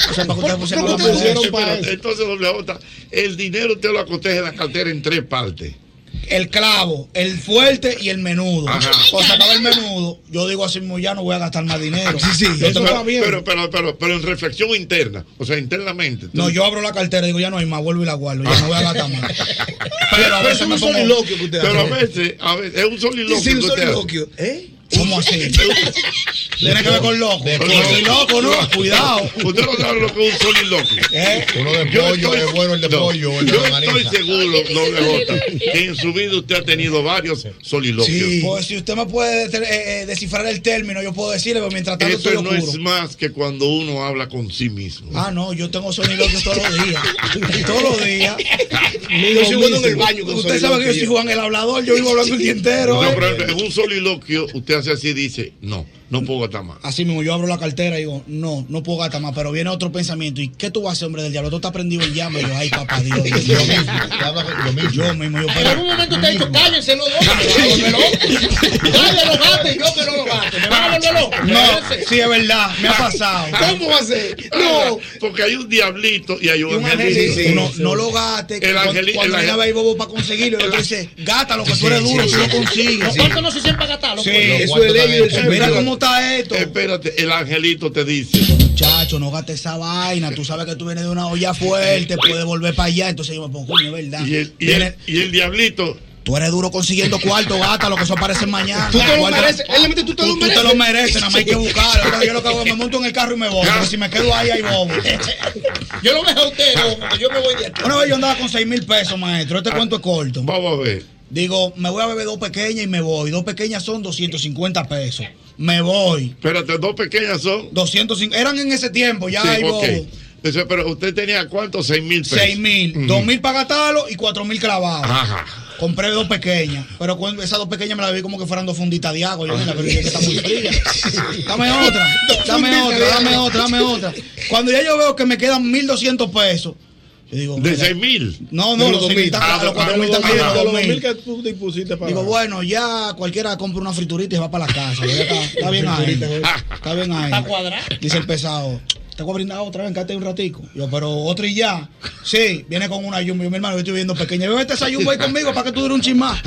[SPEAKER 4] O sea, para que ustedes pusieran la mano.
[SPEAKER 5] Sí, pero Entonces, doble J, el dinero usted lo acoteja en la cartera en tres partes.
[SPEAKER 4] El clavo, el fuerte y el menudo.
[SPEAKER 5] Ajá.
[SPEAKER 4] Cuando se acaba el menudo, yo digo así mismo, ya no voy a gastar más dinero. Yo
[SPEAKER 5] Pero-
[SPEAKER 4] tengo-
[SPEAKER 5] Pero, pero, pero, pero en reflexión interna, o sea, internamente.
[SPEAKER 4] No, yo abro la cartera y digo, ya no hay más, vuelvo y la guardo, ya no voy a gastar más. Pero a
[SPEAKER 5] Pero
[SPEAKER 4] veces
[SPEAKER 5] es
[SPEAKER 4] me
[SPEAKER 5] un
[SPEAKER 4] pongo-
[SPEAKER 5] soliloquio que usted hace. Pero a veces, a veces, es un soliloquio
[SPEAKER 4] Sí, sí, un
[SPEAKER 5] que usted hace.
[SPEAKER 4] soliloquio.
[SPEAKER 28] ¿Eh?
[SPEAKER 4] ¿Cómo así? Tiene que ver con loco.
[SPEAKER 5] De
[SPEAKER 4] Con soliloquio, no, cuidado. ¿Eh?
[SPEAKER 5] Usted no sabe lo que es un soliloquio.
[SPEAKER 28] Uno de
[SPEAKER 5] Yo
[SPEAKER 28] pollo
[SPEAKER 5] estoy-
[SPEAKER 28] es bueno, el de
[SPEAKER 5] no,
[SPEAKER 28] pollo, el de
[SPEAKER 5] Yo
[SPEAKER 28] longaniza.
[SPEAKER 5] estoy seguro, doble J, que en su vida usted ha tenido varios soliloquios.
[SPEAKER 4] Pues si usted me puede eh, eh, descifrar el término, yo puedo decirle, pero mientras tanto
[SPEAKER 5] Eso
[SPEAKER 4] estoy
[SPEAKER 5] no es
[SPEAKER 4] oscuro.
[SPEAKER 5] más que cuando uno habla con sí mismo.
[SPEAKER 4] Ah, no, yo tengo soliloquios todos los días. todos los días.
[SPEAKER 5] Yo soy bueno en el baño con
[SPEAKER 4] Usted sabe que yo soy
[SPEAKER 5] soliloquio.
[SPEAKER 4] Juan el hablador, yo vivo hablando el día entero.
[SPEAKER 5] No,
[SPEAKER 4] eh.
[SPEAKER 5] pero en un soliloquio usted hace así y dice, no, no puedo gastar más.
[SPEAKER 4] Así mismo, yo abro la cartera y digo, no, no puedo gastar más, pero viene otro pensamiento. ¿Y qué tú vas a hacer, hombre del diablo? Tú estás prendido el llama y yo, ay, papá Dios. Dios mío. Yo mismo, yo
[SPEAKER 13] En algún momento usted ha dicho, cállense los dos, me los gatos y yo que no los gatos. Me van a volver loco.
[SPEAKER 4] No, sí, es verdad, me ha pasado.
[SPEAKER 5] ¿Cómo va a ser? No, porque hay un diablito y hay un,
[SPEAKER 4] Un
[SPEAKER 5] angelito.
[SPEAKER 4] angelito. no, no lo gastes. que
[SPEAKER 5] El
[SPEAKER 4] cuando-
[SPEAKER 5] angelito.
[SPEAKER 4] Cuando
[SPEAKER 5] el
[SPEAKER 4] viene a ver bobo para conseguirlo, el otro dice, gátalo, que tú eres duro, tú lo consigues.
[SPEAKER 13] Los cuartos no se hicieron para gastarlo.
[SPEAKER 4] Sí, eso es ley del
[SPEAKER 13] Mira
[SPEAKER 4] Mira cómo
[SPEAKER 5] eh.
[SPEAKER 4] gusta esto.
[SPEAKER 5] Espérate, el angelito te dice.
[SPEAKER 4] Muchacho, no gastes esa vaina. Tú sabes que tú vienes de una olla
[SPEAKER 5] Eh,
[SPEAKER 4] fuerte, puedes volver para allá. Entonces yo me pongo, coño, es ¿verdad?
[SPEAKER 5] Y el, y el- y el diablito.
[SPEAKER 4] Tú eres duro consiguiendo cuarto, gata, lo que eso aparece mañana.
[SPEAKER 5] Tú te lo
[SPEAKER 4] Guarda-
[SPEAKER 5] mereces,
[SPEAKER 4] Tú-
[SPEAKER 5] realmente tú te lo
[SPEAKER 4] Tú te lo
[SPEAKER 5] mereces.
[SPEAKER 4] mereces, nada más hay que buscar. Ahora Yo lo que hago es me monto en el carro y me voy. Pero si me quedo ahí, ahí bobo.
[SPEAKER 13] Yo lo dejo a usted, no, porque yo me voy de aquí. Ah,
[SPEAKER 4] Una vez yo andaba con 6 mil pesos, maestro. Este cuento es corto.
[SPEAKER 5] Vamos a ver.
[SPEAKER 4] Digo, me voy a beber dos pequeñas y me voy. Dos pequeñas son 250 pesos. Me voy.
[SPEAKER 5] Espérate, dos pequeñas son.
[SPEAKER 4] 250. Eran en ese tiempo, ya
[SPEAKER 5] Sí,
[SPEAKER 4] hay
[SPEAKER 5] ok.
[SPEAKER 4] bobo.
[SPEAKER 5] Dice, pero usted tenía cuánto? Seis mil pesos.
[SPEAKER 4] 6 mil.
[SPEAKER 5] Ujú.
[SPEAKER 4] 2 mil para gastarlo y 4 mil clavados.
[SPEAKER 5] Ajá.
[SPEAKER 4] Compré dos pequeñas, pero cuando esas dos pequeñas me las vi como que fueran dos funditas de agua. Yo, mira, pero esta está muy fría. Dame otra, dame otra, dame otra, dame otra. Cuando ya yo veo que me quedan 1.200 pesos, yo digo.
[SPEAKER 5] ¿De
[SPEAKER 4] mira,
[SPEAKER 5] seis mil?
[SPEAKER 4] No, no, los 6.000 están- los 4.000 están bien, los 2.000.
[SPEAKER 29] que tú dispusiste para.
[SPEAKER 4] Digo, bueno, ya cualquiera compra una friturita y se va para la casa. Ya Está, está bien ahí.
[SPEAKER 29] ¿eh?
[SPEAKER 4] Está bien ahí.
[SPEAKER 13] Está cuadrado.
[SPEAKER 4] Dice el pesado. Te voy a brindar otra, ven, cállate un ratico. Yo, pero otra y ya. Sí, viene con una yumbo. Yo, mi hermano, yo estoy viendo pequeña. Yo, vete esa yumbo ahí conmigo para que tú dure un chismá.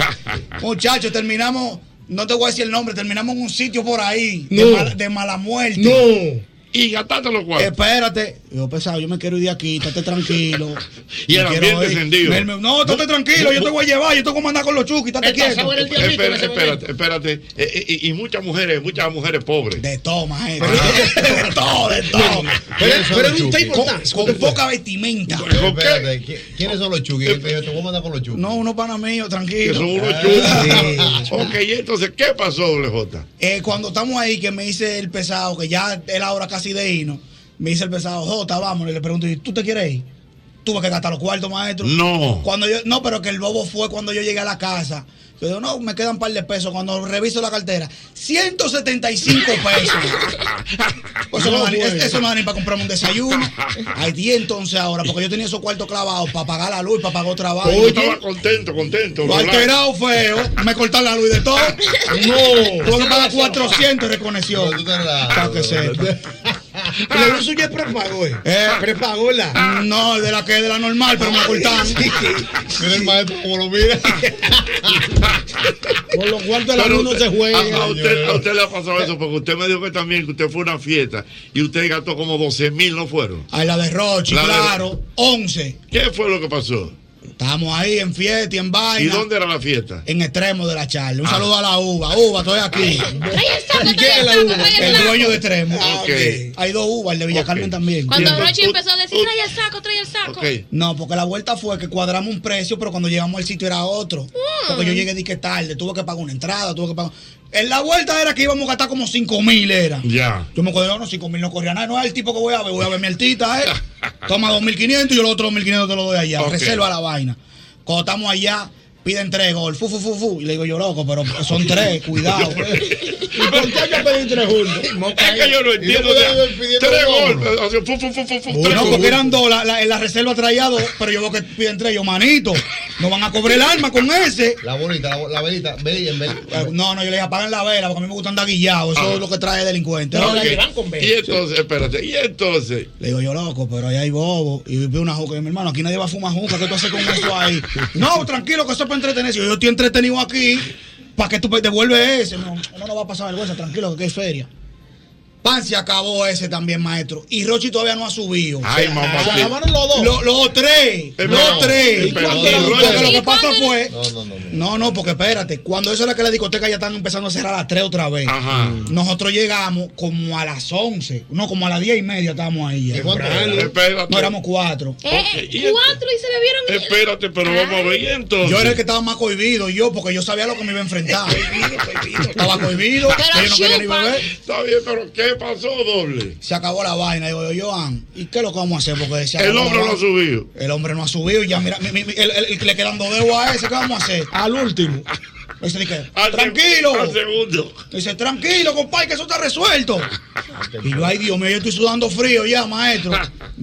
[SPEAKER 4] Muchachos, terminamos, no te voy a decir el nombre, terminamos en un sitio por ahí de,
[SPEAKER 13] No.
[SPEAKER 4] mala, de mala muerte.
[SPEAKER 13] No.
[SPEAKER 5] Y gastaste los cuartos.
[SPEAKER 4] Espérate. Yo, pesado, yo me quiero ir de aquí, estate tranquilo.
[SPEAKER 5] Y
[SPEAKER 4] Me
[SPEAKER 5] el
[SPEAKER 4] quiero
[SPEAKER 5] ambiente
[SPEAKER 4] ir.
[SPEAKER 5] encendido.
[SPEAKER 4] Me- me- no, estate tranquilo, yo te voy a llevar, yo te voy a mandar con los chuki, estate quieto.
[SPEAKER 5] Espera- espérate, espérate. Eh, eh, y, muchas mujeres, muchas mujeres pobres. Ah.
[SPEAKER 4] De toma, eh. de todo, de todo. Con, con poca vestimenta.
[SPEAKER 11] Espérate, ¿qui- ¿quiénes son los chugui? Él me dijo, Te voy a mandar con los Ah, chugui.
[SPEAKER 4] No, uno pana mío, tranquilo.
[SPEAKER 11] Que son unos
[SPEAKER 5] chulos. Ok, y entonces, ¿qué pasó, LJ?
[SPEAKER 4] Eh, cuando estamos ahí, que me dice el pesado, que ya es la hora casi de irnos, me dice el pesado, Jota, vámonos. Y le pregunto, ¿y tú te quieres ir? Tuve que gastar los cuartos, maestro.
[SPEAKER 5] No.
[SPEAKER 4] Cuando yo, no, pero que el bobo fue cuando yo llegué a la casa. Yo digo, no, me quedan un par de pesos. Cuando reviso la cartera, 175 pesos. Pues eso no, da ni- es- eso no da ni para comprarme un desayuno. Hay 10 entonces ahora, porque yo tenía esos cuartos clavados para pagar la luz, para pagar otra vaina.
[SPEAKER 5] Yo estaba contento, contento.
[SPEAKER 4] Lo
[SPEAKER 5] relax.
[SPEAKER 4] alterado feo, me cortaron la luz de todo.
[SPEAKER 5] No.
[SPEAKER 4] Tuve que pagar 400 de reconexión. Para que sepa. La luz suya es prepago, ¿eh? Prepago, ¿verdad? No, de la que de la normal, pero me cortaron. Mira el maestro como lo mira. Con los cuartos de la
[SPEAKER 5] Pero
[SPEAKER 4] luz no se juega.
[SPEAKER 5] A, a usted, a usted le ha pasado eso porque usted me dijo que también que usted fue a una fiesta y usted gastó como 12 mil, ¿no fueron?
[SPEAKER 4] Ay, la de Rochi,
[SPEAKER 5] La de-
[SPEAKER 4] claro. 11.
[SPEAKER 5] ¿Qué fue lo que pasó?
[SPEAKER 4] Estábamos ahí en fiesta y en
[SPEAKER 5] ¿Y
[SPEAKER 4] vaina.
[SPEAKER 5] dónde era la fiesta?
[SPEAKER 4] En extremo de la charla. Un
[SPEAKER 5] Ah.
[SPEAKER 4] saludo a la uva. Uva, estoy aquí.
[SPEAKER 15] ¿Y quién es la uva?
[SPEAKER 4] El dueño de extremo.
[SPEAKER 5] Ok.
[SPEAKER 4] Hay dos uvas, el de Villa Carmen también.
[SPEAKER 15] Cuando
[SPEAKER 4] Bien.
[SPEAKER 15] Rochi empezó a decir, trae el saco, trae el saco. Eh,
[SPEAKER 4] No, porque la vuelta fue que cuadramos un precio, pero cuando llegamos al sitio era otro.
[SPEAKER 15] Mm.
[SPEAKER 4] Porque yo llegué que tarde, tuve que pagar una entrada, tuve que pagar. En la vuelta era que íbamos a gastar como 5 mil, era.
[SPEAKER 5] Ya.
[SPEAKER 4] Yo me acuerdo, no, 5 mil no corría nada, no es el tipo que voy a ver, voy a ver mi altita, eh. Toma 2.500 y yo los otros 2.500 te lo doy allá.
[SPEAKER 5] Ok.
[SPEAKER 4] Reserva la vaina. Cuando estamos allá, piden tres gol, fu, fu, fu, fu. Y le digo yo, loco, pero son tres, cuidado. eh.
[SPEAKER 13] ¿Y por qué hay que pedir tres juntos?
[SPEAKER 5] Es que yo no entiendo. o sea, tres golpes. o sea, fu, fu, fu, fu, fu, tres
[SPEAKER 4] no, porque
[SPEAKER 5] golpes.
[SPEAKER 4] eran dos, la, la- en la reserva traía dos, pero yo veo que piden tres, yo, manito, no van a cobrar el arma con ese.
[SPEAKER 11] La bolita, la, la velita, Ah. ve y en vez.
[SPEAKER 4] Eh, No, no, yo le dije apagan la vela porque a mí me gusta andar guillado. Eso
[SPEAKER 5] Ajá.
[SPEAKER 4] es lo que trae delincuente.
[SPEAKER 5] Ok. Y entonces, espérate, y entonces.
[SPEAKER 4] Le digo yo, loco, pero ahí hay bobo. Y vi una juca. Y mi hermano, aquí nadie va a fumar juca. ¿Qué tú haces con eso ahí? no, tranquilo, que eso es para entretenerse. Yo, yo estoy entretenido aquí. ¿Para que tú pe- devuelves ese? No, uno no va a pasar vergüenza, tranquilo, que aquí es feria. Pan se acabó ese también, maestro. Y Rochi todavía no ha subido.
[SPEAKER 5] Ay, mamá,
[SPEAKER 4] se
[SPEAKER 5] sí.
[SPEAKER 4] acabaron los dos. Los, los tres.
[SPEAKER 5] Pero-
[SPEAKER 4] los tres.
[SPEAKER 5] ¿Y cuánto
[SPEAKER 4] Porque
[SPEAKER 5] era el rollo?
[SPEAKER 4] lo
[SPEAKER 5] ¿Y
[SPEAKER 4] que pasa
[SPEAKER 5] cuánto
[SPEAKER 4] fue.
[SPEAKER 11] No, no, no.
[SPEAKER 4] No, no, porque espérate, cuando eso era que la discoteca ya están empezando a cerrar a las 3 otra vez. Mm. Nosotros llegamos como a las 11, no, como a las 10 y media estábamos ahí. ya.
[SPEAKER 5] Temprano. Espérate.
[SPEAKER 4] No éramos cuatro.
[SPEAKER 15] Eh, eh, cuatro y se bebieron.
[SPEAKER 4] Eh,
[SPEAKER 5] Espérate, pero vamos a ver, y entonces.
[SPEAKER 4] Yo era el que estaba más cohibido, yo, porque yo sabía lo que me iba a enfrentar. estaba cohibido, yo no quería ni beber.
[SPEAKER 5] Está bien, pero ¿qué pasó, doble?
[SPEAKER 4] Se acabó la vaina, digo yo, Joan, ¿y qué es lo que vamos a hacer? Porque decía
[SPEAKER 5] El hombre no ha subido.
[SPEAKER 4] El hombre no ha subido, y ya mira, mi- mi- mi- el- el- el que le quedan dos dedos a ese, ¿qué vamos a hacer? Al último. Dice, ¿de qué?
[SPEAKER 5] Al seg-
[SPEAKER 4] tranquilo.
[SPEAKER 5] al segundo.
[SPEAKER 4] Dice, tranquilo, compadre, que eso está resuelto. Y yo, ay Dios mío, yo estoy sudando frío ya, maestro.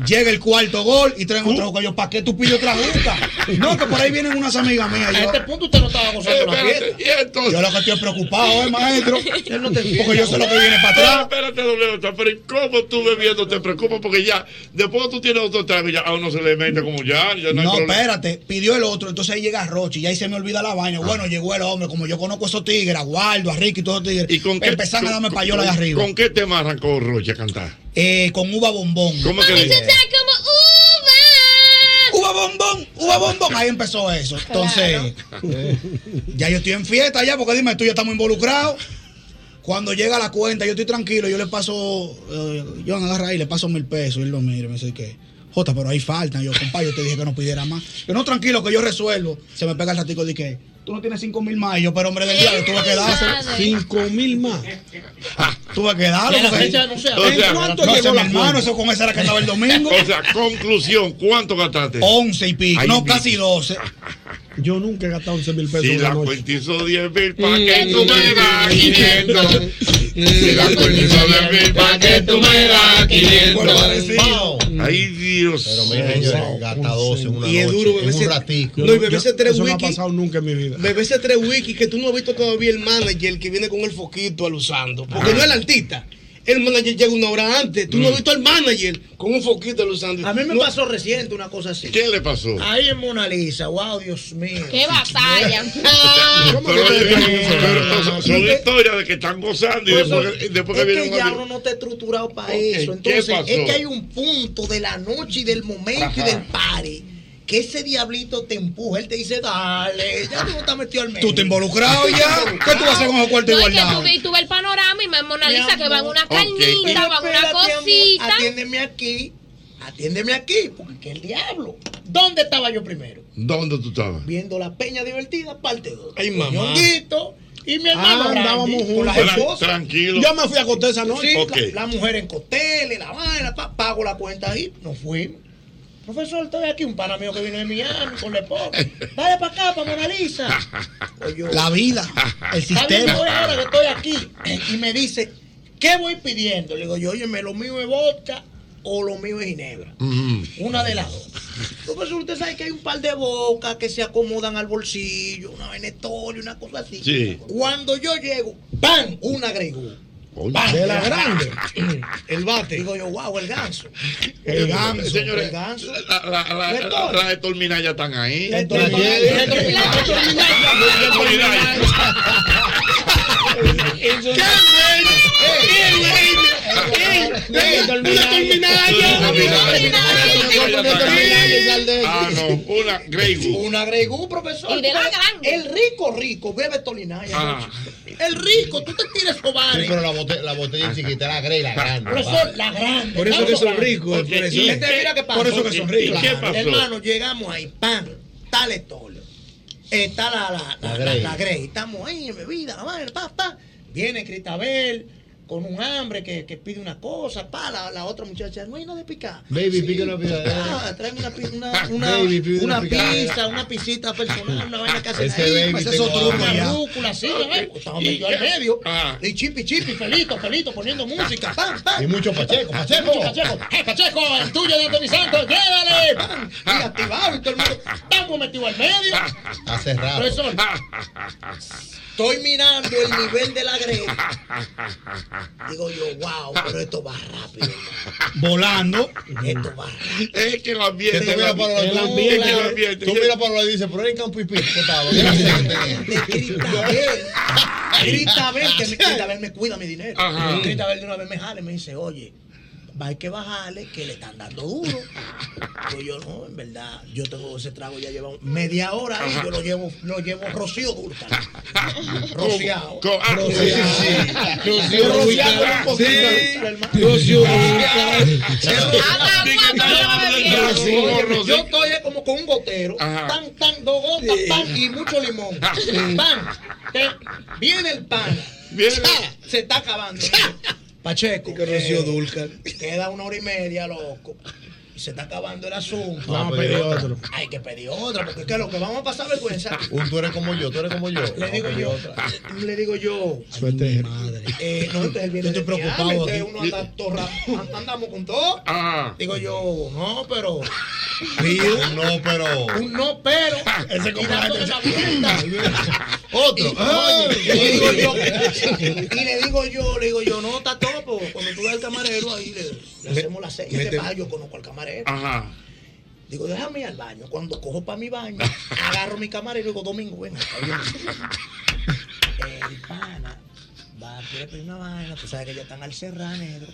[SPEAKER 4] Llega el cuarto gol y traen otra juca. Yo, ¿para qué tú pides otra juca? No, que por ahí vienen unas amigas mías. Yo,
[SPEAKER 13] A este punto usted no estaba
[SPEAKER 4] Eh,
[SPEAKER 13] gozando la
[SPEAKER 4] espérate,
[SPEAKER 13] fiesta.
[SPEAKER 4] yo lo que estoy preocupado, eh, maestro.
[SPEAKER 13] Él no te
[SPEAKER 4] Porque yo sé lo que viene para atrás.
[SPEAKER 5] Pero, Espérate, doble nota, pero ¿y ¿cómo tú bebiendo te preocupas? Porque ya, después tú tienes otro trago y ya a uno se le mete como ya, ya no hay
[SPEAKER 4] No,
[SPEAKER 5] problema.
[SPEAKER 4] espérate, pidió el otro, entonces ahí llega Rochi, y ahí se me olvida la vaina. Bueno, llegó el hombre, como yo conozco a esos tigres, a Waldo, a Ricky, todos esos tigres.
[SPEAKER 5] ¿Con qué-
[SPEAKER 4] empezaron a
[SPEAKER 5] con-
[SPEAKER 4] darme payola de
[SPEAKER 5] con-
[SPEAKER 4] arriba.
[SPEAKER 5] ¿Con qué tema arrancó Roche a cantar?
[SPEAKER 4] Eh, con uva bombón.
[SPEAKER 5] ¿Cómo que dice?
[SPEAKER 4] como uva. Uva bombón, uva bombón. Ahí empezó eso. Entonces, ya yo estoy en fiesta ya, porque dime, tú ya estamos involucrados. Cuando llega la cuenta, yo estoy tranquilo, yo le paso, eh, yo agarra ahí, le paso mil pesos, y él lo mira, y me dice que, Jota, pero ahí faltan. Yo, compadre, yo te dije que no pidiera más. Yo, no, tranquilo, que yo resuelvo. Se me pega el ratico de que, tú no tienes cinco mil más. Y yo, pero hombre del diablo, tú vas a quedarse.
[SPEAKER 29] Cinco mil más.
[SPEAKER 4] Tú vas a quedarlo.
[SPEAKER 29] Y a la
[SPEAKER 4] porque-
[SPEAKER 29] fecha no se ha-
[SPEAKER 4] ¿En
[SPEAKER 29] O sea,
[SPEAKER 4] cuánto
[SPEAKER 5] no
[SPEAKER 4] llegó
[SPEAKER 5] se
[SPEAKER 4] mi
[SPEAKER 5] me
[SPEAKER 4] hermano?
[SPEAKER 5] acuerda.
[SPEAKER 4] Eso con esa era que estaba el domingo.
[SPEAKER 5] O sea, conclusión, ¿cuánto gastaste?
[SPEAKER 4] 11 y pico.
[SPEAKER 5] Ay,
[SPEAKER 4] no,
[SPEAKER 5] mi-
[SPEAKER 4] casi 12.
[SPEAKER 29] Yo nunca he gastado 11 mil pesos
[SPEAKER 5] Si
[SPEAKER 29] en la
[SPEAKER 5] la
[SPEAKER 29] noche.
[SPEAKER 5] cuenta hizo 10 mil, ¿para
[SPEAKER 13] Mm.
[SPEAKER 5] qué tú me das 500? Si la cuenta hizo 10 mil, ¿para qué tú me das 500? Ay, Dios.
[SPEAKER 11] Pero miren, señores, gasta 12 en una
[SPEAKER 7] Y es
[SPEAKER 11] noche,
[SPEAKER 7] duro,
[SPEAKER 11] en
[SPEAKER 7] bebé,
[SPEAKER 11] un
[SPEAKER 7] se-
[SPEAKER 11] ratico.
[SPEAKER 7] No, y bebé se tres
[SPEAKER 11] Eso no ha
[SPEAKER 7] wiki.
[SPEAKER 11] pasado.
[SPEAKER 29] nunca en mi vida.
[SPEAKER 7] Bebé tres wiki que tú no has visto todavía el manager que viene con el foquito al usando. Porque
[SPEAKER 13] Ah.
[SPEAKER 7] no es el artista. El manager llega una hora antes. Tú no has visto al manager con un foquito al usando.
[SPEAKER 13] A mí me
[SPEAKER 7] No-
[SPEAKER 13] pasó reciente una cosa así.
[SPEAKER 5] ¿Qué le pasó?
[SPEAKER 13] Ahí en Mona Lisa, wow, Dios mío.
[SPEAKER 15] ¡Qué batalla!
[SPEAKER 13] ¿Cómo
[SPEAKER 5] Pero,
[SPEAKER 13] que te-
[SPEAKER 5] pero son- son historias de que están gozando y
[SPEAKER 13] Pues,
[SPEAKER 5] después, que- después que
[SPEAKER 13] es
[SPEAKER 5] viene
[SPEAKER 13] que
[SPEAKER 5] un
[SPEAKER 13] ya
[SPEAKER 5] amigo.
[SPEAKER 13] uno no está estructurado para
[SPEAKER 5] Ok,
[SPEAKER 13] eso.
[SPEAKER 5] ¿qué
[SPEAKER 13] Entonces,
[SPEAKER 5] pasó?
[SPEAKER 13] es que hay un punto de la noche y del momento
[SPEAKER 5] Ajá.
[SPEAKER 13] y del pare que ese diablito te empuja. Él te dice, dale, ya tú no estás metido al medio.
[SPEAKER 4] Tú te involucrado ya. ¿Qué tú vas a hacer con esos cuartos
[SPEAKER 15] No, es que tú
[SPEAKER 4] igualados?
[SPEAKER 15] ve- tú ves el panorama y me Mona
[SPEAKER 13] Mi
[SPEAKER 15] Lisa que van
[SPEAKER 13] amor.
[SPEAKER 15] una carnita,
[SPEAKER 13] Pero
[SPEAKER 15] van una
[SPEAKER 13] espérate, amor,
[SPEAKER 15] cosita.
[SPEAKER 13] Atiéndeme aquí. Atiéndeme aquí, porque ¿qué el diablo. ¿Dónde estaba yo primero?
[SPEAKER 5] ¿Dónde tú estabas?
[SPEAKER 13] Viendo la peña divertida, parte 2.
[SPEAKER 29] Ay, mamá. Ah,
[SPEAKER 13] y mi hermano. Randy,
[SPEAKER 29] andábamos
[SPEAKER 13] con las
[SPEAKER 29] juntos.
[SPEAKER 13] esposas.
[SPEAKER 5] Tranquilo.
[SPEAKER 29] Yo me fui a acostar esa noche.
[SPEAKER 13] Sí,
[SPEAKER 29] Ok.
[SPEAKER 13] la, la mujer en costeles, la vaina, pa- pago la cuenta ahí, nos fuimos. Profesor, estoy aquí, un pana mío que vino de Miami con la esposa. Dale para acá, para Mona Lisa.
[SPEAKER 29] Ah.
[SPEAKER 4] La vida, el
[SPEAKER 13] Está bien, voy ahora que
[SPEAKER 4] sistema.
[SPEAKER 13] estoy aquí. Y me dice, ¿qué voy pidiendo? Le digo yo, óyeme, lo mío es vodka o lo mío es ginebra. Una de las dos. Profesor, usted sabe que hay un par de bocas que se acomodan al bolsillo, una venetoria, una cosa así.
[SPEAKER 5] Sí.
[SPEAKER 13] Cuando yo llego, ¡pam! Una gregú. ¡Pam!
[SPEAKER 5] De la
[SPEAKER 13] grande. el bate. Digo yo, wow, el ganso.
[SPEAKER 5] Eh,
[SPEAKER 13] El ganso.
[SPEAKER 5] Señores,
[SPEAKER 13] el ganso.
[SPEAKER 5] la- la- la-
[SPEAKER 13] La
[SPEAKER 5] la- las estorminas ya están ahí.
[SPEAKER 13] La estormina- la estormina- la estormina- la estormina-
[SPEAKER 5] Ah, no, una Grey Goose.
[SPEAKER 13] Una Grey Goose, profesor.
[SPEAKER 15] Y de la
[SPEAKER 13] Porque El rico, rico, bebe tolinaya.
[SPEAKER 5] Ah.
[SPEAKER 13] El rico, tú te tires
[SPEAKER 11] Sí,
[SPEAKER 13] sobares.
[SPEAKER 11] pero la botella, la botella chiquita, la grey,
[SPEAKER 13] ah,
[SPEAKER 11] la grande.
[SPEAKER 13] Profesor, la grande.
[SPEAKER 11] Por eso que son ricos,
[SPEAKER 7] Eh,
[SPEAKER 13] Porque-
[SPEAKER 11] por eso.
[SPEAKER 13] y este, mira qué pasó.
[SPEAKER 11] Por eso que son ricos.
[SPEAKER 13] Claro.
[SPEAKER 11] ¿Y qué pasó?
[SPEAKER 13] Hermano, llegamos ahí, pan, tal estolo. Está la, la, la,
[SPEAKER 11] La
[SPEAKER 13] la,
[SPEAKER 11] Grey.
[SPEAKER 13] la Grey. Estamos ahí en bebida, la madre, pa, pa. Viene Cristabel con un hambre que, que pide una cosa, pa, la, la otra muchacha, no hay nada de picar.
[SPEAKER 11] Baby, pica una pizza.
[SPEAKER 13] Ah, tráeme una, pi- una, una,
[SPEAKER 11] Baby, pide una
[SPEAKER 13] una
[SPEAKER 11] picada.
[SPEAKER 13] pizza, una pisita personal, una vaina que hacen
[SPEAKER 11] Ese
[SPEAKER 13] ahí,
[SPEAKER 11] baby
[SPEAKER 13] pues,
[SPEAKER 11] tengo
[SPEAKER 13] eso truco,
[SPEAKER 11] hambre.
[SPEAKER 13] una rúcula, así, ¿eh? Pues, Estamos
[SPEAKER 11] ¿Y
[SPEAKER 13] metidos
[SPEAKER 11] qué?
[SPEAKER 13] al medio.
[SPEAKER 11] Ah.
[SPEAKER 13] Y chipi, chipi, felito, felito, poniendo música, pam, pam. Ah,
[SPEAKER 11] Y mucho Pacheco, Pacheco.
[SPEAKER 13] Mucho Pacheco, ¡Eh, Pacheco, el tuyo de Anthony Santos, llévale, pam. Y activado y todo el mundo, estamos metidos al medio.
[SPEAKER 11] Hace rato.
[SPEAKER 13] Profesor, estoy mirando el nivel de la grega. Digo yo, wow, pero esto va rápido.
[SPEAKER 4] Volando.
[SPEAKER 13] Esto va
[SPEAKER 5] Es que el ambiente.
[SPEAKER 11] Que tú miras para los
[SPEAKER 13] El
[SPEAKER 11] lados,
[SPEAKER 13] ambiente,
[SPEAKER 11] tú-
[SPEAKER 13] el ambiente.
[SPEAKER 11] Tú miras para los lados y dices, pero era en Campo y Pico, ¿qué estaba? ¿Qué era seco que tenía?
[SPEAKER 13] Cristabel, que me, Cristabel me cuida mi dinero.
[SPEAKER 11] Ajá.
[SPEAKER 13] Cristabel de una vez me jale y me dice, oye, va hay que bajarle que le están dando duro. Digo yo, no, en verdad, yo tengo ese trago ya lleva un- media hora y yo lo llevo, lo llevo rocío duro. Rociado.
[SPEAKER 5] Co- ah,
[SPEAKER 13] Rociado.
[SPEAKER 5] sí, sí. Rociado.
[SPEAKER 13] Rociado. Rociado un poquito,
[SPEAKER 5] Sí.
[SPEAKER 13] hermano.
[SPEAKER 5] Rociado.
[SPEAKER 13] Oye,
[SPEAKER 5] Rociado.
[SPEAKER 13] Yo estoy como con un gotero,
[SPEAKER 5] Ajá.
[SPEAKER 13] tan, tan, dos gotas, pan y mucho limón. Pan, te- viene el pan, Cha, se está acabando. Pacheco.
[SPEAKER 7] Que Rocío
[SPEAKER 13] eh, Queda una hora y media, loco. se está acabando el asunto.
[SPEAKER 11] Vamos a pedir otro.
[SPEAKER 13] Hay que pedir otro, porque es que lo que vamos a pasar vergüenza.
[SPEAKER 11] Un tú eres como yo, tú eres como yo.
[SPEAKER 13] Le digo yo, le digo yo,
[SPEAKER 11] Suerte.
[SPEAKER 13] eh, no, entonces él viene
[SPEAKER 11] Yo estoy
[SPEAKER 13] de fiar,
[SPEAKER 11] preocupado
[SPEAKER 13] entonces
[SPEAKER 11] aquí.
[SPEAKER 13] uno anda torra, and- andamos con todo.
[SPEAKER 11] Ah.
[SPEAKER 13] Digo yo, no, pero.
[SPEAKER 11] Un no, pero.
[SPEAKER 13] Un no, pero.
[SPEAKER 11] Ese
[SPEAKER 13] y dándole la vuelta.
[SPEAKER 11] Otro.
[SPEAKER 13] Y, oye, y le digo yo, y le digo yo, le digo yo, no, está topo. Cuando tú ves al camarero ahí, le, le hacemos la seña.
[SPEAKER 30] mete-
[SPEAKER 13] Este paja, yo conozco al camarero.
[SPEAKER 30] Ajá.
[SPEAKER 13] Digo, déjame ir al baño. Cuando cojo para mi baño, agarro mi camarero y digo, Domingo, ven. acá, ven acá". El pana va a querer pedir una vaina, tú sabes que ya están al cerrar, negro.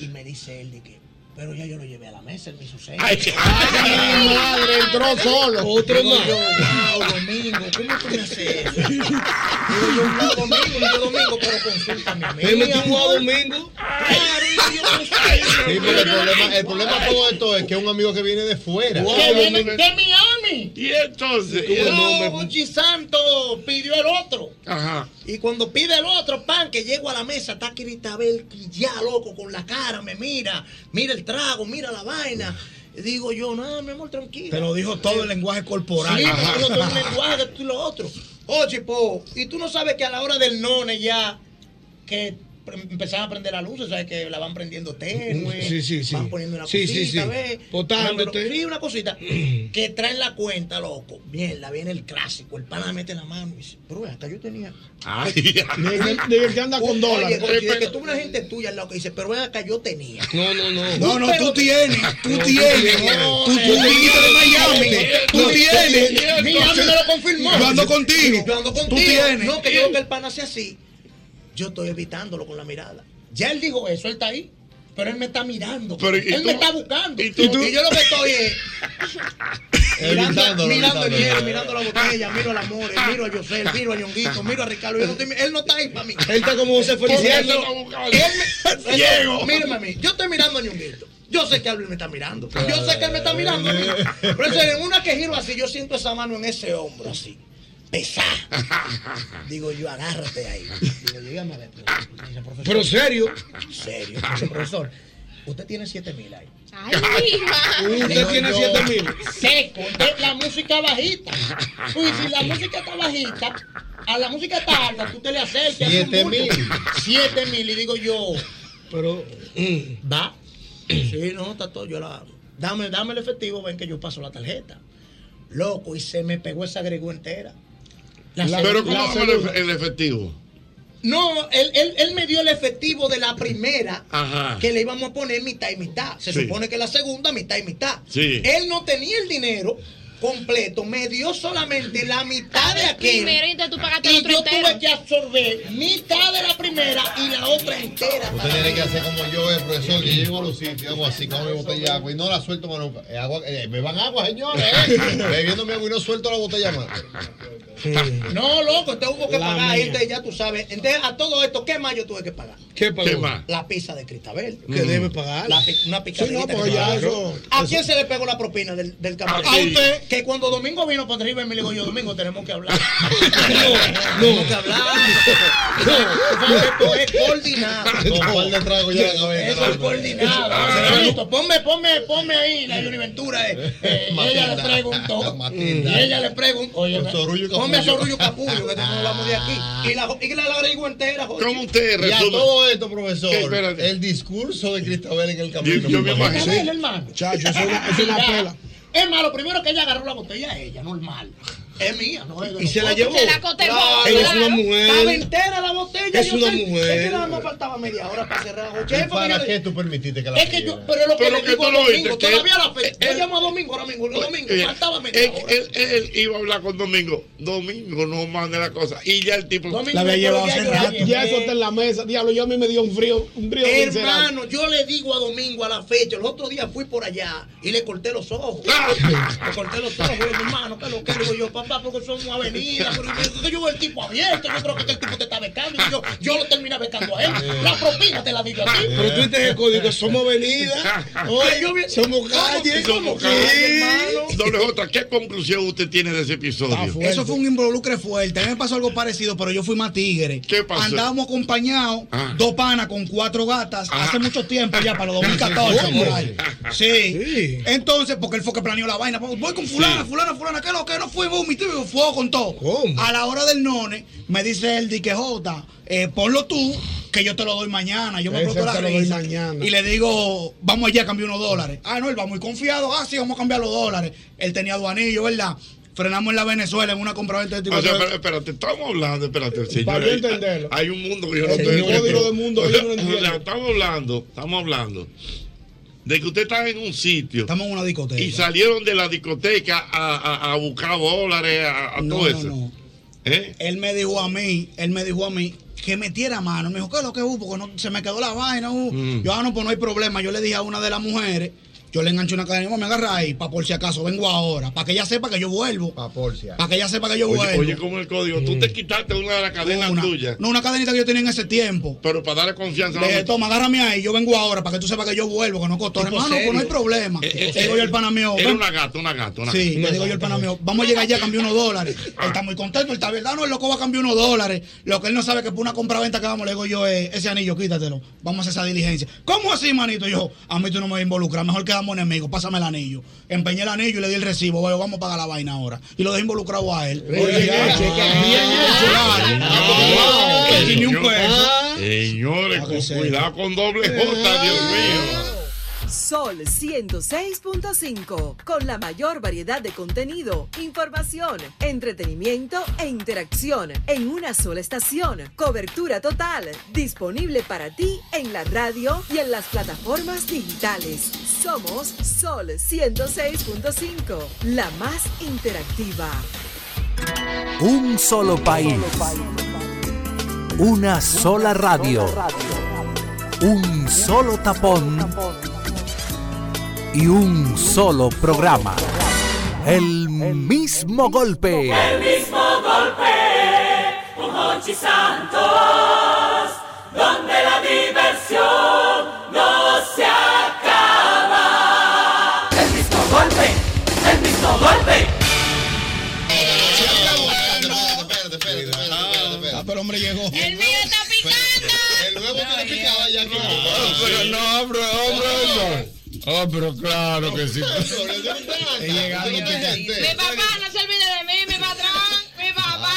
[SPEAKER 13] Y me dice él, de que, pero ya yo lo llevé a la mesa, él me hizo seña.
[SPEAKER 1] Ay, ay, mi madre,
[SPEAKER 11] eh,
[SPEAKER 1] entró solo.
[SPEAKER 13] Otro
[SPEAKER 1] Digo
[SPEAKER 13] más.
[SPEAKER 1] yo,
[SPEAKER 13] wow, Domingo, ¿cómo tú me haces eso? Digo yo, wow, Domingo, digo, Domingo, pero consúltame a mí.
[SPEAKER 11] Él metió un
[SPEAKER 13] amor".
[SPEAKER 11] wow, Domingo.
[SPEAKER 13] Claro, y yo, yo,
[SPEAKER 11] Sí, porque el problema, el problema de todo esto es que es un amigo que viene de fuera.
[SPEAKER 13] que viene de Miami.
[SPEAKER 5] Y entonces,
[SPEAKER 11] Y el nombre-
[SPEAKER 13] Gucci Santo pidió el otro.
[SPEAKER 5] Ajá.
[SPEAKER 13] Y cuando pide el otro pan, que llego a la mesa, está Critabel ya loco con la cara, me mira, mira el trago, mira la vaina. Y digo yo, no, mi amor, tranquilo.
[SPEAKER 4] Te lo dijo todo el lenguaje corporal.
[SPEAKER 13] Sí, pero yo tengo un lenguaje, tú y lo otro. Oye, po, y tú no sabes que a la hora del none ya que pre- empezaban a prender la luz, sabes que la van prendiendo tenue,
[SPEAKER 30] Sí, sí, sí.
[SPEAKER 13] van poniendo una
[SPEAKER 30] Sí,
[SPEAKER 13] cosita,
[SPEAKER 30] sí, sí.
[SPEAKER 13] ¿ves?
[SPEAKER 30] Botándote.
[SPEAKER 13] Una- sí, una cosita que traen la cuenta, loco. Mierda, viene el clásico, el pana mete la mano y dice, pero ven acá yo tenía.
[SPEAKER 5] Ay,
[SPEAKER 30] Diga que anda con
[SPEAKER 13] Oye,
[SPEAKER 30] dólares.
[SPEAKER 13] oye, de que tú una gente tuya loco, y dice, pero ven acá yo tenía.
[SPEAKER 30] No, no, no.
[SPEAKER 13] No, no, tú
[SPEAKER 4] tienes,
[SPEAKER 13] tú tienes. Tú- tú viniste de Miami. Tú tienes. Miami me lo confirmó.
[SPEAKER 4] Yo ando contigo.
[SPEAKER 13] Yo ando contigo.
[SPEAKER 4] Tú tienes.
[SPEAKER 13] No, que yo veo que el pana sea así. Yo estoy evitándolo con la mirada. Ya él dijo eso, él está ahí. Pero él me está mirando.
[SPEAKER 1] Pero, ¿y
[SPEAKER 13] él
[SPEAKER 1] tú?
[SPEAKER 13] me está buscando.
[SPEAKER 1] ¿Y
[SPEAKER 13] ¿Y,
[SPEAKER 1] tú?
[SPEAKER 13] yo lo que estoy es. mirando,
[SPEAKER 1] Evitándolo,
[SPEAKER 13] mirando el
[SPEAKER 1] evitándolo.
[SPEAKER 13] hielo, mirando la botella, miro al amor,
[SPEAKER 30] Ah,
[SPEAKER 13] miro a José, miro a Ñonguito, miro a Ricardo. Yo no estoy- él no está ahí para mí.
[SPEAKER 30] Él está como José
[SPEAKER 13] Porque
[SPEAKER 30] Feliciano.
[SPEAKER 13] él me- él me-
[SPEAKER 30] Ciego.
[SPEAKER 13] Mírame a mí. Yo estoy mirando a Ñonguito. Yo sé que Albert me está mirando. Yo sé que él me está mirando. a mí. Pero eso, en una que giro así, yo siento esa mano en ese hombro, así. Pesá. Digo yo, agárrate ahí. Digo, dígame a ver, profesor. Me dice, profesor.
[SPEAKER 30] Pero serio.
[SPEAKER 13] Serio. Me dice, profesor, usted tiene 7 mil ahí.
[SPEAKER 15] Ay, mi madre.
[SPEAKER 13] Digo yo,
[SPEAKER 30] 7000.
[SPEAKER 13] Seco. de La música bajita. Uy, si la música está bajita, a la música está alta, tú te le acercas.
[SPEAKER 11] Siete mil.
[SPEAKER 13] 7 mil. Y digo yo, pero va. Sí, no, está todo. Yo la. Dame, dame el efectivo, ven que yo paso la tarjeta. Loco, y se me pegó esa agregó entera. La cel-
[SPEAKER 5] Pero ¿cómo
[SPEAKER 13] la
[SPEAKER 5] vamos
[SPEAKER 13] cédula.
[SPEAKER 5] el, el efectivo?
[SPEAKER 13] No, él, él, él me dio el efectivo de la primera
[SPEAKER 1] Ah.
[SPEAKER 5] Ajá.
[SPEAKER 13] que le íbamos a poner mitad y mitad. Se
[SPEAKER 5] Sí.
[SPEAKER 13] supone que la segunda mitad y mitad.
[SPEAKER 5] Sí.
[SPEAKER 13] Él no tenía el dinero completo, me dio solamente la mitad de aquel.
[SPEAKER 15] Primero, y entonces tú pagaste
[SPEAKER 13] Y
[SPEAKER 15] el otro
[SPEAKER 13] yo
[SPEAKER 15] entero.
[SPEAKER 13] tuve que absorber mitad de la primera y la otra entera.
[SPEAKER 11] Usted tiene que hacer como yo, el profesor, que llego a los sitios, hago así, con mi botella de agua y no la suelto más nunca. Eh, agua, eh, beban agua, señores. eh. Bebiendo mi agua y no suelto la botella más.
[SPEAKER 13] No, loco, te hubo que
[SPEAKER 11] La
[SPEAKER 13] pagar,
[SPEAKER 11] mía.
[SPEAKER 13] gente, ya tú sabes. Entonces, a todo esto, ¿qué más yo tuve que pagar?
[SPEAKER 30] ¿Qué pagó?
[SPEAKER 13] La pizza de Cristabel.
[SPEAKER 30] Que debe pagar.
[SPEAKER 13] Mm. La pi- una picadita.
[SPEAKER 30] Sí, no,
[SPEAKER 4] pues
[SPEAKER 13] que
[SPEAKER 30] porque
[SPEAKER 13] se
[SPEAKER 30] ya
[SPEAKER 13] paga.
[SPEAKER 30] eso-
[SPEAKER 13] ¿A quién se le pegó la propina del, del camarón?
[SPEAKER 30] A usted.
[SPEAKER 13] Que cuando Domingo vino para arriba, me dijo yo, Domingo, tenemos que hablar.
[SPEAKER 11] No.
[SPEAKER 13] Tenemos que hablar. Esto es coordinado.
[SPEAKER 11] Con un par de tragos ya en la cabeza.
[SPEAKER 13] Eso es coordinado. Señorito, Ponme, ponme, ponme ahí la Yuri Ventura. eh, eh, ella le preguntó.
[SPEAKER 11] Matilda.
[SPEAKER 13] Ella le preguntó. Oye,
[SPEAKER 11] Con Sorullo y
[SPEAKER 13] ponme a
[SPEAKER 11] Capullo.
[SPEAKER 13] Sorullo Capullo, que no vamos de aquí.
[SPEAKER 30] Ah.
[SPEAKER 13] Y la, y la, abrigo entera, Jorge.
[SPEAKER 11] ¿Cómo usted Y a
[SPEAKER 13] resume?
[SPEAKER 11] todo esto, profesor,
[SPEAKER 13] ¿Qué? Espérate.
[SPEAKER 11] el discurso de Cristabel en el camino.
[SPEAKER 5] Yo- yo me
[SPEAKER 13] imagino.
[SPEAKER 11] Sí.
[SPEAKER 13] Cristabel, hermano.
[SPEAKER 11] Chacho, eso es una- eso es una
[SPEAKER 13] Ya.
[SPEAKER 11] pela.
[SPEAKER 13] Es más, lo primero que ella agarró la botella es ella, normal. Es mía, no es de
[SPEAKER 30] Y se la
[SPEAKER 13] nosotros.
[SPEAKER 30] llevó. Se la cotejó, Claro, ella es una mujer.
[SPEAKER 13] Estaba entera la botella.
[SPEAKER 30] Es
[SPEAKER 13] yo
[SPEAKER 30] una
[SPEAKER 13] sé-
[SPEAKER 30] mujer.
[SPEAKER 13] sé que nada más faltaba media hora para cerrar. Oye,
[SPEAKER 11] ¿Y
[SPEAKER 13] porque yo
[SPEAKER 11] ¿Para
[SPEAKER 13] le-
[SPEAKER 11] qué tú permitiste que la
[SPEAKER 13] es que yo,
[SPEAKER 11] pidieran?
[SPEAKER 13] pero es lo que
[SPEAKER 11] Pero
[SPEAKER 13] le
[SPEAKER 11] que
[SPEAKER 13] digo
[SPEAKER 11] tú
[SPEAKER 13] a
[SPEAKER 11] lo
[SPEAKER 13] Domingo,
[SPEAKER 11] oíste, que-
[SPEAKER 13] todavía la fecha.
[SPEAKER 5] eh,
[SPEAKER 13] Yo llamo a Domingo ahora mismo, lo domingo,
[SPEAKER 5] Oye,
[SPEAKER 13] faltaba media
[SPEAKER 5] Eh, él,
[SPEAKER 13] hora.
[SPEAKER 5] él, él iba a hablar con Domingo. Domingo no mande la cosa. Y ya el tipo.
[SPEAKER 30] La había llevado hace rato. Ya eso está en la mesa. Diablo, yo a mí me dio un frío. Un frío visceral.
[SPEAKER 13] Hermano, yo le digo a Domingo a la fecha, el otro día fui por allá y le corté los ojos.
[SPEAKER 11] Ah.
[SPEAKER 13] le corté los ojos, mi hermano, que lo que digo yo, papá, porque somos avenida, porque yo- porque yo veo el tipo abierto, yo creo que el tipo te está becando. Y yo, yo, yo lo terminaba estando a él.
[SPEAKER 7] Eh.
[SPEAKER 13] La propina te la digo a ti.
[SPEAKER 7] Pero tú viste el código, somos avenida, oye,
[SPEAKER 13] Ah,
[SPEAKER 7] somos calle,
[SPEAKER 5] Somos hermano. Doble J, ¿qué conclusión usted tiene de ese episodio?
[SPEAKER 4] Ah, Eso fue un involucre fuerte. A mí me pasó algo parecido, pero yo fui más tigre. ¿Qué
[SPEAKER 5] pasó?
[SPEAKER 4] Andábamos acompañados,
[SPEAKER 5] Ah.
[SPEAKER 4] dos panas con cuatro gatas,
[SPEAKER 5] Ah.
[SPEAKER 4] hace mucho tiempo ya, para los 2014.
[SPEAKER 5] ¿Cómo?
[SPEAKER 4] por ahí. Sí. Entonces, porque él fue que planeó la vaina. Voy con fulana, fulana, fulana, que lo que no fuimos, mi tío, fuego con todo. A la hora del none, me dice él, di que Jota, eh, ponlo tú, que yo te lo doy mañana. Yo me
[SPEAKER 7] Ese
[SPEAKER 4] bloqueo la
[SPEAKER 7] te lo doy
[SPEAKER 4] risa.
[SPEAKER 7] mañana.
[SPEAKER 4] Y le digo, vamos allá a cambiar unos dólares. Ah, no, él va muy confiado. Ah, sí, vamos a cambiar los dólares. Él tenía anillos, ¿verdad? Frenamos en la Venezuela en una compraventa de tipo.
[SPEAKER 5] O sea, espérate, espérate, estamos hablando, espérate, señor.
[SPEAKER 4] Para yo entenderlo.
[SPEAKER 5] Hay un mundo que yo no
[SPEAKER 4] El
[SPEAKER 5] estoy
[SPEAKER 4] código
[SPEAKER 5] entendiendo.
[SPEAKER 4] del mundo que
[SPEAKER 5] O sea,
[SPEAKER 4] yo no entiendo.
[SPEAKER 5] o sea, estamos hablando, estamos hablando de que usted está en un sitio.
[SPEAKER 4] Estamos en una discoteca.
[SPEAKER 5] Y salieron de la discoteca a, a- a buscar dólares, a, a
[SPEAKER 4] No,
[SPEAKER 5] todo
[SPEAKER 4] no,
[SPEAKER 5] eso. ¿Eh?
[SPEAKER 4] Él me dijo a mí, él me dijo a mí que metiera mano. Me dijo, ¿qué es lo que hubo? Porque no, se me quedó la vaina. uh.
[SPEAKER 5] Mm.
[SPEAKER 4] Yo, ah, no, pues no hay problema. Yo le dije a una de las mujeres, yo le enganché una cadena, me agarra ahí, para por si acaso, vengo ahora, para que ella sepa que yo vuelvo. Para por si Para que ella sepa que yo
[SPEAKER 5] Oye,
[SPEAKER 4] vuelvo.
[SPEAKER 5] oye, como el código, tú te quitaste una de las cadenas tuyas.
[SPEAKER 4] No, una cadenita que yo tenía en ese tiempo.
[SPEAKER 5] Pero para darle confianza a la
[SPEAKER 4] Le dije,
[SPEAKER 5] mujer.
[SPEAKER 4] toma, agárrame ahí, yo vengo ahora, para que tú sepas que yo vuelvo, que no costó.
[SPEAKER 5] Tipo
[SPEAKER 4] Hermano,
[SPEAKER 5] serio.
[SPEAKER 4] pues no hay problema.
[SPEAKER 5] Eh, eh,
[SPEAKER 4] Le digo yo al pana mío,
[SPEAKER 5] Era
[SPEAKER 4] "Ven".
[SPEAKER 5] una gata, una gata, una
[SPEAKER 4] Sí,
[SPEAKER 5] gata.
[SPEAKER 4] le digo yo al pana mío, vamos a llegar allá, cambié unos dólares. Él está muy contento, él está verdad, no, el loco va a cambiar unos dólares. Lo que él no sabe que por una compraventa que vamos, le digo yo, eh, ese anillo, quítatelo, vamos a hacer esa diligencia. ¿Cómo así, manito? Y Yo, a mí tú no me vas a involucrar, mejor quedamos enemigos, pásame el anillo. Empeñé el anillo y le di el recibo, "Oye, vamos a pagar la vaina ahora. Y lo dejé involucrado a él. Oye,
[SPEAKER 5] Ah,
[SPEAKER 4] ni un
[SPEAKER 5] señor.
[SPEAKER 4] peso.
[SPEAKER 5] Señores, con cuidado con doble J, Dios mío.
[SPEAKER 31] Sol 106.5, con la mayor variedad de contenido, información, entretenimiento e interacción en una sola estación. Cobertura total, disponible para ti en la radio y en las plataformas digitales. Somos Sol 106.5, la más interactiva.
[SPEAKER 14] Un solo país. Una sola radio. Un solo tapón. Y un solo programa. El mismo golpe.
[SPEAKER 2] El mismo golpe con Hochi Santos, donde la diversión no se acaba. El mismo golpe, el mismo golpe.
[SPEAKER 4] Ah, pero hombre llegó.
[SPEAKER 11] El mío está picando. El nuevo tiene picada ya aquí.
[SPEAKER 1] pero no, Oh,
[SPEAKER 11] hombre,
[SPEAKER 1] hombre, hombre.
[SPEAKER 11] Ah, pero claro que sí.
[SPEAKER 15] Mi papá no se olvide de mí, mi patrón, mi papá.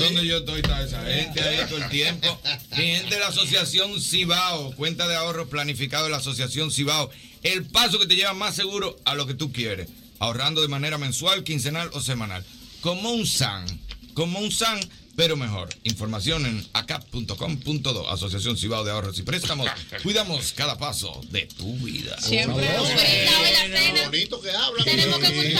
[SPEAKER 12] ¿Dónde yo estoy? Está esa gente ahí todo el tiempo. Mi gente de la Asociación Cibao, cuenta de ahorros planificado de la Asociación Cibao. El paso que te lleva más seguro a lo que tú quieres, ahorrando de manera mensual, quincenal o semanal. Como un SAN, como un SAN, pero mejor. Información en acap.com.do, Asociación Cibao de Ahorros y Préstamos. Cuidamos cada paso de tu vida.
[SPEAKER 11] Siempre
[SPEAKER 12] bonito que
[SPEAKER 11] Tenemos que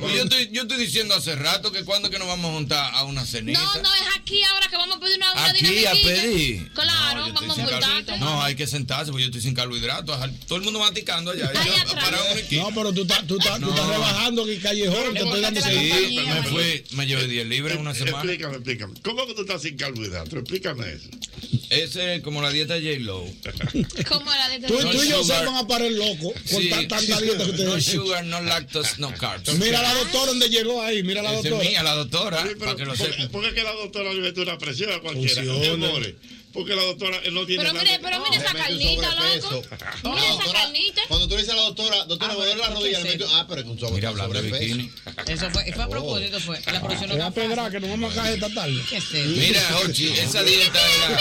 [SPEAKER 12] Yo estoy, yo estoy diciendo hace rato que cuando que nos vamos a juntar a una cenita.
[SPEAKER 15] No, no, es aquí ahora que vamos a pedir una, una
[SPEAKER 12] Aquí a
[SPEAKER 15] dinamiquilla.
[SPEAKER 12] pedir.
[SPEAKER 15] Claro,
[SPEAKER 12] yo
[SPEAKER 15] vamos a
[SPEAKER 12] estoy sin
[SPEAKER 15] multarte.
[SPEAKER 12] carbo- No, hay que sentarse porque yo estoy sin carbohidratos. Ajá, Todo el mundo maticando allá. Y yo, para un equipo.
[SPEAKER 29] No, pero tú estás, tú estás, tú estás rebajando aquí callejón, te estoy dando
[SPEAKER 12] Sí,
[SPEAKER 29] seguimiento.
[SPEAKER 12] me fui, me llevé 10 libras
[SPEAKER 29] Eh,
[SPEAKER 12] en una semana.
[SPEAKER 5] Explícame, explícame. ¿Cómo que tú estás sin carbohidratos? Explícame eso.
[SPEAKER 12] Ese es como la dieta J-Lo.
[SPEAKER 15] Como la de
[SPEAKER 12] No
[SPEAKER 29] Tú, tú y yo se
[SPEAKER 12] sugar.
[SPEAKER 29] van a parar loco con
[SPEAKER 12] Sí.
[SPEAKER 29] tan- tanta dieta que
[SPEAKER 12] No
[SPEAKER 29] ustedes
[SPEAKER 12] sugar, no lactose, no carbs.
[SPEAKER 29] Mira la doctora donde llegó ahí, mira la
[SPEAKER 12] Esa es
[SPEAKER 29] doctora.
[SPEAKER 12] mía, la doctora,
[SPEAKER 5] Sí, pero
[SPEAKER 12] para que lo
[SPEAKER 5] ¿por-
[SPEAKER 12] sepa.
[SPEAKER 5] ¿Por qué que la doctora le mete una presión a cualquiera?
[SPEAKER 12] Funciona.
[SPEAKER 5] Mi amores, Porque la doctora eh, no tiene
[SPEAKER 15] Pero mire, pero mire esa carnita, loco. Mira esa carnita.
[SPEAKER 11] Cuando tú le dices a la doctora, doctora,
[SPEAKER 15] Ah,
[SPEAKER 11] me duele la
[SPEAKER 15] ¿qué
[SPEAKER 11] rodilla,
[SPEAKER 15] es
[SPEAKER 11] le meto- ah, pero es un sobre.
[SPEAKER 12] Mira, hablando de
[SPEAKER 11] sobrepeso.
[SPEAKER 12] bikini.
[SPEAKER 32] Eso fue,
[SPEAKER 11] Oh.
[SPEAKER 32] fue a propósito, fue. La producción no
[SPEAKER 29] La pedra que nos vamos a caer esta tarde.
[SPEAKER 12] Mira, Jorge, esa dieta es la,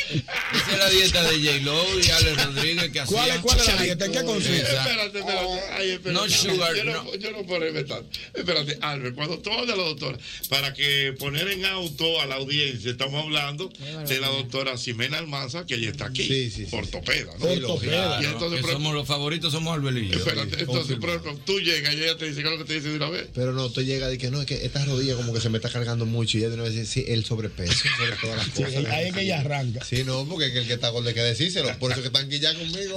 [SPEAKER 12] esa es la dieta de J-Lo y Alex Rodríguez que hacían.
[SPEAKER 29] ¿Cuál es- cuál es la dieta? ¿En qué consiste?
[SPEAKER 12] Exacto.
[SPEAKER 5] Espérate, espérate. Ay, espérate.
[SPEAKER 12] No sugar,
[SPEAKER 5] Yo no, yo no puedo inventar. Espérate, Albert, cuando tú hablas de la doctora, para que poner en auto a la audiencia, estamos hablando de la doctora señora Ximena Almanza, que ella está aquí. Ortopeda, ¿no?
[SPEAKER 12] Claro,
[SPEAKER 5] Y entonces,
[SPEAKER 12] que
[SPEAKER 5] pero-
[SPEAKER 12] somos los favoritos, somos Albert y yo.
[SPEAKER 5] espérate, entonces, por ejemplo, tú llegas y ella te dice, ¿qué es lo que te dice de una vez?
[SPEAKER 11] Pero no, tú llegas y que no, es que esta rodilla como que se me está cargando mucho y ya de una vez dice, sí, el sobrepeso, sobre todas las cosas.
[SPEAKER 4] ahí es que ella arranca.
[SPEAKER 11] Sí, no, porque es que el que está gordo hay que decírselo. Por eso que están aquí ya conmigo.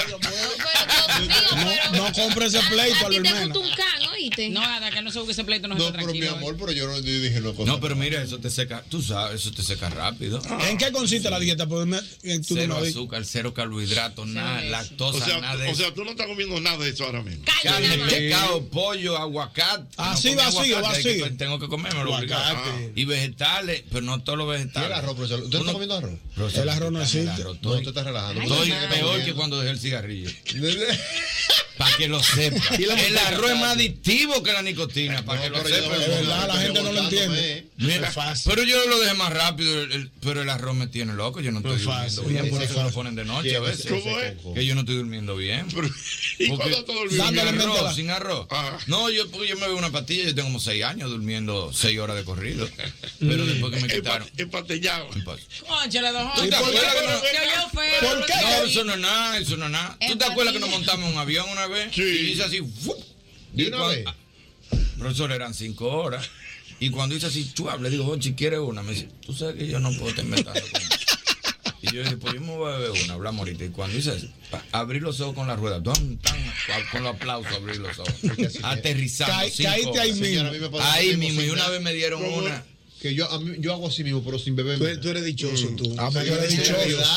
[SPEAKER 4] No, no compre ese
[SPEAKER 15] A
[SPEAKER 4] pleito,
[SPEAKER 15] ti te
[SPEAKER 4] Albermena.
[SPEAKER 15] gusta un can, oíste.
[SPEAKER 32] No, Ada, que no se busque ese pleito, no, se está tranquilo.
[SPEAKER 5] ¿eh?
[SPEAKER 11] pero yo no dije una
[SPEAKER 12] No, pero mira, eso te seca, tú sabes, eso te seca rápido.
[SPEAKER 4] ¿En qué consiste la dieta? Porque me- eh, tú no
[SPEAKER 12] Cero
[SPEAKER 4] me habías-
[SPEAKER 12] azúcar, cero carbohidratos, nada, lactosa,
[SPEAKER 5] o sea,
[SPEAKER 12] nada de
[SPEAKER 5] o
[SPEAKER 12] eso.
[SPEAKER 5] sea, tú no estás comiendo nada de eso ahora mismo.
[SPEAKER 12] Carne,
[SPEAKER 5] nada más.
[SPEAKER 12] pescado, pollo, aguacate.
[SPEAKER 5] Así,
[SPEAKER 12] comí
[SPEAKER 5] Ah, vacío,
[SPEAKER 12] aguacate, hay que-
[SPEAKER 5] vacío.
[SPEAKER 12] Tengo que comérmelo.
[SPEAKER 5] Aguacate.
[SPEAKER 12] obligado. Ah. Y vegetales, pero no todos los vegetales.
[SPEAKER 11] el arroz, profesor? ¿Usted está comiendo arroz?
[SPEAKER 12] Profesor,
[SPEAKER 11] El arroz no
[SPEAKER 12] está- el
[SPEAKER 11] existe.
[SPEAKER 12] arroz,
[SPEAKER 11] No,
[SPEAKER 12] estoy-
[SPEAKER 11] tú estás relajando.
[SPEAKER 12] Estoy
[SPEAKER 11] Ay, madre.
[SPEAKER 12] peor que cuando dejé el cigarrillo. Para que lo sepa.
[SPEAKER 11] Y la
[SPEAKER 12] El
[SPEAKER 11] manteca,
[SPEAKER 12] arroz es más adictivo que la nicotina. Para que lo sepa.
[SPEAKER 4] Es verdad, la gente no lo entiende.
[SPEAKER 12] Mira, pero yo lo dejé más rápido, el- el- pero el arroz me tiene loco, yo no estoy durmiendo bien, por eso lo ponen de noche a veces.
[SPEAKER 5] ¿Cómo es?
[SPEAKER 12] Que yo no estoy durmiendo bien.
[SPEAKER 5] ¿Y
[SPEAKER 12] Porque
[SPEAKER 5] cuándo tú
[SPEAKER 12] sin
[SPEAKER 5] dormiste?
[SPEAKER 12] arroz, Ah. sin arroz. No, yo, porque yo me veo una pastilla, yo tengo como seis años durmiendo seis horas de corrido. Pero después que me quitaron.
[SPEAKER 5] Empastillado.
[SPEAKER 32] Cónchale, don
[SPEAKER 12] ¿Tú te
[SPEAKER 32] Jorge.
[SPEAKER 12] acuerdas que no-
[SPEAKER 32] Se oyó feo.
[SPEAKER 12] ¿Por qué? No, eso no es nada, eso no es nada. ¿Tú te
[SPEAKER 32] Empatía.
[SPEAKER 12] acuerdas que nos montamos en un avión una vez? Sí. Y hice así. ¡fu!
[SPEAKER 11] ¿De
[SPEAKER 12] Y
[SPEAKER 11] una
[SPEAKER 12] cuan-
[SPEAKER 11] vez?
[SPEAKER 12] Ah, Profesor, eran cinco horas. Y cuando hice así, chuab, le digo, Jochi, ¿quieres una? Me dice, tú sabes que yo no puedo estar inventando con eso". Y yo dije, pues yo me voy a beber una, hablamos ahorita. Y cuando hice así, pa, abrí los ojos con la rueda, ¡dum, tam! Cua- con los aplausos abrí los ojos. Aterrizando.
[SPEAKER 11] Ca-
[SPEAKER 12] cinco
[SPEAKER 11] caíste
[SPEAKER 12] horas.
[SPEAKER 11] ahí mismo. a mí me pasó lo
[SPEAKER 12] Ahí
[SPEAKER 11] mismo,
[SPEAKER 12] mismo. Y
[SPEAKER 11] sin
[SPEAKER 12] una
[SPEAKER 11] nada.
[SPEAKER 12] vez me dieron
[SPEAKER 11] ¿Cómo?
[SPEAKER 12] una.
[SPEAKER 11] Que yo, a mí- yo hago así mismo, pero sin beber. Tú,
[SPEAKER 4] eres dichoso, tú.
[SPEAKER 11] Ah, pero
[SPEAKER 4] Tú eres pues dichoso.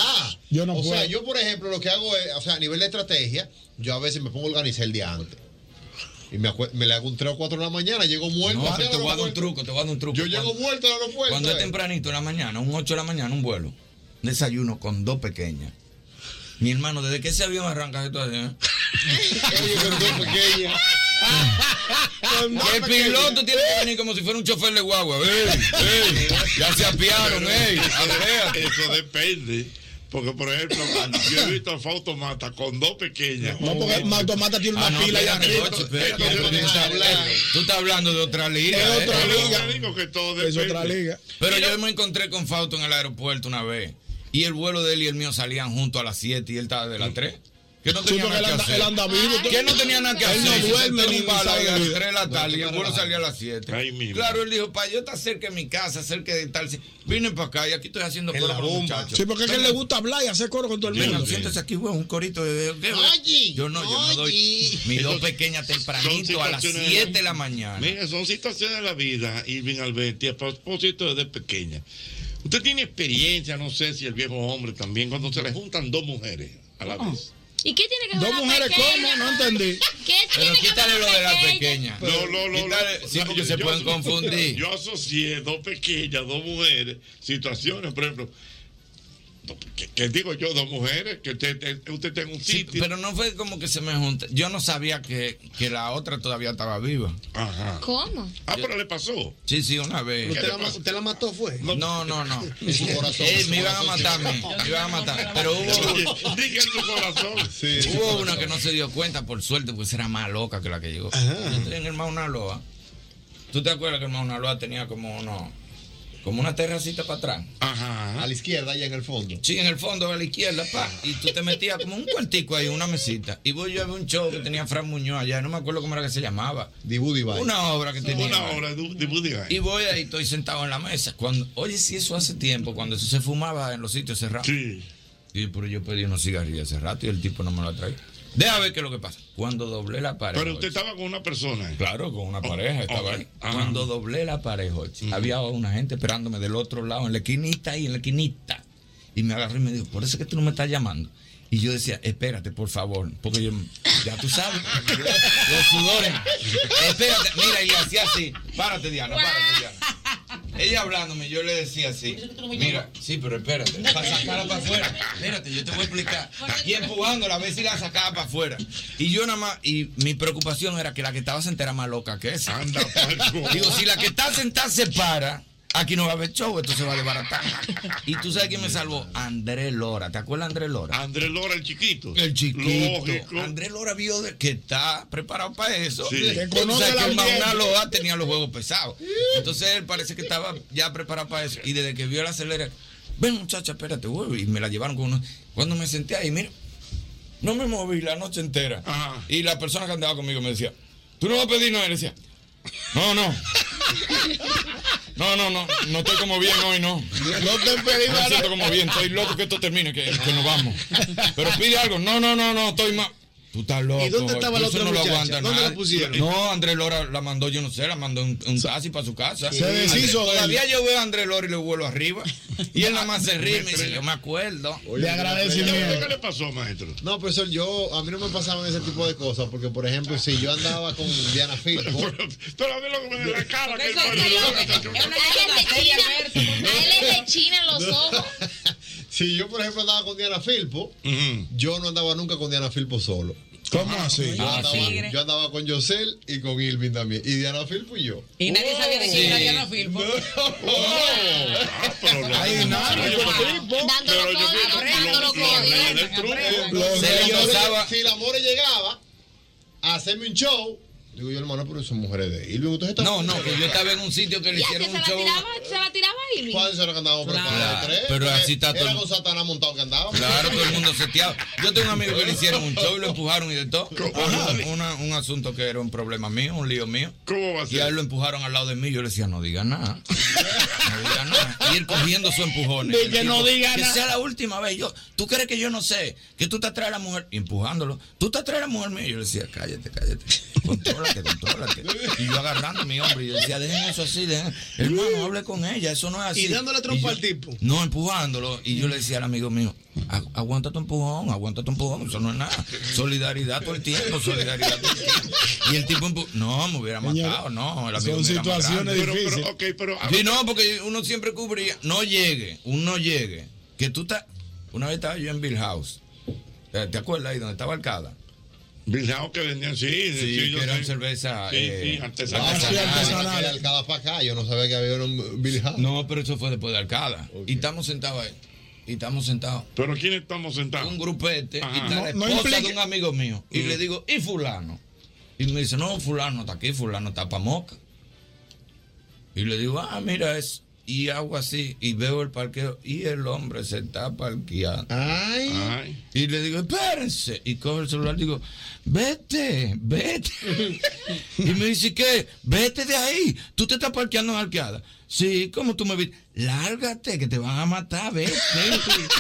[SPEAKER 4] Yo no
[SPEAKER 11] o sea,
[SPEAKER 4] puedo.
[SPEAKER 11] yo, por ejemplo, lo que hago es, o sea, a nivel de estrategia, yo a veces me pongo a organizar el día antes. Y me, acue- me le hago un 3 o 4 de la mañana, llego muerto.
[SPEAKER 12] No,
[SPEAKER 11] así
[SPEAKER 12] pero te
[SPEAKER 11] al
[SPEAKER 12] voy a dar un
[SPEAKER 11] aeropuerto.
[SPEAKER 12] truco, te voy a dar un truco.
[SPEAKER 11] Yo llego muerto al aeropuerto.
[SPEAKER 12] Cuando es
[SPEAKER 11] eh.
[SPEAKER 12] tempranito en la mañana, un 8 de la mañana, un vuelo, desayuno con dos pequeñas. Mi hermano, ¿desde que ese avión arranca esto así? eh? El piloto tiene que venir como si fuera un chofer de guagua. ¡Ey! ¡Ey! Ya se apiaron, ey. Andrea.
[SPEAKER 5] Eso depende. Porque, por ejemplo, yo he visto a Fautomata con dos pequeñas.
[SPEAKER 4] No, porque Mautomata tiene una
[SPEAKER 5] Ah, no,
[SPEAKER 4] pila allá
[SPEAKER 5] espérate,
[SPEAKER 4] arriba.
[SPEAKER 5] Jochi,
[SPEAKER 12] espérate, espérate, tú estás hablando- Tú estás hablando de otra liga.
[SPEAKER 4] Es
[SPEAKER 12] ¿eh?
[SPEAKER 4] otra
[SPEAKER 5] Yo te digo que todo depende.
[SPEAKER 12] Pero yo me encontré con Fausto en el aeropuerto una vez. Y el vuelo de él y el mío salían juntos a las 7 y él estaba de las 3. Que no
[SPEAKER 4] Sí,
[SPEAKER 12] tenía
[SPEAKER 4] porque
[SPEAKER 12] nada
[SPEAKER 4] él
[SPEAKER 12] que
[SPEAKER 4] anda-
[SPEAKER 12] hacer. Ah,
[SPEAKER 4] él anda vivo, tú-
[SPEAKER 12] Que no tenía nada que
[SPEAKER 4] Él
[SPEAKER 12] hacer.
[SPEAKER 4] no
[SPEAKER 12] Se
[SPEAKER 4] duerme
[SPEAKER 12] sentó en
[SPEAKER 4] ni
[SPEAKER 12] un palo
[SPEAKER 4] sabe
[SPEAKER 12] ahí a las
[SPEAKER 4] vivir.
[SPEAKER 12] 3 de la
[SPEAKER 4] No,
[SPEAKER 12] tarde y el
[SPEAKER 4] tú te
[SPEAKER 12] vuelo
[SPEAKER 4] relajas.
[SPEAKER 12] salía a las 7. Claro, él dijo, pa, yo está cerca de mi casa, cerca de tal. Vine para acá y aquí estoy haciendo coro con los muchachos.
[SPEAKER 4] Sí, porque es que a él le gusta hablar y hacer coro con todo el
[SPEAKER 12] Venga,
[SPEAKER 4] mundo.
[SPEAKER 12] siéntese aquí, güey, un corito de... de- yo no, yo no doy.
[SPEAKER 5] oye.
[SPEAKER 12] Mi dos pequeñas tempranito a las 7 de la mañana.
[SPEAKER 5] Mira, son situaciones de la vida, Irving Alberti, a propósito desde pequeña. Usted tiene experiencia, no sé si el viejo hombre también, cuando se le juntan dos mujeres a
[SPEAKER 4] Ah.
[SPEAKER 5] la vez.
[SPEAKER 15] ¿Y qué tiene que ver
[SPEAKER 5] Dos
[SPEAKER 15] la
[SPEAKER 5] mujeres,
[SPEAKER 15] pequeña?
[SPEAKER 5] ¿cómo? No
[SPEAKER 4] entendí.
[SPEAKER 15] ¿Qué tiene
[SPEAKER 12] Pero
[SPEAKER 15] que ver
[SPEAKER 12] quítale lo de la pequeña.
[SPEAKER 5] No, no, no.
[SPEAKER 12] Quítale- sí, porque se pueden confundir.
[SPEAKER 5] Yo asocié dos pequeñas, dos mujeres, situaciones, por ejemplo. do- Que, que digo yo, dos mujeres, que usted, te- usted tenga un
[SPEAKER 12] Sí,
[SPEAKER 5] sitio.
[SPEAKER 12] pero no fue como que se me junta. Yo no sabía que, que la otra todavía estaba viva.
[SPEAKER 5] Ajá.
[SPEAKER 15] ¿Cómo?
[SPEAKER 5] Ah, pero le pasó.
[SPEAKER 12] Sí, sí, una vez.
[SPEAKER 5] ¿Usted la ma-
[SPEAKER 4] mató, fue?
[SPEAKER 12] No, no, no.
[SPEAKER 5] su corazón,
[SPEAKER 12] Eh,
[SPEAKER 5] su
[SPEAKER 12] me iban a
[SPEAKER 5] corazón,
[SPEAKER 12] matar, a mí, me iban a matar. Pero hubo,
[SPEAKER 5] Diga en su corazón.
[SPEAKER 12] hubo una que no se dio cuenta, por suerte, pues era más loca que la que llegó. Yo estoy en el Mauna Loa. ¿Tú te acuerdas que el Mauna Loa tenía como uno, como una terracita para atrás?
[SPEAKER 5] Ajá.
[SPEAKER 11] A la izquierda, allá en el fondo.
[SPEAKER 12] Sí, en el fondo, a la izquierda, pa. Y tú te metías como un cuartico ahí, una mesita. Y voy yo a ver un show que tenía Fran Muñoz allá, no me acuerdo cómo era que se llamaba. Una obra que tenía.
[SPEAKER 5] Una obra de, de Buddy Guy.
[SPEAKER 12] Y voy ahí, estoy sentado en la mesa. Cuando, oye, si eso hace tiempo, cuando eso se fumaba en los sitios cerrados.
[SPEAKER 5] Sí.
[SPEAKER 12] Y pero yo pedí unos cigarrillos hace rato y el tipo no me lo traía. Deja ver qué es lo que pasa. Cuando doblé la pared.
[SPEAKER 5] Pero usted
[SPEAKER 12] Jochi,
[SPEAKER 5] estaba con una persona.
[SPEAKER 12] Claro, con una pareja estaba
[SPEAKER 5] ok.
[SPEAKER 12] ahí.
[SPEAKER 5] Ah.
[SPEAKER 12] Eh, Cuando doblé la pared, Jochi, había una gente esperándome del otro lado, en la esquinita y en la esquinita. Y me agarró y me dijo, por eso es que tú no me estás llamando. Y yo decía, espérate, por favor, porque yo, ya tú sabes, los sudores. Espérate, mira, y le hacía así, párate, Diana, párate, Diana. Ella hablándome, yo le decía así. Mira, sí, pero espérate. Para sacarla para afuera. Espérate, yo te voy a explicar. Y empujándola a ver si la sacaba para afuera. Y yo nada más, y mi preocupación era que la que estaba sentada era más loca que esa. Digo, si la que está sentada se para, aquí no va a haber show, esto se va a desbaratar. Y tú sabes quién me salvó, Andrés Lora. ¿Te acuerdas de Andrés Lora?
[SPEAKER 5] Andrés Lora, el chiquito.
[SPEAKER 12] El chiquito.
[SPEAKER 5] Lógico.
[SPEAKER 12] Andrés Lora vio de- que está preparado para eso.
[SPEAKER 5] Sí.
[SPEAKER 12] Que
[SPEAKER 5] Que
[SPEAKER 12] conoce
[SPEAKER 5] conoce la
[SPEAKER 12] que el
[SPEAKER 5] audiencia.
[SPEAKER 12] Mauna Loa tenía los juegos pesados. Entonces él parece que estaba ya preparado para eso. Y desde que vio la acelera, Ven, muchacha, espérate, güey. Y me la llevaron con unos. Cuando me senté ahí, mira, no me moví la noche entera. Y la persona que andaba conmigo me decía, ¿tú no vas a pedir nada? Y le decía, no, no. No, no, no, no estoy como bien hoy, no. No te pedí No me siento como bien, estoy loco que esto termine, que, que nos vamos. Pero pide algo, no, no, no, no, estoy mal. Tú estás loco.
[SPEAKER 9] ¿Y dónde estaba la
[SPEAKER 12] Eso
[SPEAKER 9] otra
[SPEAKER 12] no
[SPEAKER 9] muchacha?
[SPEAKER 12] Lo aguanta
[SPEAKER 9] ¿Dónde la
[SPEAKER 12] nadie.
[SPEAKER 9] pusieron?
[SPEAKER 12] No, Andrés Lora la mandó, yo no sé, la mandó en un taxi para su casa.
[SPEAKER 9] Se deshizo de él.
[SPEAKER 12] Todavía yo veo a Andrés Lora y le vuelo arriba. Y él nada más se ríe y me dice, yo me acuerdo.
[SPEAKER 33] De agradecimiento.
[SPEAKER 5] ¿Qué fue que le pasó, maestro?
[SPEAKER 11] No, profesor, yo, a mí no me pasaban ese tipo de cosas, porque, por ejemplo, si yo andaba con Diana Filpo...
[SPEAKER 5] Pero a mí lo que me la cara que
[SPEAKER 15] le chinan los ojos.
[SPEAKER 11] Si yo, por ejemplo, andaba con Diana Filpo, yo no andaba nunca con Diana Filpo solo.
[SPEAKER 33] ¿Cómo así?
[SPEAKER 11] Yo
[SPEAKER 33] Ah,
[SPEAKER 11] andaba,
[SPEAKER 33] sí.
[SPEAKER 11] yo andaba con Josel y con Irving también. Y Diana Filpo y yo.
[SPEAKER 1] Y nadie sabía de quién era Diana Filpo.
[SPEAKER 11] Ahí
[SPEAKER 15] Dándolo
[SPEAKER 11] dándolo
[SPEAKER 12] Se le notaba.
[SPEAKER 11] Si la More llegaba a hacerme un show, digo yo, hermano, pero son mujeres de Irving. Ustedes están
[SPEAKER 12] No, no, que yo estaba en un sitio que le
[SPEAKER 15] Y así
[SPEAKER 12] hicieron
[SPEAKER 15] se
[SPEAKER 12] un
[SPEAKER 15] la
[SPEAKER 12] show.
[SPEAKER 15] tiraba,
[SPEAKER 6] este.
[SPEAKER 15] se la tiraba a Irving.
[SPEAKER 11] ¿Cuándo se lo cantábamos preparados?
[SPEAKER 12] Claro,
[SPEAKER 11] Tres.
[SPEAKER 12] pero
[SPEAKER 11] porque
[SPEAKER 12] así está
[SPEAKER 11] Era
[SPEAKER 12] todo-
[SPEAKER 11] con Satanás montado que andábamos.
[SPEAKER 12] Claro, todo el mundo seteado. Yo tengo un amigo que le hicieron un show y lo empujaron y de todo. Por un- una- un asunto que era un problema mío, un lío mío.
[SPEAKER 5] ¿Cómo va a
[SPEAKER 12] Y a él lo empujaron al lado de mí. Yo le decía, no diga nada. No diga nada. Y él cogiendo su empujón.
[SPEAKER 34] De
[SPEAKER 12] El
[SPEAKER 34] que no diga
[SPEAKER 12] que
[SPEAKER 34] nada.
[SPEAKER 12] sea la última vez. Yo, ¿Tú crees que yo no sé que tú te atraes a la mujer? Y empujándolo. ¿Tú te atraes a la mujer mía? Yo le decía, cállate, cállate. Contrólate, contrólate. Y yo agarrando a mi hombre. Y yo decía, dejen eso así. Dejen. Hermano, hable con ella. Eso no es así.
[SPEAKER 7] Y dándole
[SPEAKER 12] Y yo-
[SPEAKER 7] trompa al tipo.
[SPEAKER 12] no, empujándolo. Y yo le decía al amigo mío, "Agu- aguanta tu empujón, aguanta tu empujón, eso no es nada. Solidaridad todo el tiempo, solidaridad todo el tiempo. Y el tipo, empu- no, me hubiera matado, no. El amigo
[SPEAKER 9] son
[SPEAKER 12] mío era más
[SPEAKER 9] situaciones
[SPEAKER 12] grande.
[SPEAKER 9] difíciles. Pero-
[SPEAKER 5] Ok, pero.
[SPEAKER 12] Sí, no, porque uno siempre cubría. No llegue, uno no llegue. Que tú estás. Una vez estaba yo en Bill House. Eh, ¿Te acuerdas ahí donde estaba Alcada?
[SPEAKER 5] Bill House que vendían, sí.
[SPEAKER 12] Sí,
[SPEAKER 5] sí, yo
[SPEAKER 12] que eran
[SPEAKER 5] sé.
[SPEAKER 12] cerveza.
[SPEAKER 5] Sí,
[SPEAKER 12] eh,
[SPEAKER 5] sí, artesanal.
[SPEAKER 11] Ah, De Alcada para acá, yo no sabía que había un Bill House.
[SPEAKER 12] No, pero eso fue después de Alcada. Y estamos sentados ahí. Y estamos sentados.
[SPEAKER 5] ¿Pero quiénes estamos sentados?
[SPEAKER 12] Un grupete. Y
[SPEAKER 5] Ajá.
[SPEAKER 12] está la
[SPEAKER 5] No- no
[SPEAKER 12] esposa de
[SPEAKER 5] implica-
[SPEAKER 12] un amigo mío. Y
[SPEAKER 5] Mm.
[SPEAKER 12] le digo, ¿y fulano? Y me dice, no, fulano está aquí, fulano está pa' moca. Y le digo, ah, mira eso. Y hago así, y veo el parqueo, y el hombre se está parqueando.
[SPEAKER 5] Ay.
[SPEAKER 12] Y le digo, espérense. Y cojo el celular y digo, vete, vete. y me dice, ¿qué? Vete de ahí. Tú te estás parqueando en arqueada. Sí, ¿cómo tú me viste? Lárgate, que te van a matar, vete,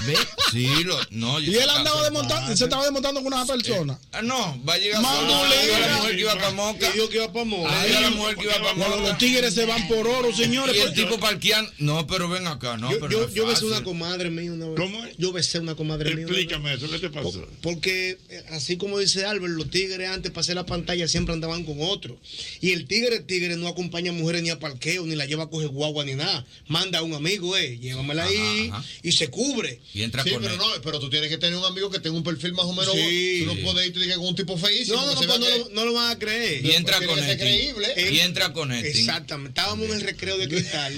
[SPEAKER 12] vete. Sí, lo, no, yo
[SPEAKER 9] Y él
[SPEAKER 12] estaba
[SPEAKER 9] andaba
[SPEAKER 12] sentado.
[SPEAKER 9] desmontando, se estaba desmontando con una persona.
[SPEAKER 12] Ah, no, va a llegar
[SPEAKER 9] Mandulina.
[SPEAKER 12] Yo a la mujer que iba para Moca. Yo que iba para Moca. la mujer que iba para Moca.
[SPEAKER 9] Cuando los tigres se van por oro, señores.
[SPEAKER 12] Y el
[SPEAKER 9] pues-
[SPEAKER 12] tipo parqueando. No, pero ven acá, no,
[SPEAKER 7] yo,
[SPEAKER 12] pero.
[SPEAKER 7] yo,
[SPEAKER 12] no es
[SPEAKER 7] yo besé
[SPEAKER 12] fácil.
[SPEAKER 7] una comadre mía una vez.
[SPEAKER 5] ¿Cómo
[SPEAKER 7] Yo besé una comadre mía. una vez.
[SPEAKER 5] Explícame eso, ¿qué te pasó?
[SPEAKER 7] Porque eh, así como dice Albert, los tigres antes para hacer la pantalla siempre andaban con otro. Y el tigre, el tigre no acompaña a mujeres ni a parqueo, ni la lleva a coger guagua ni nada. Manda a un amigo, eh, llévamela ahí y se cubre.
[SPEAKER 12] Y entra
[SPEAKER 11] Sí, pero no, pero tú tienes que tener un amigo que tenga un perfil más o menos.
[SPEAKER 7] Sí.
[SPEAKER 11] Tú no puedes irte y diga con un tipo feísimo.
[SPEAKER 7] No, no, no,
[SPEAKER 11] que se
[SPEAKER 7] pues
[SPEAKER 11] vea
[SPEAKER 7] no,
[SPEAKER 11] que-
[SPEAKER 7] lo, no lo van a creer.
[SPEAKER 12] Y entra
[SPEAKER 7] Tiene
[SPEAKER 12] con
[SPEAKER 7] que ser
[SPEAKER 12] Y entra con
[SPEAKER 7] Exactamente. Estábamos en el recreo de cristal.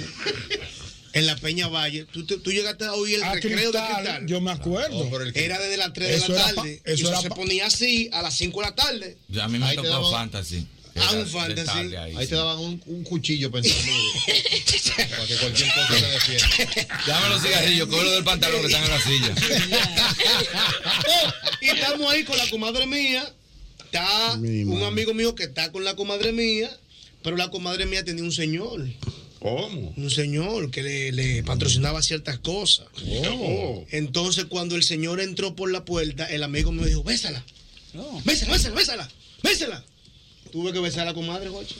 [SPEAKER 7] En la Peña Valle, tú, te- tú llegaste a oír el
[SPEAKER 9] a
[SPEAKER 7] recreo de
[SPEAKER 9] Ah, Cristal,
[SPEAKER 7] cristal.
[SPEAKER 9] Yo me acuerdo.
[SPEAKER 7] Era desde las 3 de
[SPEAKER 9] Eso
[SPEAKER 7] la
[SPEAKER 9] era pa-
[SPEAKER 7] tarde. y
[SPEAKER 9] Eso
[SPEAKER 7] eso
[SPEAKER 9] era
[SPEAKER 7] se
[SPEAKER 9] pa-
[SPEAKER 7] ponía así a las 5 de la tarde.
[SPEAKER 12] Ya a mí me
[SPEAKER 7] Ahí te
[SPEAKER 12] tocó
[SPEAKER 7] daban-
[SPEAKER 12] fantasy.
[SPEAKER 7] Ah, un
[SPEAKER 12] Era de
[SPEAKER 7] fantasy.
[SPEAKER 12] tarde Ahí,
[SPEAKER 11] Ahí
[SPEAKER 12] sí.
[SPEAKER 11] te daban un, un cuchillo pensando para que cualquier cosa te defienda.
[SPEAKER 12] Dame los cigarrillos, cógelo del pantalón que están en la silla.
[SPEAKER 7] y estamos ahí con la comadre mía. Está un amigo mío que está con la comadre mía, pero la comadre mía tenía un señor.
[SPEAKER 5] ¿Cómo?
[SPEAKER 7] Un señor que le, le patrocinaba ciertas cosas. Entonces, cuando el señor entró por la puerta, el amigo me dijo: Bésala, bésala, bésala, bésala, bésala. Tuve que besar a la comadre, Jochi.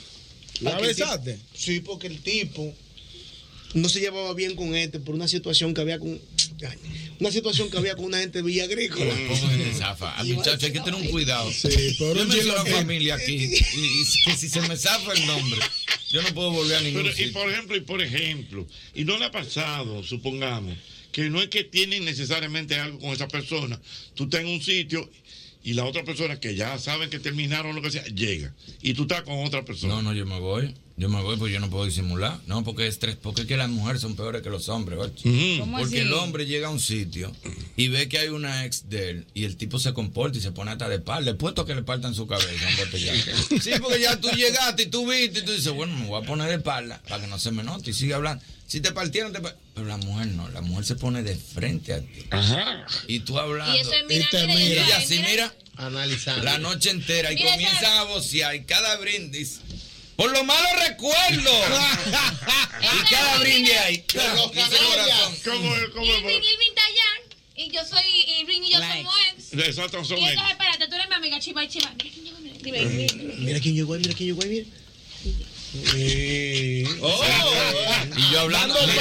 [SPEAKER 9] ¿La
[SPEAKER 7] Porque el tipo-
[SPEAKER 9] besaste?
[SPEAKER 7] Sí, porque el tipo no se llevaba bien con este por una situación que había con. Ay, Una situación que había con una gente de Villa Agrícola.
[SPEAKER 12] ¿Cómo se te zafa? A muchachos hay que tener un cuidado.
[SPEAKER 7] pero
[SPEAKER 12] yo
[SPEAKER 7] un
[SPEAKER 12] me hice
[SPEAKER 7] chilo-
[SPEAKER 12] una familia aquí. Y, y que si se me zafa el nombre, yo no puedo volver a ningún
[SPEAKER 5] Pero, y
[SPEAKER 12] sitio.
[SPEAKER 5] por ejemplo, y por ejemplo, y no le ha pasado, supongamos, que no es que tienen necesariamente algo con esa persona. Tú estás en un sitio y la otra persona que ya saben que terminaron lo que sea, llega. Y tú estás con otra persona.
[SPEAKER 12] No, no, yo me voy. Yo me voy porque yo no puedo disimular. No, porque es tres. Porque es que las mujeres son peores que los hombres, oye. Porque
[SPEAKER 5] Ujú. ¿Cómo así?
[SPEAKER 12] el hombre llega a un sitio y ve que hay una ex de él y el tipo se comporta y se pone hasta de espalda. Le puesto que le partan su cabeza. un botellazo. sí, porque ya tú llegaste y tú viste y tú dices, bueno, me voy a poner de espalda para que no se me note y sigue hablando. Si te partieron, te par- Pero la mujer no, la mujer se pone de frente a ti. Ajá. Y tú hablando.
[SPEAKER 15] Y eso es mira,
[SPEAKER 12] te
[SPEAKER 15] mira,
[SPEAKER 12] mira.
[SPEAKER 15] mira,
[SPEAKER 12] Y así
[SPEAKER 15] mira.
[SPEAKER 12] mira.
[SPEAKER 11] Analizando.
[SPEAKER 12] La noche entera y
[SPEAKER 15] Mira,
[SPEAKER 12] comienzan a vocear y cada brindis. Por lo malo recuerdo. y cada brindis ahí. Dice corazón.
[SPEAKER 5] ¿Cómo es? ¿Cómo
[SPEAKER 15] Irving,
[SPEAKER 5] es?
[SPEAKER 15] Irving Dayan. Y yo soy Irving y yo somos ex.
[SPEAKER 5] Exacto, son
[SPEAKER 15] Y
[SPEAKER 5] ellos.
[SPEAKER 15] entonces, espérate, tú eres mi amiga Chiva y Chiva. Dime, dime.
[SPEAKER 7] Mira quién llegó ahí, mira quién llegó ahí, mira.
[SPEAKER 12] Y yo hablando de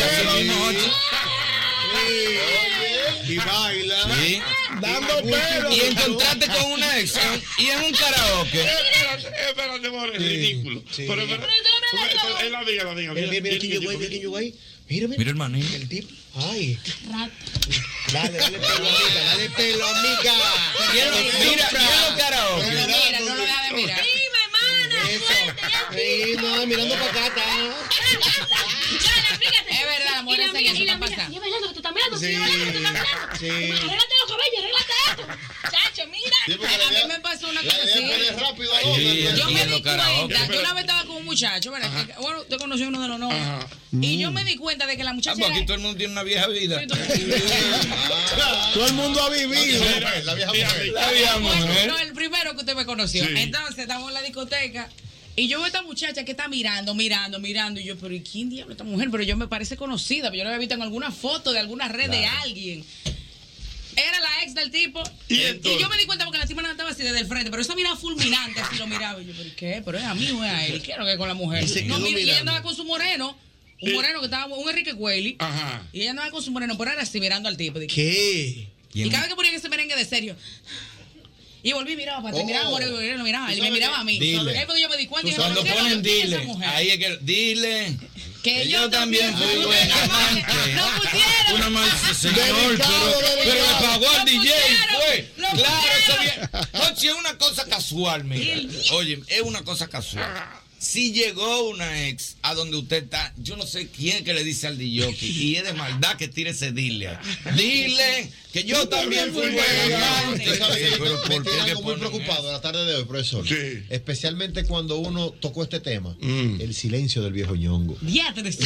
[SPEAKER 11] Y baila.
[SPEAKER 12] Dando
[SPEAKER 11] pelo.
[SPEAKER 12] Y encontraste con una ex y en un karaoke.
[SPEAKER 5] Eh, Espérate, espérate, more, es ridículo. Pero espérate. Es la amiga, la amiga.
[SPEAKER 7] Mira, mira, mira quién llegó ahí, mira quién llegó ahí. Mira, mira. Mira
[SPEAKER 12] el maní.
[SPEAKER 7] El tipo. Ay.
[SPEAKER 11] Dale, dale pelo, amiga, dale pelo, amiga.
[SPEAKER 12] Quiero- mira, quiero karaoke.
[SPEAKER 11] Mira,
[SPEAKER 15] Mira, no lo veas de mirar. Dime, mana.
[SPEAKER 7] Sí, no, mirando para acá está.
[SPEAKER 15] Es
[SPEAKER 6] verdad, amor,
[SPEAKER 15] y la
[SPEAKER 6] eso
[SPEAKER 15] amiga,
[SPEAKER 6] ya
[SPEAKER 15] y la
[SPEAKER 6] está
[SPEAKER 15] amiga,
[SPEAKER 6] pasando.
[SPEAKER 15] "Mira, bailando, que tú estás mirando,
[SPEAKER 6] Sí.
[SPEAKER 15] sí. bailando, que tú estás mirando.
[SPEAKER 6] Sí.
[SPEAKER 15] Arréglate los cabellos, arréglate esto. Chacho, mira.
[SPEAKER 6] Sí, porque la A mí idea- me pasó una la cosa idea así. es poner rápido a pues. los,
[SPEAKER 15] Sí.
[SPEAKER 6] Yo me di cuenta,
[SPEAKER 15] Espera.
[SPEAKER 6] yo una vez estaba con un muchacho, ¿verdad? Que- bueno, te conocí uno de los novios.
[SPEAKER 12] Ajá.
[SPEAKER 6] Y
[SPEAKER 12] Mm.
[SPEAKER 6] yo me di cuenta de que la
[SPEAKER 12] Ah,
[SPEAKER 6] muchacha
[SPEAKER 12] pues aquí
[SPEAKER 6] era-
[SPEAKER 12] todo el mundo tiene una vieja vida.
[SPEAKER 9] Todo el mundo ha vivido.
[SPEAKER 12] La vieja mujer. La vieja
[SPEAKER 6] Bueno,
[SPEAKER 12] mujer.
[SPEAKER 6] no, el primero que usted me conoció.
[SPEAKER 12] Sí.
[SPEAKER 6] Entonces, estamos en la discoteca. Y yo veo a esta muchacha que está mirando, mirando, mirando. Y yo, pero ¿y quién diablo esta mujer? Pero yo me parece conocida. pero Yo la había visto en alguna foto de alguna red de
[SPEAKER 12] Claro.
[SPEAKER 6] alguien. Era la ex del tipo. Y, yo me di cuenta porque la tipa no estaba así desde el frente. Pero esa mirada fulminante, así lo miraba. Y yo, ¿pero qué? Pero es a mí o es a él. ¿Qué es lo que es con la mujer?
[SPEAKER 12] Y se
[SPEAKER 6] no,
[SPEAKER 12] quedó
[SPEAKER 6] mira, y ella
[SPEAKER 12] mirando.
[SPEAKER 6] andaba con su moreno. Un
[SPEAKER 12] Sí.
[SPEAKER 6] moreno que estaba, un Enrique Cueli.
[SPEAKER 12] Ajá.
[SPEAKER 6] Y ella andaba con su moreno, pero era así mirando al tipo. Dije,
[SPEAKER 7] ¿Qué?
[SPEAKER 6] y cada vez que ponían ese merengue de serio. Y volví, miraba para atrás,
[SPEAKER 12] Oh.
[SPEAKER 6] miraba, volví, miraba, miraba,
[SPEAKER 12] Tú
[SPEAKER 6] y me
[SPEAKER 12] sabes
[SPEAKER 6] miraba
[SPEAKER 12] que-
[SPEAKER 6] a mí.
[SPEAKER 12] Dile.
[SPEAKER 6] Ahí fue que yo me di cuenta. y dije,
[SPEAKER 12] Cuando
[SPEAKER 6] ¿pero qué
[SPEAKER 12] ponen
[SPEAKER 6] loco tiene esa
[SPEAKER 12] dile,
[SPEAKER 6] mujer?
[SPEAKER 12] ahí es que dile
[SPEAKER 6] Que
[SPEAKER 12] yo también fui
[SPEAKER 6] fui
[SPEAKER 12] buena amante. Una más, señor, pero, pero le pagó al DJ, fue. Claro, eso bien. No, si es una cosa casual, mira. Oye, es una cosa casual. Si llegó una ex a donde usted está, yo no sé quién que le dice al DJ y es de maldad que tire ese dile. Dile que yo también fui buena amante.
[SPEAKER 11] Usted sabe que
[SPEAKER 12] Sí, pero
[SPEAKER 11] me
[SPEAKER 12] ¿por
[SPEAKER 11] tiene
[SPEAKER 12] qué le
[SPEAKER 11] algo muy
[SPEAKER 12] ponen
[SPEAKER 11] preocupado la tarde de hoy, profesor. Especialmente cuando uno tocó este tema,
[SPEAKER 12] Mm.
[SPEAKER 11] el silencio del viejo ñongo.
[SPEAKER 6] Diátres.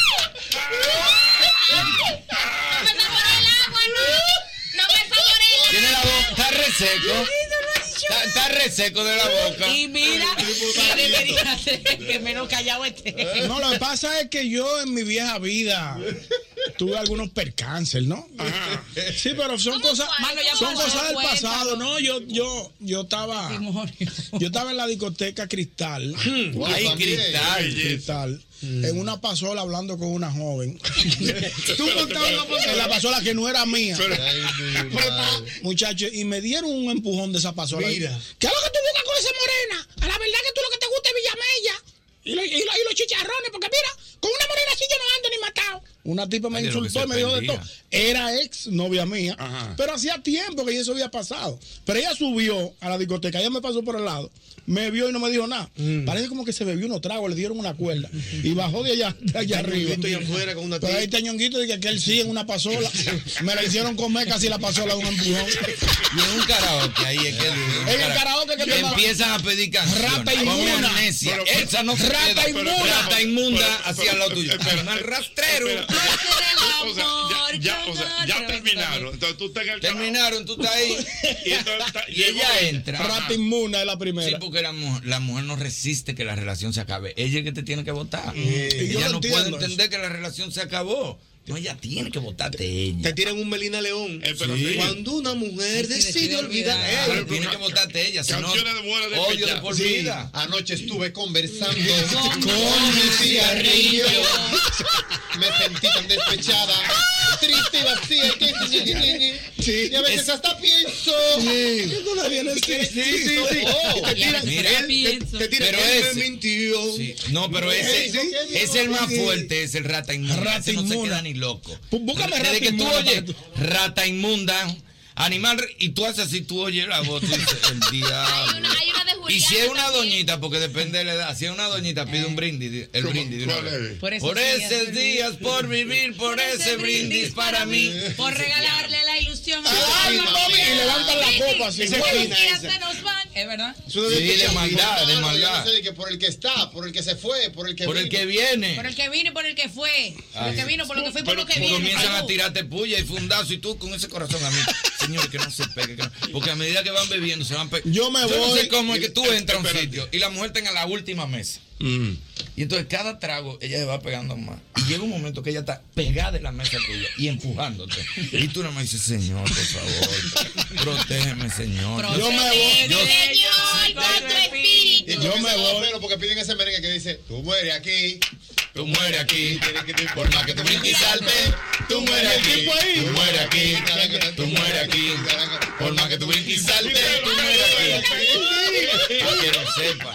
[SPEAKER 12] Tiene la boca, está reseco. Está, está reseco de la boca.
[SPEAKER 6] Y mira, y debería ser que menos callado esté.
[SPEAKER 9] No, lo que pasa es que yo en mi vieja vida tuve algunos percances, ¿no? Sí, pero son cosas,
[SPEAKER 6] Mano, ya
[SPEAKER 9] son
[SPEAKER 6] pasó,
[SPEAKER 9] cosas del
[SPEAKER 6] cuéntalo.
[SPEAKER 9] pasado, ¿no? Yo, yo, yo estaba, yo estaba en la discoteca Cristal.
[SPEAKER 12] Wow, Ay, también. Cristal.
[SPEAKER 9] Cristal. En una pasola hablando con una joven. Tú contabas
[SPEAKER 12] pero-
[SPEAKER 9] una pasola, en la pasola que no era mía.
[SPEAKER 12] Pero-
[SPEAKER 9] Muchachos, y me dieron un empujón de esa pasola.
[SPEAKER 7] Mira.
[SPEAKER 9] ¿Qué es lo que tú buscas con esa morena? A la verdad que tú lo que te gusta es Villamella. Y, lo- y lo- y los chicharrones, porque mira, con una morena así yo no ando ni matado. Una tipa me
[SPEAKER 12] Ay, de lo que
[SPEAKER 9] insultó
[SPEAKER 12] se
[SPEAKER 9] y me dijo de
[SPEAKER 12] prendía.
[SPEAKER 9] todo. Era ex novia mía, pero hacía tiempo que eso había pasado. Pero ella subió a la discoteca, ella me pasó por el lado, me vio y no me dijo nada.
[SPEAKER 12] Mm.
[SPEAKER 9] Parece como que se bebió unos tragos, le dieron una cuerda y bajó de allá, de allá arriba.
[SPEAKER 7] Ñonguito allá afuera con una
[SPEAKER 9] Pero ahí está Ñonguito, de que aquel sí en una pasola. me la hicieron comer casi la pasola de un empujón.
[SPEAKER 12] Y en un karaoke, ahí es que
[SPEAKER 9] En el karaoke que te-
[SPEAKER 12] empiezan a pedir canciones.
[SPEAKER 9] Rata
[SPEAKER 12] Ponme
[SPEAKER 9] inmunda.
[SPEAKER 12] Amnesia.
[SPEAKER 9] Pero, pero,
[SPEAKER 12] Esa no se
[SPEAKER 9] rata
[SPEAKER 12] queda.
[SPEAKER 9] inmunda.
[SPEAKER 12] Rata inmunda
[SPEAKER 5] Pero,
[SPEAKER 12] hacia
[SPEAKER 5] pero,
[SPEAKER 12] lo tuyo.
[SPEAKER 5] espera,
[SPEAKER 12] Carnal rastrero.
[SPEAKER 5] O sea, ya, ya, o sea, ya terminaron. Entonces tú estás en el
[SPEAKER 12] Terminaron, tú estás ahí.
[SPEAKER 5] Y, entonces está-
[SPEAKER 12] Y ella
[SPEAKER 5] llegó-
[SPEAKER 12] entra.
[SPEAKER 5] Ajá.
[SPEAKER 9] Rata inmuna es la primera.
[SPEAKER 12] Sí, porque la mujer, la mujer no resiste que la relación se acabe. Ella es que te tiene que votar.
[SPEAKER 9] Y yo
[SPEAKER 12] Ella
[SPEAKER 9] lo
[SPEAKER 12] no puede
[SPEAKER 9] entiendo
[SPEAKER 12] entender que la relación se acabó. No, ella tiene que votarte ella.
[SPEAKER 7] Te tiran un Melina León.
[SPEAKER 12] espérate.
[SPEAKER 7] Cuando una mujer decide olvidar.
[SPEAKER 12] Claro, tiene que votarte ella. Si no, odio de por
[SPEAKER 11] Sí,
[SPEAKER 12] vida.
[SPEAKER 11] Anoche estuve conversando
[SPEAKER 12] Con-
[SPEAKER 11] con mi cigarrillo.
[SPEAKER 12] Me sentí tan
[SPEAKER 11] despechada, triste y vacía. que-
[SPEAKER 9] Sí.
[SPEAKER 11] Y a veces hasta pienso.
[SPEAKER 9] Sí.
[SPEAKER 11] Yo todavía no sé.
[SPEAKER 9] Sí, sí, sí.
[SPEAKER 11] Oh.
[SPEAKER 9] Te tiran-
[SPEAKER 12] Mira,
[SPEAKER 9] él- te- te tiran,
[SPEAKER 12] pero
[SPEAKER 9] él me
[SPEAKER 12] ese-
[SPEAKER 9] mintió.
[SPEAKER 12] Sí. No, pero ese
[SPEAKER 9] Sí, sí.
[SPEAKER 12] es el más
[SPEAKER 9] Sí.
[SPEAKER 12] fuerte, es el rata inmunda.
[SPEAKER 9] Rata
[SPEAKER 12] Ese no se
[SPEAKER 9] inmunda.
[SPEAKER 12] queda ni loco.
[SPEAKER 9] Pues búscame
[SPEAKER 12] Desde
[SPEAKER 9] rata
[SPEAKER 12] que tú
[SPEAKER 9] inmunda para
[SPEAKER 12] oyes
[SPEAKER 9] que tú-
[SPEAKER 12] rata inmunda, animal, y tú haces así, tú oyes la voz, tú dices, el diablo.
[SPEAKER 15] Hay una de
[SPEAKER 12] Y si es una doñita, porque depende de la edad, si es una doñita, pide un brindis, el brindis. de una vez.
[SPEAKER 1] Por
[SPEAKER 12] Por,
[SPEAKER 1] esos días,
[SPEAKER 12] esos días, por vivir, por ese brindis para mí.
[SPEAKER 32] Por regalarle la ilusión.
[SPEAKER 12] Ay, mami, y levantan la copa, así,
[SPEAKER 32] Ese
[SPEAKER 12] buena
[SPEAKER 32] días
[SPEAKER 12] esa.
[SPEAKER 32] se nos van. Es verdad.
[SPEAKER 11] Eso debe
[SPEAKER 12] Sí,
[SPEAKER 11] ser
[SPEAKER 12] de maldad, de
[SPEAKER 11] importante,
[SPEAKER 12] maldad.
[SPEAKER 11] yo no sé, que por el que está, por el que se fue, por el que
[SPEAKER 12] Por el
[SPEAKER 11] vino.
[SPEAKER 12] que viene.
[SPEAKER 32] Por el que vino y por el que fue. Por el
[SPEAKER 12] Ay.
[SPEAKER 32] que vino, por lo que fue y por
[SPEAKER 12] Pero
[SPEAKER 32] lo que
[SPEAKER 12] como
[SPEAKER 32] vino.
[SPEAKER 12] comienzan a tirarte puya y fundazo y tú con ese corazón a mí. Señor, que no se pegue. que no- Porque a medida que van bebiendo, se van pegando.
[SPEAKER 9] Yo me
[SPEAKER 12] no
[SPEAKER 9] voy- Eh,
[SPEAKER 12] sé cómo es que tú entras a un sitio y la mujer tenga la última mesa.
[SPEAKER 5] Mm.
[SPEAKER 12] Y entonces cada trago ella se va pegando más. Y llega un momento que ella está pegada de la mesa tuya y empujándote. Y tú nada más dices, Señor, por favor, protégeme, Señor.
[SPEAKER 11] Yo me voy.
[SPEAKER 12] Yo-
[SPEAKER 11] Y
[SPEAKER 12] Yo
[SPEAKER 11] comienzan
[SPEAKER 12] me
[SPEAKER 11] los
[SPEAKER 12] voy.
[SPEAKER 11] pelos porque piden ese merengue que dice, tú mueres aquí.
[SPEAKER 12] Tú mueres aquí.
[SPEAKER 11] Por más que te brinques y salte,
[SPEAKER 12] tú mueres aquí.
[SPEAKER 11] Tú mueres aquí. Tú mueres
[SPEAKER 12] aquí. Por más que tú brinques y saltes, tú mueres aquí. Para que lo sepa.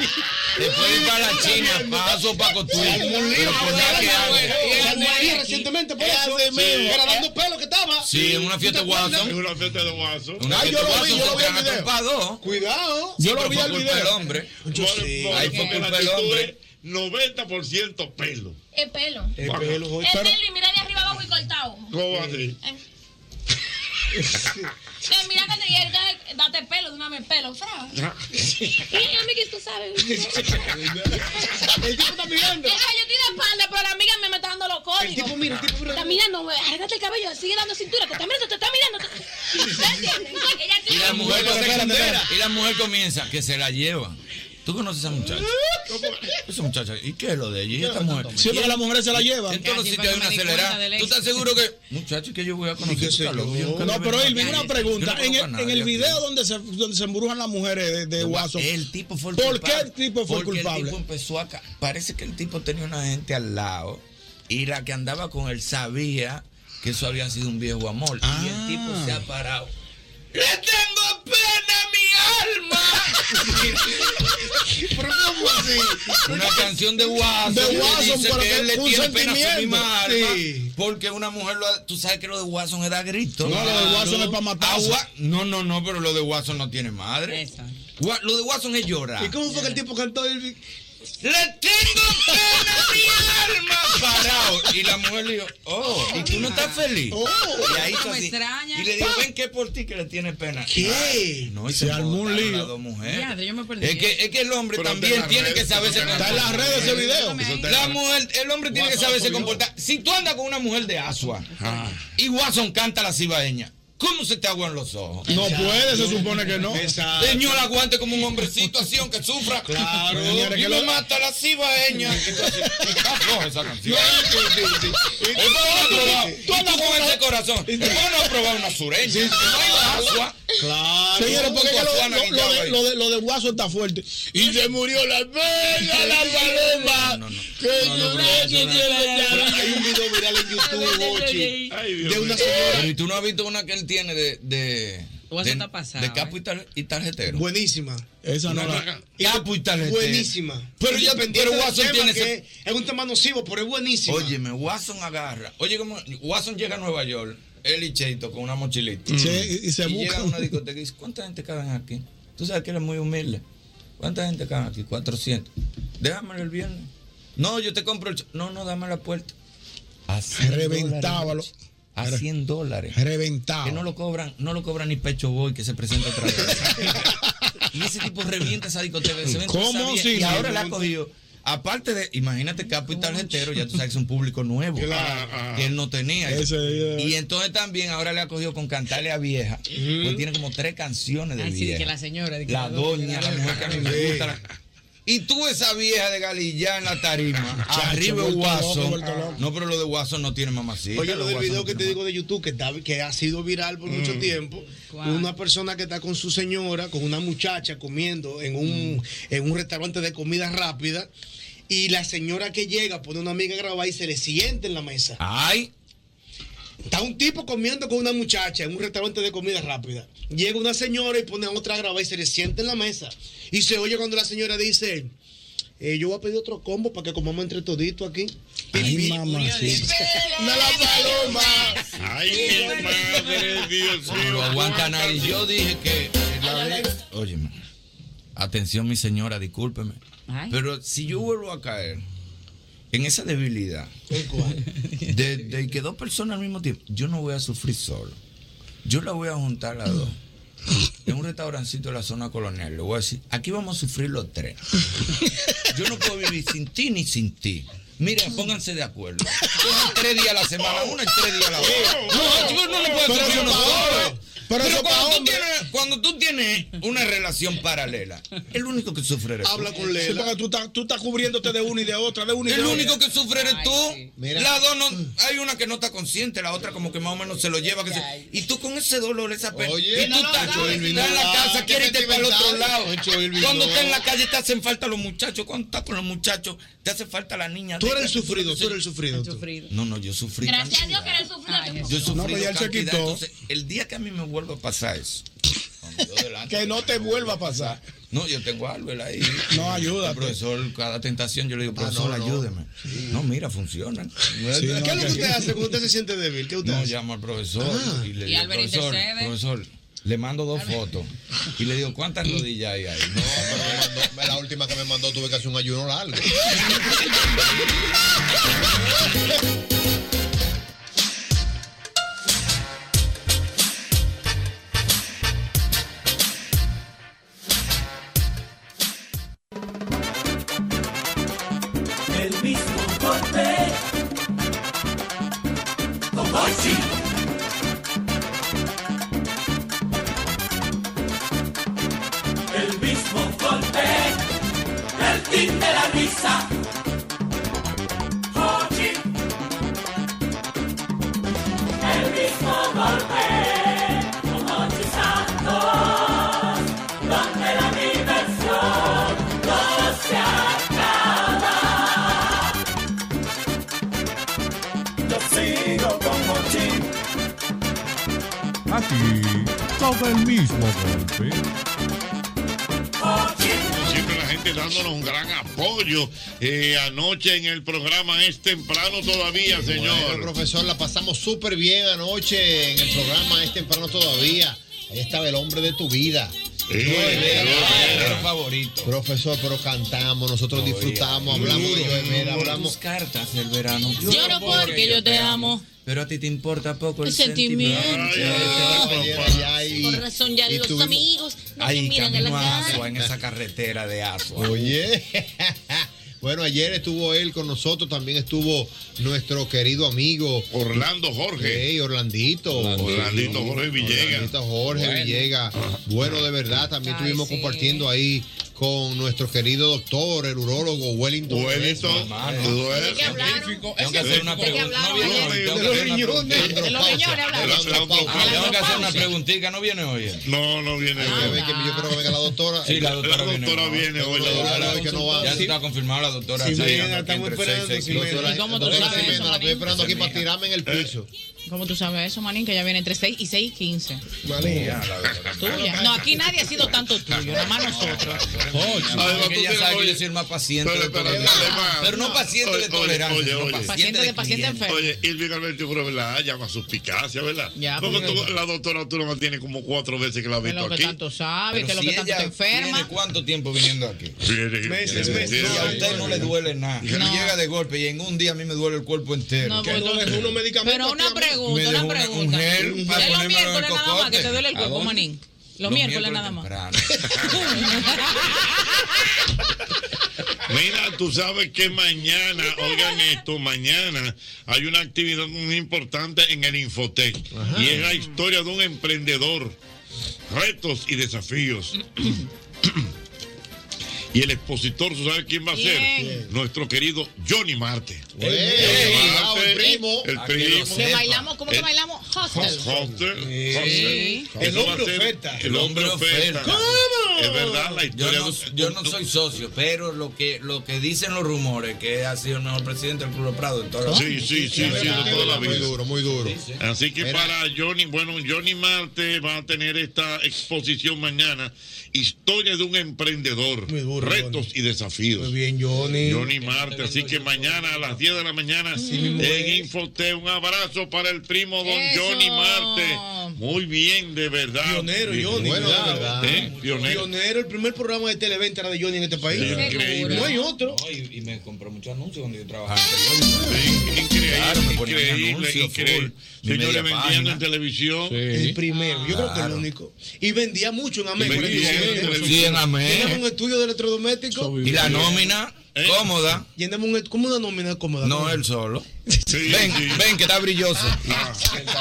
[SPEAKER 12] Te puedes ir para la China, paso para costura. Pero por nada que hagas.
[SPEAKER 7] Eh, recientemente
[SPEAKER 12] por eso. Sí.
[SPEAKER 7] Era dando pelo que estaba.
[SPEAKER 12] eh, Sí, en una fiesta de Guaso.
[SPEAKER 5] En una fiesta de Guaso.
[SPEAKER 12] Ay, yo lo vi, yo lo vi en el video.
[SPEAKER 7] Cuidado.
[SPEAKER 12] Yo lo vi al video. hombre.
[SPEAKER 5] Yo
[SPEAKER 12] sí.
[SPEAKER 5] Ahí
[SPEAKER 12] Ahí
[SPEAKER 5] fue
[SPEAKER 12] fue
[SPEAKER 5] por
[SPEAKER 12] culpa del hombre.
[SPEAKER 5] 90% pelo.
[SPEAKER 15] Es pelo.
[SPEAKER 5] Es pelo,
[SPEAKER 15] Es pelo y mira de arriba abajo y cortado. Eh,
[SPEAKER 5] ¿Cómo así?
[SPEAKER 15] Que mira que te quiero date pelo, de una vez pelo, fra. Y la amiga, tú sabes. El tipo está mirando. Es que yo estoy de espalda, pero la amiga me está dando los códigos. El tipo mira, el tipo mira. Está mirando, agárrate el cabello, sigue dando cintura, que está mirando, te está mirando. ¿Te entiendes? Ella
[SPEAKER 12] Y la mujer no
[SPEAKER 15] Pero
[SPEAKER 12] se
[SPEAKER 15] espérate,
[SPEAKER 12] entera. Y la mujer comienza, que se la lleva. ¿Tú conoces a esa muchacha? Esa muchacha, ¿y qué es lo de ella? ¿Y esta mujer?
[SPEAKER 9] Siempre
[SPEAKER 12] Y-
[SPEAKER 9] la mujer se la lleva.
[SPEAKER 12] En todos los
[SPEAKER 9] Casi
[SPEAKER 12] sitios hay una
[SPEAKER 9] fue que me di cuenta
[SPEAKER 12] acelerada.
[SPEAKER 9] del
[SPEAKER 12] ¿Tú estás
[SPEAKER 9] éxito.
[SPEAKER 12] seguro que, muchacho, que yo voy a conocer? Tú estás loco, yo nunca
[SPEAKER 9] No,
[SPEAKER 12] me
[SPEAKER 9] pero
[SPEAKER 12] veo
[SPEAKER 9] Irving,
[SPEAKER 12] nadie.
[SPEAKER 9] una
[SPEAKER 12] Yo
[SPEAKER 9] pregunta.
[SPEAKER 12] no
[SPEAKER 9] En
[SPEAKER 12] conozco a
[SPEAKER 9] el, en
[SPEAKER 12] nadie
[SPEAKER 9] el
[SPEAKER 12] aquí.
[SPEAKER 9] video donde se, donde se embrujan las mujeres de, de Guaso.
[SPEAKER 12] El tipo fue el
[SPEAKER 9] ¿Por
[SPEAKER 12] culpable.
[SPEAKER 9] qué el tipo fue el
[SPEAKER 12] Porque
[SPEAKER 9] culpable?
[SPEAKER 12] tipo empezó a. ca- Parece que el tipo tenía una gente al lado y la que andaba con él sabía que eso había sido un viejo amor. Y el tipo
[SPEAKER 9] Ah.
[SPEAKER 12] se ha parado. ¡Le tengo pena a mi alma!
[SPEAKER 1] ¿Pero cómo así?
[SPEAKER 12] Una canción de Watson.
[SPEAKER 1] De
[SPEAKER 12] que
[SPEAKER 1] Watson,
[SPEAKER 12] dice
[SPEAKER 1] pero
[SPEAKER 12] que
[SPEAKER 1] que
[SPEAKER 12] él le
[SPEAKER 1] un
[SPEAKER 12] tiene pena a su
[SPEAKER 1] sentimiento.
[SPEAKER 12] misma
[SPEAKER 1] Sí.
[SPEAKER 12] alma, Porque una mujer lo ha- Tú sabes que lo de Watson es da grito.
[SPEAKER 9] No, lo de Watson es pa' matarse.
[SPEAKER 12] Agua- No, no, no, pero lo de Watson no tiene madre. Gua- Lo de Watson es llorar.
[SPEAKER 7] ¿Y cómo fue que el tipo cantó Irving?
[SPEAKER 12] ¡Le tengo pena a mi alma! Parado. Y la mujer le dijo, oh, ¿y tú no estás feliz? y ahí hizo
[SPEAKER 32] me
[SPEAKER 12] así.
[SPEAKER 32] extraña.
[SPEAKER 12] Y le dijo, ven que es por ti que le tiene pena. Ay, no, y se, armó un lío. Mujer.
[SPEAKER 32] Fíjate, yo me perdí. ¿eh?
[SPEAKER 12] Es que, es que el hombre
[SPEAKER 32] Pero
[SPEAKER 12] también
[SPEAKER 32] está en las
[SPEAKER 12] tiene
[SPEAKER 32] redes,
[SPEAKER 12] que saberse
[SPEAKER 32] está en
[SPEAKER 12] comportar.
[SPEAKER 32] las redes ese video. Eso está en
[SPEAKER 12] La
[SPEAKER 32] las-
[SPEAKER 12] mujer, el hombre tiene que
[SPEAKER 32] Guasón
[SPEAKER 12] saberse
[SPEAKER 32] subió.
[SPEAKER 12] comportar. Si tú andas con una mujer de Asua
[SPEAKER 28] Ah.
[SPEAKER 12] y Watson canta la cibaeña, ¿cómo se te aguan los ojos?
[SPEAKER 9] No puede, se supone que no.
[SPEAKER 12] Señor, aguante como un hombrecito así, aunque sufra. Claro.
[SPEAKER 9] Señores,
[SPEAKER 12] Y
[SPEAKER 9] que
[SPEAKER 12] me
[SPEAKER 9] lo-
[SPEAKER 12] mata la cibaeña. Y tú así, y está floja esa canción.
[SPEAKER 1] Y tú-
[SPEAKER 12] Es para otro lado.
[SPEAKER 1] y tú-
[SPEAKER 12] Y Tú andas con ese corazón. Y tú no a probar una sureña. No hay Asua.
[SPEAKER 9] Claro. Señores, porque es que lo, lo- lo de, lo, de, lo de Guaso está fuerte. Y se murió la pena, la paloma. Que lloré, que lloré.
[SPEAKER 11] Hay un video viral en YouTube, Ochi.
[SPEAKER 12] De una señora. Pero y tú no has visto una que él tiene de. de
[SPEAKER 7] Guaso
[SPEAKER 12] de,
[SPEAKER 7] está pasado,
[SPEAKER 12] de capo y, tar- y tarjetero.
[SPEAKER 7] Buenísima.
[SPEAKER 9] Esa no la-
[SPEAKER 12] Capo y tarjetero.
[SPEAKER 7] Buenísima.
[SPEAKER 12] Pero ya
[SPEAKER 7] Independiente
[SPEAKER 12] pero
[SPEAKER 7] del
[SPEAKER 12] Watson
[SPEAKER 7] tema,
[SPEAKER 12] tiene
[SPEAKER 7] que
[SPEAKER 12] ese.
[SPEAKER 7] Es un tema nocivo, pero es buenísimo.
[SPEAKER 12] Óyeme, Watson agarra. Oye, como Watson llega a Nueva York, él y Cheito con una mochilita.
[SPEAKER 9] Sí, y- y se
[SPEAKER 12] llega a
[SPEAKER 9] buscan.
[SPEAKER 12] una discoteca Mm. y dice: ¿Cuánta gente caben aquí? Tú sabes que eres muy humilde. ¿Cuánta gente caben aquí? 400. Déjamelo el viernes. No, yo te compro el. cho- No, no, dame la puerta. A 100
[SPEAKER 9] Reventábalo.
[SPEAKER 12] dólares, A 100 dólares.
[SPEAKER 9] Reventado.
[SPEAKER 12] Que no lo cobran, no lo cobran ni Pecho Boy que se presenta otra vez. y ese tipo revienta esa discoteca. ese evento
[SPEAKER 9] ¿Cómo
[SPEAKER 12] sabía,
[SPEAKER 9] si
[SPEAKER 12] Y
[SPEAKER 9] no?
[SPEAKER 12] ahora la ha cogido. Aparte de, imagínate capo y tarjetero, ya tú sabes que es un público nuevo que él no tenía.
[SPEAKER 9] Ese,
[SPEAKER 12] y entonces también ahora le ha cogido con cantarle a vieja. Porque tiene como tres canciones de
[SPEAKER 32] Ay, sí, de
[SPEAKER 12] vieja.
[SPEAKER 32] que la señora. de que
[SPEAKER 12] La doña, la mujer que a mí me gusta. la- Y tú esa vieja de Galillá en la tarima,
[SPEAKER 7] Chacho,
[SPEAKER 12] Ah, arriba
[SPEAKER 7] vuelto loco,
[SPEAKER 12] Guaso.
[SPEAKER 7] vuelto loco.
[SPEAKER 12] No, pero lo de Guaso no tiene mamacita.
[SPEAKER 7] Oye, lo
[SPEAKER 12] de
[SPEAKER 7] del
[SPEAKER 12] Guaso
[SPEAKER 7] video
[SPEAKER 12] no
[SPEAKER 7] que te digo de YouTube, que, está- que ha sido viral por mucho
[SPEAKER 12] Mm.
[SPEAKER 7] tiempo, una persona que está con su señora, con una muchacha comiendo en un,
[SPEAKER 12] Mm.
[SPEAKER 7] en un restaurante de comida rápida, y la señora que llega pone una amiga a grabar y se le siente en la mesa.
[SPEAKER 12] ¡Ay!
[SPEAKER 7] Está un tipo comiendo con una muchacha en un restaurante de comida rápida. Llega una señora y pone a otra a grabar y se le siente en la mesa. Y se oye cuando la señora dice... eh, yo voy a pedir otro combo para que comamos entre todito aquí. Ay, mamá,
[SPEAKER 5] Ay, mi madre, Dios mío.
[SPEAKER 12] No aguanta nadie. Yo dije que. la de- Óyeme. Atención, mi señora, discúlpeme. Pero si yo vuelvo a caer en esa debilidad de, de que dos personas al mismo tiempo, yo no voy a sufrir solo. Yo la voy a juntar las dos. En un restaurancito de la zona colonial, le voy a decir, aquí vamos a sufrir los tres. Yo no puedo vivir sin ti ni sin ti. Mira, pónganse de acuerdo. Cojan tres días a la semana, una y tres días a la otra. No, tú no lo puedes
[SPEAKER 1] Pero
[SPEAKER 12] sufrir
[SPEAKER 1] eso
[SPEAKER 12] uno
[SPEAKER 1] pa'
[SPEAKER 12] solo.
[SPEAKER 1] hombre.
[SPEAKER 12] Pero,
[SPEAKER 1] Pero eso
[SPEAKER 12] cuando,
[SPEAKER 1] pa'
[SPEAKER 12] tú tienes, cuando tú tienes una relación paralela, el único que sufre eres tú.
[SPEAKER 9] Habla con Lela.
[SPEAKER 12] Sí, porque
[SPEAKER 9] tú estás, tú estás cubriéndote de una y de otra, de una y de
[SPEAKER 12] el
[SPEAKER 9] otra.
[SPEAKER 12] único que sufre eres
[SPEAKER 9] Ay, sí.
[SPEAKER 12] tú.
[SPEAKER 9] Mira.
[SPEAKER 12] Las dos no, hay una que no está consciente, la otra como que más o menos se lo lleva. que se- y tú con ese dolor, esa pena.
[SPEAKER 11] Oye,
[SPEAKER 12] y tú
[SPEAKER 11] no lo
[SPEAKER 12] estás,
[SPEAKER 11] sabes.
[SPEAKER 12] estás en la
[SPEAKER 11] Qué
[SPEAKER 12] casa, quieres irte para el otro lado.
[SPEAKER 11] sentimental. Ocho Irving,
[SPEAKER 12] Cuando
[SPEAKER 11] no.
[SPEAKER 12] estás en la calle te hacen falta los muchachos. Cuando estás con los muchachos, te hace falta la niña.
[SPEAKER 29] Tú eres el
[SPEAKER 12] Déjate,
[SPEAKER 29] sufrido, tú eres el sufrido.
[SPEAKER 12] No, no, yo sufrí.
[SPEAKER 15] Gracias a Dios que era el sufrido.
[SPEAKER 12] Yo he sufrido
[SPEAKER 9] No, pero ya él se
[SPEAKER 12] cantidad,
[SPEAKER 9] quitó.
[SPEAKER 12] entonces, el día que a mí me vuelva a pasar eso.
[SPEAKER 9] Que no te vuelva a pasar.
[SPEAKER 12] No, yo tengo algo él ahí.
[SPEAKER 9] No, ayuda.
[SPEAKER 12] El profesor, cada tentación, yo le digo, profesor,
[SPEAKER 29] Ah, no, no.
[SPEAKER 12] ayúdeme. No, mira, funciona.
[SPEAKER 29] Sí, ¿Qué no, es lo que que- usted hace
[SPEAKER 12] cuando usted se siente débil? ¿Qué
[SPEAKER 29] usted
[SPEAKER 12] no,
[SPEAKER 29] hace?
[SPEAKER 12] llamo al profesor
[SPEAKER 29] Ah.
[SPEAKER 12] y le
[SPEAKER 29] Y
[SPEAKER 12] digo,
[SPEAKER 29] Albert
[SPEAKER 12] profesor,
[SPEAKER 29] intercede.
[SPEAKER 12] profesor, le mando dos fotos y le digo, ¿cuántas rodillas hay ahí? No,
[SPEAKER 11] pero me mandó- la última que me mandó tuve que hacer un ayuno largo.
[SPEAKER 1] El mismo golpe. Con Boisi. El mismo golpe. El fin de la risa. Hochi. El mismo golpe. Con Hochi Santos. Donde la diversión no se acaba. Yo sigo con Mochi.
[SPEAKER 27] Aquí, todo el mismo golpe.
[SPEAKER 5] Siempre la gente dándonos un gran apoyo. Eh, anoche en el programa es temprano todavía, señor.
[SPEAKER 11] Bueno, profesor, la pasamos súper bien anoche en el programa. Es temprano todavía. Ahí estaba el hombre de tu vida. Joe Vera.
[SPEAKER 12] favorito.
[SPEAKER 11] Profesor, pero cantamos, nosotros disfrutamos, hablamos de Joe Vera, hablamos.
[SPEAKER 12] Tus cartas del verano.
[SPEAKER 11] Lloro porque yo te amo.
[SPEAKER 12] Pero a ti te importa poco el,
[SPEAKER 11] El
[SPEAKER 12] sentimiento.
[SPEAKER 11] sentimiento. Ay, ay, ay.
[SPEAKER 15] Por razón ya
[SPEAKER 12] Y
[SPEAKER 15] los
[SPEAKER 12] tuvimos-
[SPEAKER 15] amigos no me
[SPEAKER 12] Ahí
[SPEAKER 15] miran en la
[SPEAKER 12] camino a
[SPEAKER 11] ah,
[SPEAKER 15] cara.
[SPEAKER 12] Asua, en esa carretera de Asua.
[SPEAKER 11] Oye. Bueno, ayer estuvo él con nosotros, también estuvo nuestro querido amigo
[SPEAKER 5] Orlando Jorge.
[SPEAKER 11] Ey, Orlandito.
[SPEAKER 5] Orlandito Jorge Villegas.
[SPEAKER 11] Orlandito Jorge
[SPEAKER 5] Bueno.
[SPEAKER 11] Villegas. Bueno, de verdad, también
[SPEAKER 5] Ay,
[SPEAKER 11] estuvimos
[SPEAKER 5] sí.
[SPEAKER 11] compartiendo ahí con nuestro querido doctor, el urólogo Wellington.
[SPEAKER 5] Wellington.
[SPEAKER 11] Hermano.
[SPEAKER 12] Tengo que hacer una pregunta. No viene hoy. Tengo que hacer una pregunta.
[SPEAKER 11] De los
[SPEAKER 12] Tengo
[SPEAKER 11] riñones
[SPEAKER 12] que hacer una preguntita. ¿No viene hoy? Ah,
[SPEAKER 5] No, no viene
[SPEAKER 11] hoy. Yo creo que venga la doctora.
[SPEAKER 12] Sí, la doctora, viene
[SPEAKER 11] doctora
[SPEAKER 12] hoy.
[SPEAKER 11] viene hoy, la doctora hoy que no va.
[SPEAKER 12] Ya está confirmada la doctora.
[SPEAKER 11] Sí,
[SPEAKER 12] Está
[SPEAKER 11] viene,
[SPEAKER 12] llegando aquí
[SPEAKER 11] estamos
[SPEAKER 12] entre
[SPEAKER 11] esperando,
[SPEAKER 12] seis,
[SPEAKER 11] sí,
[SPEAKER 12] seis,
[SPEAKER 11] viene.
[SPEAKER 12] doctora-
[SPEAKER 11] ¿Y cómo tú
[SPEAKER 12] doctora
[SPEAKER 11] sabes
[SPEAKER 12] Jimena,
[SPEAKER 11] eso,
[SPEAKER 12] la estoy
[SPEAKER 11] Marín?
[SPEAKER 12] esperando aquí para
[SPEAKER 11] tirarme en el
[SPEAKER 5] Eh,
[SPEAKER 11] piso.
[SPEAKER 6] ¿Cómo tú sabes eso, Manín? Que ya viene entre 6 y 6 y 15.
[SPEAKER 12] María, la doctora.
[SPEAKER 6] Tuya. No, aquí nadie ha sido tanto tuyo, nada más nosotros.
[SPEAKER 12] Además, tú tienes- oye, yo soy el más paciente de todos. Pero no paciente de tolerancia,
[SPEAKER 5] Oye,
[SPEAKER 12] sino
[SPEAKER 5] oye.
[SPEAKER 12] paciente de paciente enfermo.
[SPEAKER 5] Oye, Irving Alberti, pero verdad, llama suspicacia, ¿verdad?
[SPEAKER 6] Ya,
[SPEAKER 5] Porque
[SPEAKER 6] porque-
[SPEAKER 5] tú- la doctora tú la tienes como cuatro veces que la has
[SPEAKER 6] Que
[SPEAKER 5] visto
[SPEAKER 6] lo que
[SPEAKER 5] aquí.
[SPEAKER 6] tanto sabe,
[SPEAKER 5] Pero
[SPEAKER 6] que lo
[SPEAKER 5] si
[SPEAKER 6] que tanto
[SPEAKER 5] ella
[SPEAKER 6] te enferma.
[SPEAKER 12] ¿Tiene cuánto tiempo viniendo aquí?
[SPEAKER 5] Meses,
[SPEAKER 12] Sí,
[SPEAKER 5] meses.
[SPEAKER 12] sí, A usted no le duele nada. Y
[SPEAKER 6] No.
[SPEAKER 12] llega de golpe y en un día a mí me duele el cuerpo entero.
[SPEAKER 6] No,
[SPEAKER 12] ¿Qué?
[SPEAKER 6] pues, no,
[SPEAKER 12] unos medicamentos
[SPEAKER 6] Pero una
[SPEAKER 12] Me
[SPEAKER 6] pregunta,
[SPEAKER 12] dejó
[SPEAKER 6] una
[SPEAKER 12] una- un
[SPEAKER 6] pregunta.
[SPEAKER 12] gel
[SPEAKER 6] Es
[SPEAKER 12] para ponérmelo
[SPEAKER 6] los
[SPEAKER 12] en el
[SPEAKER 6] miércoles nada más que
[SPEAKER 12] cocote.
[SPEAKER 6] te duele el
[SPEAKER 12] ¿A
[SPEAKER 6] cuerpo,
[SPEAKER 12] dónde?
[SPEAKER 6] manín. Los,
[SPEAKER 12] Los
[SPEAKER 6] miércoles
[SPEAKER 12] miércoles
[SPEAKER 6] nada más.
[SPEAKER 5] Mira, tú sabes que mañana, oigan esto, mañana hay una actividad muy importante en el Infotec y es la historia de un emprendedor, retos y desafíos. y el expositor, ¿tú sabes quién va a ser?
[SPEAKER 6] ¿Quién?
[SPEAKER 5] Nuestro querido Johnny Marte. Johnny
[SPEAKER 11] cuidado, el primo.
[SPEAKER 5] El
[SPEAKER 11] Ah, que lo
[SPEAKER 5] primo.
[SPEAKER 11] sepa.
[SPEAKER 6] Que bailamos, ¿cómo que
[SPEAKER 5] El-
[SPEAKER 6] bailamos? Hostel.
[SPEAKER 5] Hostel.
[SPEAKER 6] Sí.
[SPEAKER 5] Hostel.
[SPEAKER 6] El
[SPEAKER 5] Eso va a
[SPEAKER 6] hombre
[SPEAKER 5] ser
[SPEAKER 6] oferta.
[SPEAKER 5] El hombre oferta.
[SPEAKER 6] ¿Cómo?
[SPEAKER 5] Es verdad, la historia
[SPEAKER 12] Yo no, yo no soy socio, pero lo que, lo que dicen los rumores que ha sido el mejor presidente del Club de Prado en toda la
[SPEAKER 5] Sí, sí, sí, sí,
[SPEAKER 12] Es verdad,
[SPEAKER 5] de toda la
[SPEAKER 12] muy
[SPEAKER 5] vida.
[SPEAKER 12] duro, muy duro.
[SPEAKER 5] Así que
[SPEAKER 12] Mira.
[SPEAKER 5] para Johnny, bueno, Johnny Marte va a tener esta exposición mañana, Historia de un emprendedor, retos y desafíos. Muy
[SPEAKER 7] bien, Johnny.
[SPEAKER 5] Johnny Marte, así que mañana a las 10 de la mañana en Infote, un abrazo para el primo don Johnny Marte. Muy bien, de verdad. Pionero,
[SPEAKER 7] Johnny,
[SPEAKER 5] Bueno,
[SPEAKER 7] cuidado.
[SPEAKER 5] de verdad. ¿Eh? Pionero.
[SPEAKER 7] pionero, el primer programa de Televenta era de Johnny en este país.
[SPEAKER 12] Increíble.
[SPEAKER 7] No hay otro.
[SPEAKER 12] No, y, y me compré muchos anuncios cuando yo trabajaba. Increíble. Claro, me ponían
[SPEAKER 5] Increíble,
[SPEAKER 12] anuncios
[SPEAKER 5] increíble.
[SPEAKER 12] full, mi
[SPEAKER 5] Señores,
[SPEAKER 12] media
[SPEAKER 5] vendiendo
[SPEAKER 12] página.
[SPEAKER 5] en televisión.
[SPEAKER 7] El primero, yo creo que el único. Y vendía mucho en América.
[SPEAKER 12] Vendía mucho. Sí, en Amex.
[SPEAKER 7] Teníamos un estudio de electrodoméstico.
[SPEAKER 12] Y la nómina cómoda.
[SPEAKER 7] Llenamos un, ¿Cómo una nómina cómoda?
[SPEAKER 12] No, él solo. ven, ven, que está brilloso.
[SPEAKER 5] Ah.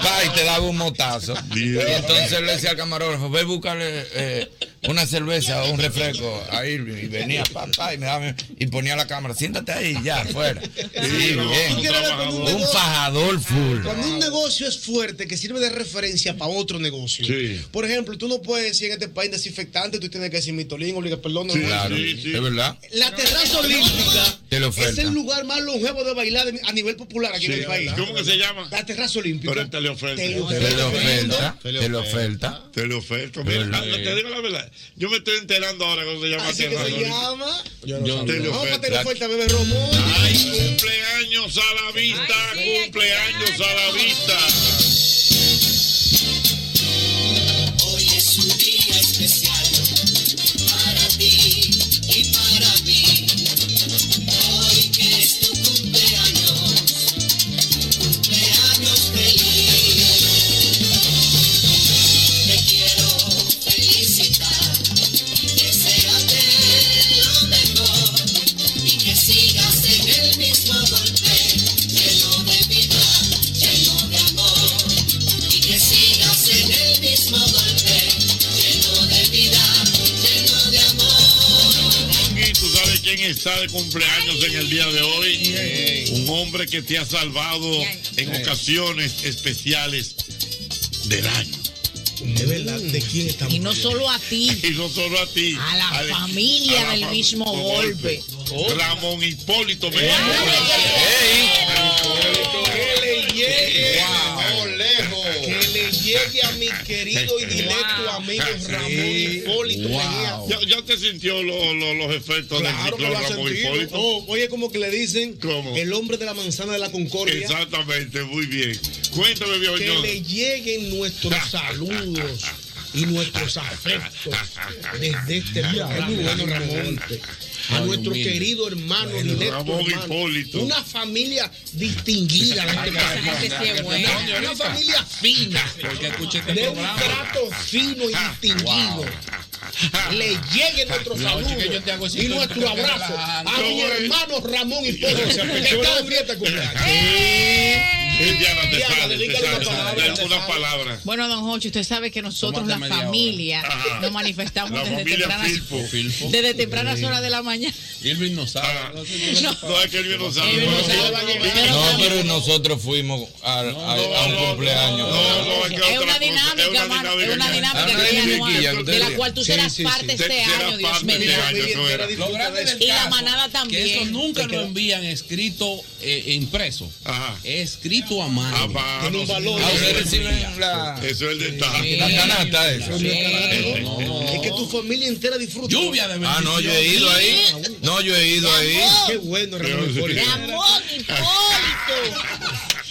[SPEAKER 12] Va y te daba un motazo. Y entonces le decía al camarógrafo, ve búscale eh, una cerveza o un refresco a Irving. Y venía, papá, y me daba, y ponía la cámara, siéntate ahí, ya, fuera. Sí, bien. Un fajador full.
[SPEAKER 7] Cuando un negocio es fuerte, que sirve de referencia para otro negocio.
[SPEAKER 12] Sí.
[SPEAKER 7] Por ejemplo, tú no puedes decir en este país desinfectante, tú tienes que decir mitolín, obliga, perdón. no, no.
[SPEAKER 12] Claro, es verdad.
[SPEAKER 7] La terraza olímpica
[SPEAKER 12] Te lo
[SPEAKER 7] es
[SPEAKER 12] oferta.
[SPEAKER 7] el lugar más longevo de bailar de- a nivel popular aquí
[SPEAKER 12] Sí,
[SPEAKER 7] en el país.
[SPEAKER 12] ¿cómo que
[SPEAKER 5] se llama?
[SPEAKER 7] La terraza olímpica.
[SPEAKER 5] Pero él te le oferta.
[SPEAKER 7] Te
[SPEAKER 5] Te
[SPEAKER 7] lo
[SPEAKER 12] Te lo oferta, te lo oferta.
[SPEAKER 5] Te lo oferta. Mira,
[SPEAKER 12] Verdad.
[SPEAKER 5] no, te digo la verdad. Yo me estoy enterando ahora cómo se llama
[SPEAKER 7] Así que
[SPEAKER 5] Terra
[SPEAKER 7] se
[SPEAKER 5] Solís.
[SPEAKER 7] llama.
[SPEAKER 5] Yo te lo
[SPEAKER 7] Vamos a tener
[SPEAKER 5] oferta.
[SPEAKER 7] oferta, bebé Romón.
[SPEAKER 12] Ah,
[SPEAKER 5] Cumpleaños a la vista, cumpleaños a la vista.
[SPEAKER 1] Hoy es un día especial para ti y para mí. Hoy que es tu cumpleaños, cumpleaños feliz. Te quiero felicitar, desearte lo mejor y que sigas en el mismo golpe, lleno de vida, lleno de amor. Y que sigas en el mismo golpe, lleno de vida, lleno de amor.
[SPEAKER 5] Rocky, ¿tú sabes quién está de cumpleaños en el día de hoy? Un hombre que te ha salvado en ocasiones especiales del año. Mm.
[SPEAKER 7] De verdad, ¿de quién estamos?
[SPEAKER 32] Y no solo a ti,
[SPEAKER 5] Y no solo a ti.
[SPEAKER 32] a la familia del mismo golpe.
[SPEAKER 5] Ramón Hipólito me
[SPEAKER 7] Que le llegue a lejos. Que le llegue a mi querido y directo amigo Ramón Hipólito Mejía.
[SPEAKER 5] ¿Ya, ya te sintió lo- lo- los efectos
[SPEAKER 7] Claro que
[SPEAKER 5] del
[SPEAKER 7] lo
[SPEAKER 5] ciclón
[SPEAKER 7] ha
[SPEAKER 5] Ramón
[SPEAKER 7] sentido.
[SPEAKER 5] Hipólito?
[SPEAKER 7] Oh, oye, como que le dicen el hombre de la manzana de la concordia.
[SPEAKER 5] Exactamente, muy bien. Cuéntame, viejo
[SPEAKER 7] Que
[SPEAKER 5] John.
[SPEAKER 7] le lleguen nuestros saludos y nuestros afectos desde este
[SPEAKER 5] es
[SPEAKER 7] programa.
[SPEAKER 5] muy bueno,
[SPEAKER 7] Ramón. A
[SPEAKER 5] Ay,
[SPEAKER 7] nuestro
[SPEAKER 5] humilde.
[SPEAKER 7] querido hermano
[SPEAKER 5] Bueno,
[SPEAKER 7] directo
[SPEAKER 5] Ramón
[SPEAKER 7] hermano.
[SPEAKER 5] Hipólito.
[SPEAKER 7] Una familia distinguida. la gente
[SPEAKER 12] Ay,
[SPEAKER 7] que-
[SPEAKER 12] esa gente sí es
[SPEAKER 7] Una-
[SPEAKER 12] buena.
[SPEAKER 7] Una familia fina.
[SPEAKER 12] Porque escuché este
[SPEAKER 7] De un
[SPEAKER 12] programa.
[SPEAKER 7] trato fino y distinguido. Le llegue nuestro
[SPEAKER 12] No,
[SPEAKER 7] saludo
[SPEAKER 12] chico, yo te hago ese
[SPEAKER 7] y nuestro
[SPEAKER 12] cuento que
[SPEAKER 7] abrazo
[SPEAKER 12] relajando.
[SPEAKER 7] a mi
[SPEAKER 12] No, eh.
[SPEAKER 7] hermano Ramón Hipólito, que
[SPEAKER 12] Se me echó
[SPEAKER 7] está
[SPEAKER 12] la-
[SPEAKER 7] de fiesta de cumpleaños.
[SPEAKER 5] Eh, Diana, te
[SPEAKER 7] Diana,
[SPEAKER 5] sale, te
[SPEAKER 7] dedícale una
[SPEAKER 5] sale,
[SPEAKER 7] palabra,
[SPEAKER 5] algunas palabras.
[SPEAKER 6] Bueno, don Jocho, usted sabe que nosotros,
[SPEAKER 5] Tómate
[SPEAKER 6] la
[SPEAKER 5] media
[SPEAKER 6] familia,
[SPEAKER 5] hora. Ajá.
[SPEAKER 6] nos manifestamos
[SPEAKER 5] La
[SPEAKER 6] desde
[SPEAKER 5] familia
[SPEAKER 6] tempranas,
[SPEAKER 5] Filpo.
[SPEAKER 6] desde tempranas horas de la mañana.
[SPEAKER 12] Irving no sabe.
[SPEAKER 5] No, es que Elvin no sabe.
[SPEAKER 12] No, Ah. pero nosotros fuimos a, a- a un cumpleaños.
[SPEAKER 6] Es una dinámica, mano, es una dinámica
[SPEAKER 12] Ah, no,
[SPEAKER 6] que
[SPEAKER 12] es
[SPEAKER 6] es
[SPEAKER 12] Ricky, ya
[SPEAKER 6] anual, de la
[SPEAKER 12] ustedes.
[SPEAKER 6] cual tú
[SPEAKER 12] Sí,
[SPEAKER 6] serás
[SPEAKER 12] sí, sí.
[SPEAKER 6] parte
[SPEAKER 12] Te-
[SPEAKER 6] este
[SPEAKER 12] serás
[SPEAKER 6] año, Dios
[SPEAKER 12] parte
[SPEAKER 6] mío.
[SPEAKER 12] este año, eso era.
[SPEAKER 6] Y
[SPEAKER 35] Lo grande del
[SPEAKER 6] la
[SPEAKER 35] caso,
[SPEAKER 6] manada también.
[SPEAKER 35] Que eso nunca lo envían escrito, eh, impreso. Es escrito a mano.
[SPEAKER 5] Tiene un valor.
[SPEAKER 35] Ah, ustedes
[SPEAKER 5] Eso es-
[SPEAKER 35] reciben la...
[SPEAKER 5] Eso es el detalle.
[SPEAKER 35] La canasta
[SPEAKER 5] eso.
[SPEAKER 35] esa.
[SPEAKER 7] Es que tu familia entera disfruta. Lluvia de
[SPEAKER 12] Ah, no, yo he ido ahí. No, yo he ido ahí.
[SPEAKER 7] Qué bueno, Ramón
[SPEAKER 12] Hipólito.
[SPEAKER 1] Ramón Hipólito.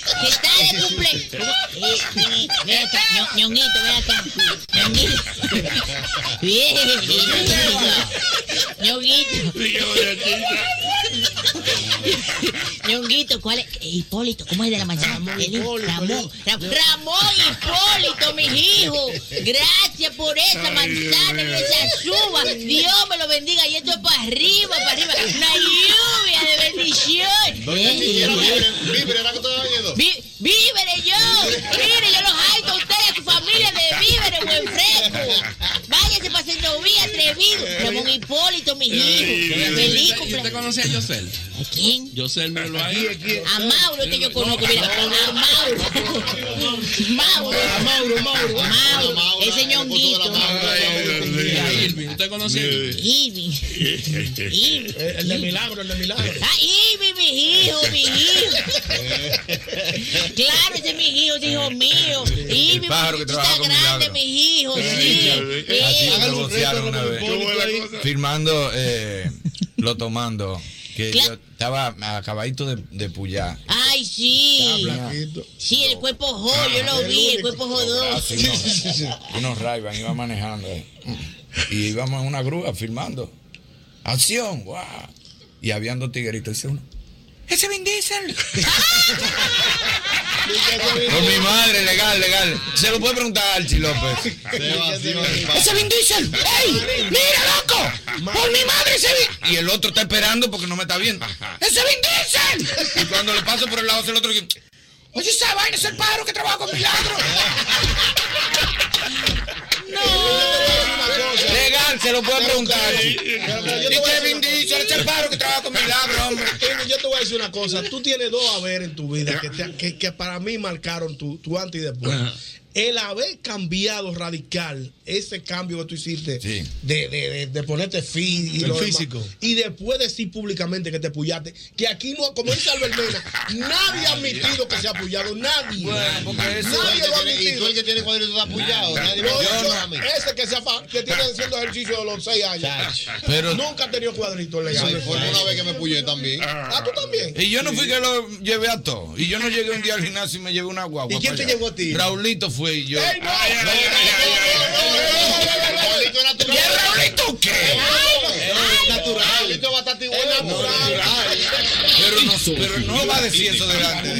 [SPEAKER 1] Que está de cumpleaños. Ven acá, Ño- ñonguito, ven acá. Ñonguito. Ah, Bien,
[SPEAKER 5] Ah,
[SPEAKER 1] Ñonguito. Ñonguito, ¿cuál es? Eh, Hipólito, ¿cómo es de la mañana? Ramón Hipólito. Ramón, Ra- Ramón Hipólito, mis hijos. Gracias por esa manzana y esa suba. Dios me lo bendiga. Y esto es para arriba, para arriba. Una lluvia de bendición.
[SPEAKER 11] Doña Chiquera,
[SPEAKER 1] Eh,
[SPEAKER 11] vibre, vibre, era que estaba oyendo.
[SPEAKER 1] vi- Víveres yo, mire, yo los alto a ustedes, a su familia de víveres, buen fresco. Váyase para Senovía, atrevido. Ramón Hipólito, mi
[SPEAKER 16] Eh,
[SPEAKER 1] hijo. Feliz
[SPEAKER 35] ¿Y usted
[SPEAKER 1] cumpleaños.
[SPEAKER 35] conoce a Yosel?
[SPEAKER 1] ¿A quién?
[SPEAKER 35] Yosel me lo ha
[SPEAKER 1] A Mauro es que yo conozco, mira, a Mauro. Mauro. Mauro, Mauro. Mauro, ese ñonguito.
[SPEAKER 35] ¿Usted conoce a
[SPEAKER 1] Irving?
[SPEAKER 7] El de milagro, el de milagro.
[SPEAKER 1] Ah, Irving, mi hijo, mi hijo. Claro, ese es mi hijo, ese hijo mío. Irving,
[SPEAKER 12] pájaro que
[SPEAKER 1] tú
[SPEAKER 12] trabaja con
[SPEAKER 1] estás grande,
[SPEAKER 12] Milagro.
[SPEAKER 1] mis hijos, sí.
[SPEAKER 12] Así
[SPEAKER 1] Eh,
[SPEAKER 12] me bocearon una vez. Firmando, eh, lo tomando. Que yo estaba acabadito de, de Ah, puyar.
[SPEAKER 1] Ay, sí. Sí, el cuerpo jodido, yo
[SPEAKER 12] Ah,
[SPEAKER 1] lo
[SPEAKER 12] el
[SPEAKER 1] vi, el
[SPEAKER 12] único.
[SPEAKER 1] cuerpo jodó.
[SPEAKER 12] Así, unos, unos Ray-Ban, iba manejando. eh. Y íbamos en una grúa filmando. ¡Acción! ¡Wow! Y habían dos tigueritos. Dice uno. ¡Ese Vin Diesel! Con mi madre, legal, legal. Se lo puede preguntar a Archie López.
[SPEAKER 1] ¡Ese Vin Diesel! ¡Ey! ¡Mira, loco! ¡Por mi madre ese Vin
[SPEAKER 12] Y el otro está esperando porque no me está viendo.
[SPEAKER 1] ¡Ese Vin
[SPEAKER 12] Y cuando le paso por el lado hace el otro que.
[SPEAKER 1] Oye, esa vaina es el pájaro que trabaja con Milagro.
[SPEAKER 12] Legal, se lo puede preguntar.
[SPEAKER 9] Yo te voy a decir una cosa. Henry, Yo te voy a decir una cosa. Tú tienes dos haberes en tu vida que, te- que- que para mí marcaron tu, tu antes y después.
[SPEAKER 12] Ajá.
[SPEAKER 9] El haber cambiado radical, ese cambio que tú hiciste de, de- de- de ponerte fin y
[SPEAKER 29] El
[SPEAKER 9] lo demás.
[SPEAKER 29] físico.
[SPEAKER 9] y después decir públicamente que te puyaste, que aquí no, como dice Albert Mena, nadie ha admitido que se ha apoyado, nadie.
[SPEAKER 11] Bueno, porque eso-
[SPEAKER 9] nadie lo ha admitido.
[SPEAKER 11] Y tú el que tiene cuadritos apoyado,
[SPEAKER 9] No,
[SPEAKER 11] nadie-
[SPEAKER 9] yo
[SPEAKER 11] yo
[SPEAKER 9] no.
[SPEAKER 11] no.
[SPEAKER 9] Ese que, se afa- que tiene haciendo ejercicio de los 6 años.
[SPEAKER 12] Pero-
[SPEAKER 9] Nunca ha tenido cuadritos
[SPEAKER 11] Se me
[SPEAKER 9] legales.
[SPEAKER 11] fue una vez que me puyé también.
[SPEAKER 9] Ah, tú también.
[SPEAKER 12] Y yo no fui que lo llevé a todo. Y yo no llegué un día al gimnasio y me llevé una guagua.
[SPEAKER 9] ¿Y quién
[SPEAKER 12] para
[SPEAKER 9] te
[SPEAKER 12] allá.
[SPEAKER 9] llevó a ti?
[SPEAKER 12] Raulito fue y yo.
[SPEAKER 9] ¡Ey, no!
[SPEAKER 11] ¿Y el Raulito
[SPEAKER 12] qué?
[SPEAKER 11] Es natural. Raulito es bastante igual. Es
[SPEAKER 12] Pero no, pero no va a decir eso delante.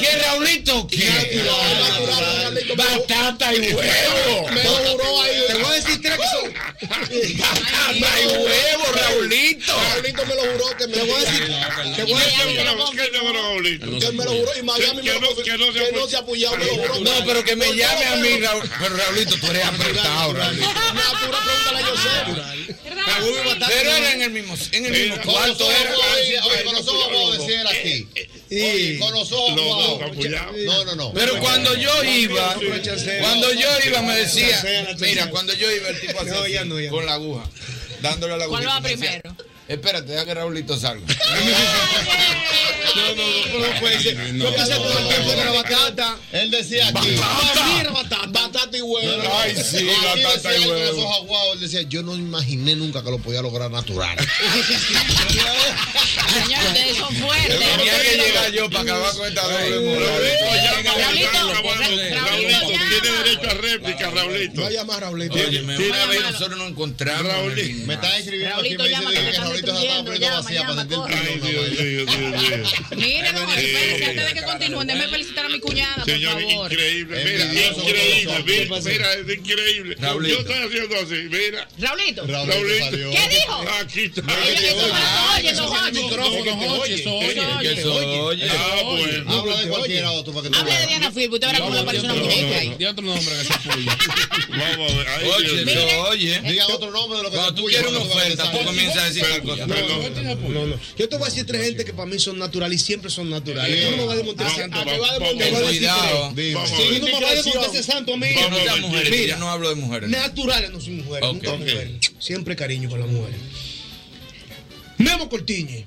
[SPEAKER 12] ¿Qué Raulito? ¿Qué? Batata y huevo.
[SPEAKER 1] Me lo juró ahí.
[SPEAKER 12] Te voy a decir tres que son.
[SPEAKER 1] Batata y huevo,
[SPEAKER 12] Raulito.
[SPEAKER 9] Raulito me lo juró que me
[SPEAKER 5] Te voy a decir-
[SPEAKER 9] Te voy a decir
[SPEAKER 5] que
[SPEAKER 9] una
[SPEAKER 5] no- que no, Raulito.
[SPEAKER 9] Que me lo juró y Miami me
[SPEAKER 5] Que
[SPEAKER 9] lo
[SPEAKER 5] no- que no se
[SPEAKER 9] que no se ha apoyado, me lo juró.
[SPEAKER 12] No, pero que me llame a mí, Raul. Pero Raulito, tú eres apretado, Raulito. Pero era en el mismo, en el
[SPEAKER 5] Eh,
[SPEAKER 12] mismo cuarto. Era.
[SPEAKER 11] Oye, con los ojos vamos a decir él aquí. Oye, con los ojos
[SPEAKER 12] Los dos
[SPEAKER 11] vamos. No, no, no.
[SPEAKER 12] Pero cuando yo iba, cuando yo iba me decía,
[SPEAKER 11] Chancela, chancela.
[SPEAKER 12] mira, cuando yo iba el tipo hacía así, con la aguja, dándole a la aguja.
[SPEAKER 1] ¿Cuál va primero?
[SPEAKER 12] Espérate, deja que Raulito salga.
[SPEAKER 9] No, no, no, no puede ser. Yo pensé todo el tiempo que era batata.
[SPEAKER 11] Él decía aquí.
[SPEAKER 9] Batata. Mira, batata. Batata y huevo.
[SPEAKER 11] Ay, sí, batata y huevo. Los
[SPEAKER 9] huevo.
[SPEAKER 11] ojos aguados, él decía, yo no imaginé nunca que lo podía lograr natural.
[SPEAKER 1] Señor, ustedes son fuertes.
[SPEAKER 12] Tenía que llegar yo para acabar con esta doble
[SPEAKER 5] Raulito tiene derecho a réplica, Raulito.
[SPEAKER 9] Vaya más, Raulito.
[SPEAKER 12] Oye, me una vez nosotros nos encontramos. Raulito.
[SPEAKER 11] Me están escribiendo aquí, me dicen que Raulito se estaba poniendo vacía para sentir
[SPEAKER 5] Ay, Dios mío, Dios mío.
[SPEAKER 32] Mira, no, espérense, antes de que
[SPEAKER 5] Eh,
[SPEAKER 32] continúen, déjeme felicitar a mi cuñada, por
[SPEAKER 5] Señor,
[SPEAKER 32] favor.
[SPEAKER 5] increíble, mira,
[SPEAKER 12] Envidioso,
[SPEAKER 5] increíble,
[SPEAKER 12] ¿qué
[SPEAKER 5] mira,
[SPEAKER 12] pasó?
[SPEAKER 5] mira, es increíble.
[SPEAKER 12] Raulito.
[SPEAKER 5] Yo estoy haciendo así, mira.
[SPEAKER 32] Raulito.
[SPEAKER 5] Raulito.
[SPEAKER 32] ¿Qué dijo?
[SPEAKER 5] Aquí está.
[SPEAKER 32] Ellos que son más oye, no oye.
[SPEAKER 5] No, no, no,
[SPEAKER 32] Eso
[SPEAKER 5] oye.
[SPEAKER 32] oye.
[SPEAKER 12] oye.
[SPEAKER 5] Ah, bueno.
[SPEAKER 11] Habla de cualquiera otro para que tú
[SPEAKER 32] Hable de Diana Filpo, usted verá cómo le parece una muñeca ahí.
[SPEAKER 35] Dí otro nombre que se apoya.
[SPEAKER 5] Vamos a ver. ay, Dios
[SPEAKER 12] Oye,
[SPEAKER 5] mío.
[SPEAKER 12] no, oye.
[SPEAKER 11] Diga otro nombre de lo que
[SPEAKER 12] Cuando tú quieres una oferta, tú comienzas a decir tal cosa.
[SPEAKER 7] No, no. Yo te voy a decir tres gente que para mí son naturales y siempre son naturales.
[SPEAKER 12] Sí.
[SPEAKER 7] Tú no me vas a desmontar
[SPEAKER 12] Vamos,
[SPEAKER 7] santo.
[SPEAKER 12] vamos,
[SPEAKER 7] Te voy a
[SPEAKER 12] vamos,
[SPEAKER 7] desmontar- te voy a decir
[SPEAKER 12] cuidado.
[SPEAKER 7] tres.
[SPEAKER 12] Vamos,
[SPEAKER 7] Sí, tú no me vas a
[SPEAKER 12] vamos.
[SPEAKER 7] desmontar ese santo a mí.
[SPEAKER 12] Que no sean mujeres, yo no hablo de mujeres.
[SPEAKER 7] Naturales no son mujeres.
[SPEAKER 12] Ok.
[SPEAKER 7] nunca
[SPEAKER 12] Ok.
[SPEAKER 7] mujeres. Siempre cariño con las mujeres. Memo Cortiñe.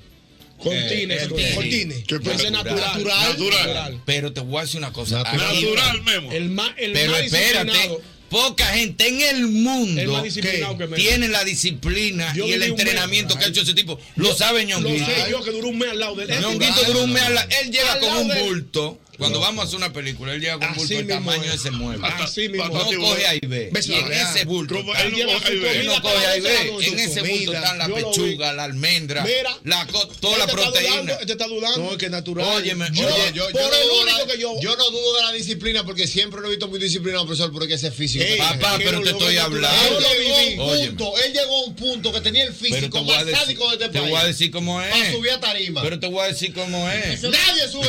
[SPEAKER 7] Cortines,
[SPEAKER 12] Eh,
[SPEAKER 7] Cortines. Cortines.
[SPEAKER 12] ¿Qué
[SPEAKER 7] Pero ese
[SPEAKER 12] natural?
[SPEAKER 7] natural. Natural.
[SPEAKER 12] Pero te voy a decir una cosa.
[SPEAKER 7] Natural.
[SPEAKER 12] aquí-
[SPEAKER 7] Natural,
[SPEAKER 5] Memo.
[SPEAKER 7] El más, el
[SPEAKER 12] Pero
[SPEAKER 7] más
[SPEAKER 12] espérate,
[SPEAKER 7] disciplinado.
[SPEAKER 12] poca gente en el mundo
[SPEAKER 7] El más disciplinado
[SPEAKER 12] que
[SPEAKER 7] que Memo.
[SPEAKER 12] tiene la disciplina
[SPEAKER 7] Yo
[SPEAKER 12] y el
[SPEAKER 7] viví un
[SPEAKER 12] entrenamiento que ha hecho ese tipo. Lo sabe Ñonguito.
[SPEAKER 7] Lo sé yo que duró un mes al lado de él.
[SPEAKER 9] Este
[SPEAKER 12] Ñonguito duró un mes al la- Él llega
[SPEAKER 7] Al
[SPEAKER 12] con
[SPEAKER 7] lado
[SPEAKER 12] un
[SPEAKER 7] de él.
[SPEAKER 12] bulto. Cuando vamos a hacer una película, él llega con un
[SPEAKER 7] Así
[SPEAKER 12] bulto del
[SPEAKER 7] mismo
[SPEAKER 12] tamaño
[SPEAKER 7] es.
[SPEAKER 12] de ese mueble.
[SPEAKER 7] Así mismo
[SPEAKER 12] No
[SPEAKER 7] es.
[SPEAKER 12] coge ahí ve.
[SPEAKER 7] Ves
[SPEAKER 12] Y en
[SPEAKER 7] allá.
[SPEAKER 12] ese bulto.
[SPEAKER 7] Como
[SPEAKER 12] está-
[SPEAKER 7] él lleva su
[SPEAKER 12] Él
[SPEAKER 7] comida
[SPEAKER 12] no coge ahí
[SPEAKER 7] para
[SPEAKER 12] ve.
[SPEAKER 7] la noche,
[SPEAKER 12] En
[SPEAKER 7] su
[SPEAKER 12] ese bulto
[SPEAKER 7] comida.
[SPEAKER 12] están la
[SPEAKER 7] Yo lo vi.
[SPEAKER 12] pechuga, la almendra,
[SPEAKER 7] Mira,
[SPEAKER 12] la, co- toda la
[SPEAKER 9] Este está
[SPEAKER 12] proteína.
[SPEAKER 9] dudando, este está dudando.
[SPEAKER 7] No, es que natural.
[SPEAKER 12] Óyeme,
[SPEAKER 11] Yo,
[SPEAKER 12] oye,
[SPEAKER 11] yo, yo
[SPEAKER 9] por
[SPEAKER 11] no
[SPEAKER 9] el
[SPEAKER 11] dudo
[SPEAKER 9] único
[SPEAKER 11] la-
[SPEAKER 9] que yo-
[SPEAKER 11] yo no dudo de la disciplina porque siempre lo he visto muy disciplinado, profesor, porque ese físico.
[SPEAKER 12] Ey,
[SPEAKER 11] también.
[SPEAKER 12] papá, pero te estoy hablando.
[SPEAKER 11] Él llegó,
[SPEAKER 12] Óyeme.
[SPEAKER 11] a un punto, él llegó a un punto que tenía el
[SPEAKER 12] Pero te
[SPEAKER 11] físico
[SPEAKER 12] voy a
[SPEAKER 11] más
[SPEAKER 12] decir,
[SPEAKER 11] sádico de este
[SPEAKER 12] te
[SPEAKER 11] país.
[SPEAKER 12] voy a decir cómo es.
[SPEAKER 11] Para subir a tarima.
[SPEAKER 12] Pero te voy a decir cómo es. Te
[SPEAKER 11] Nadie sube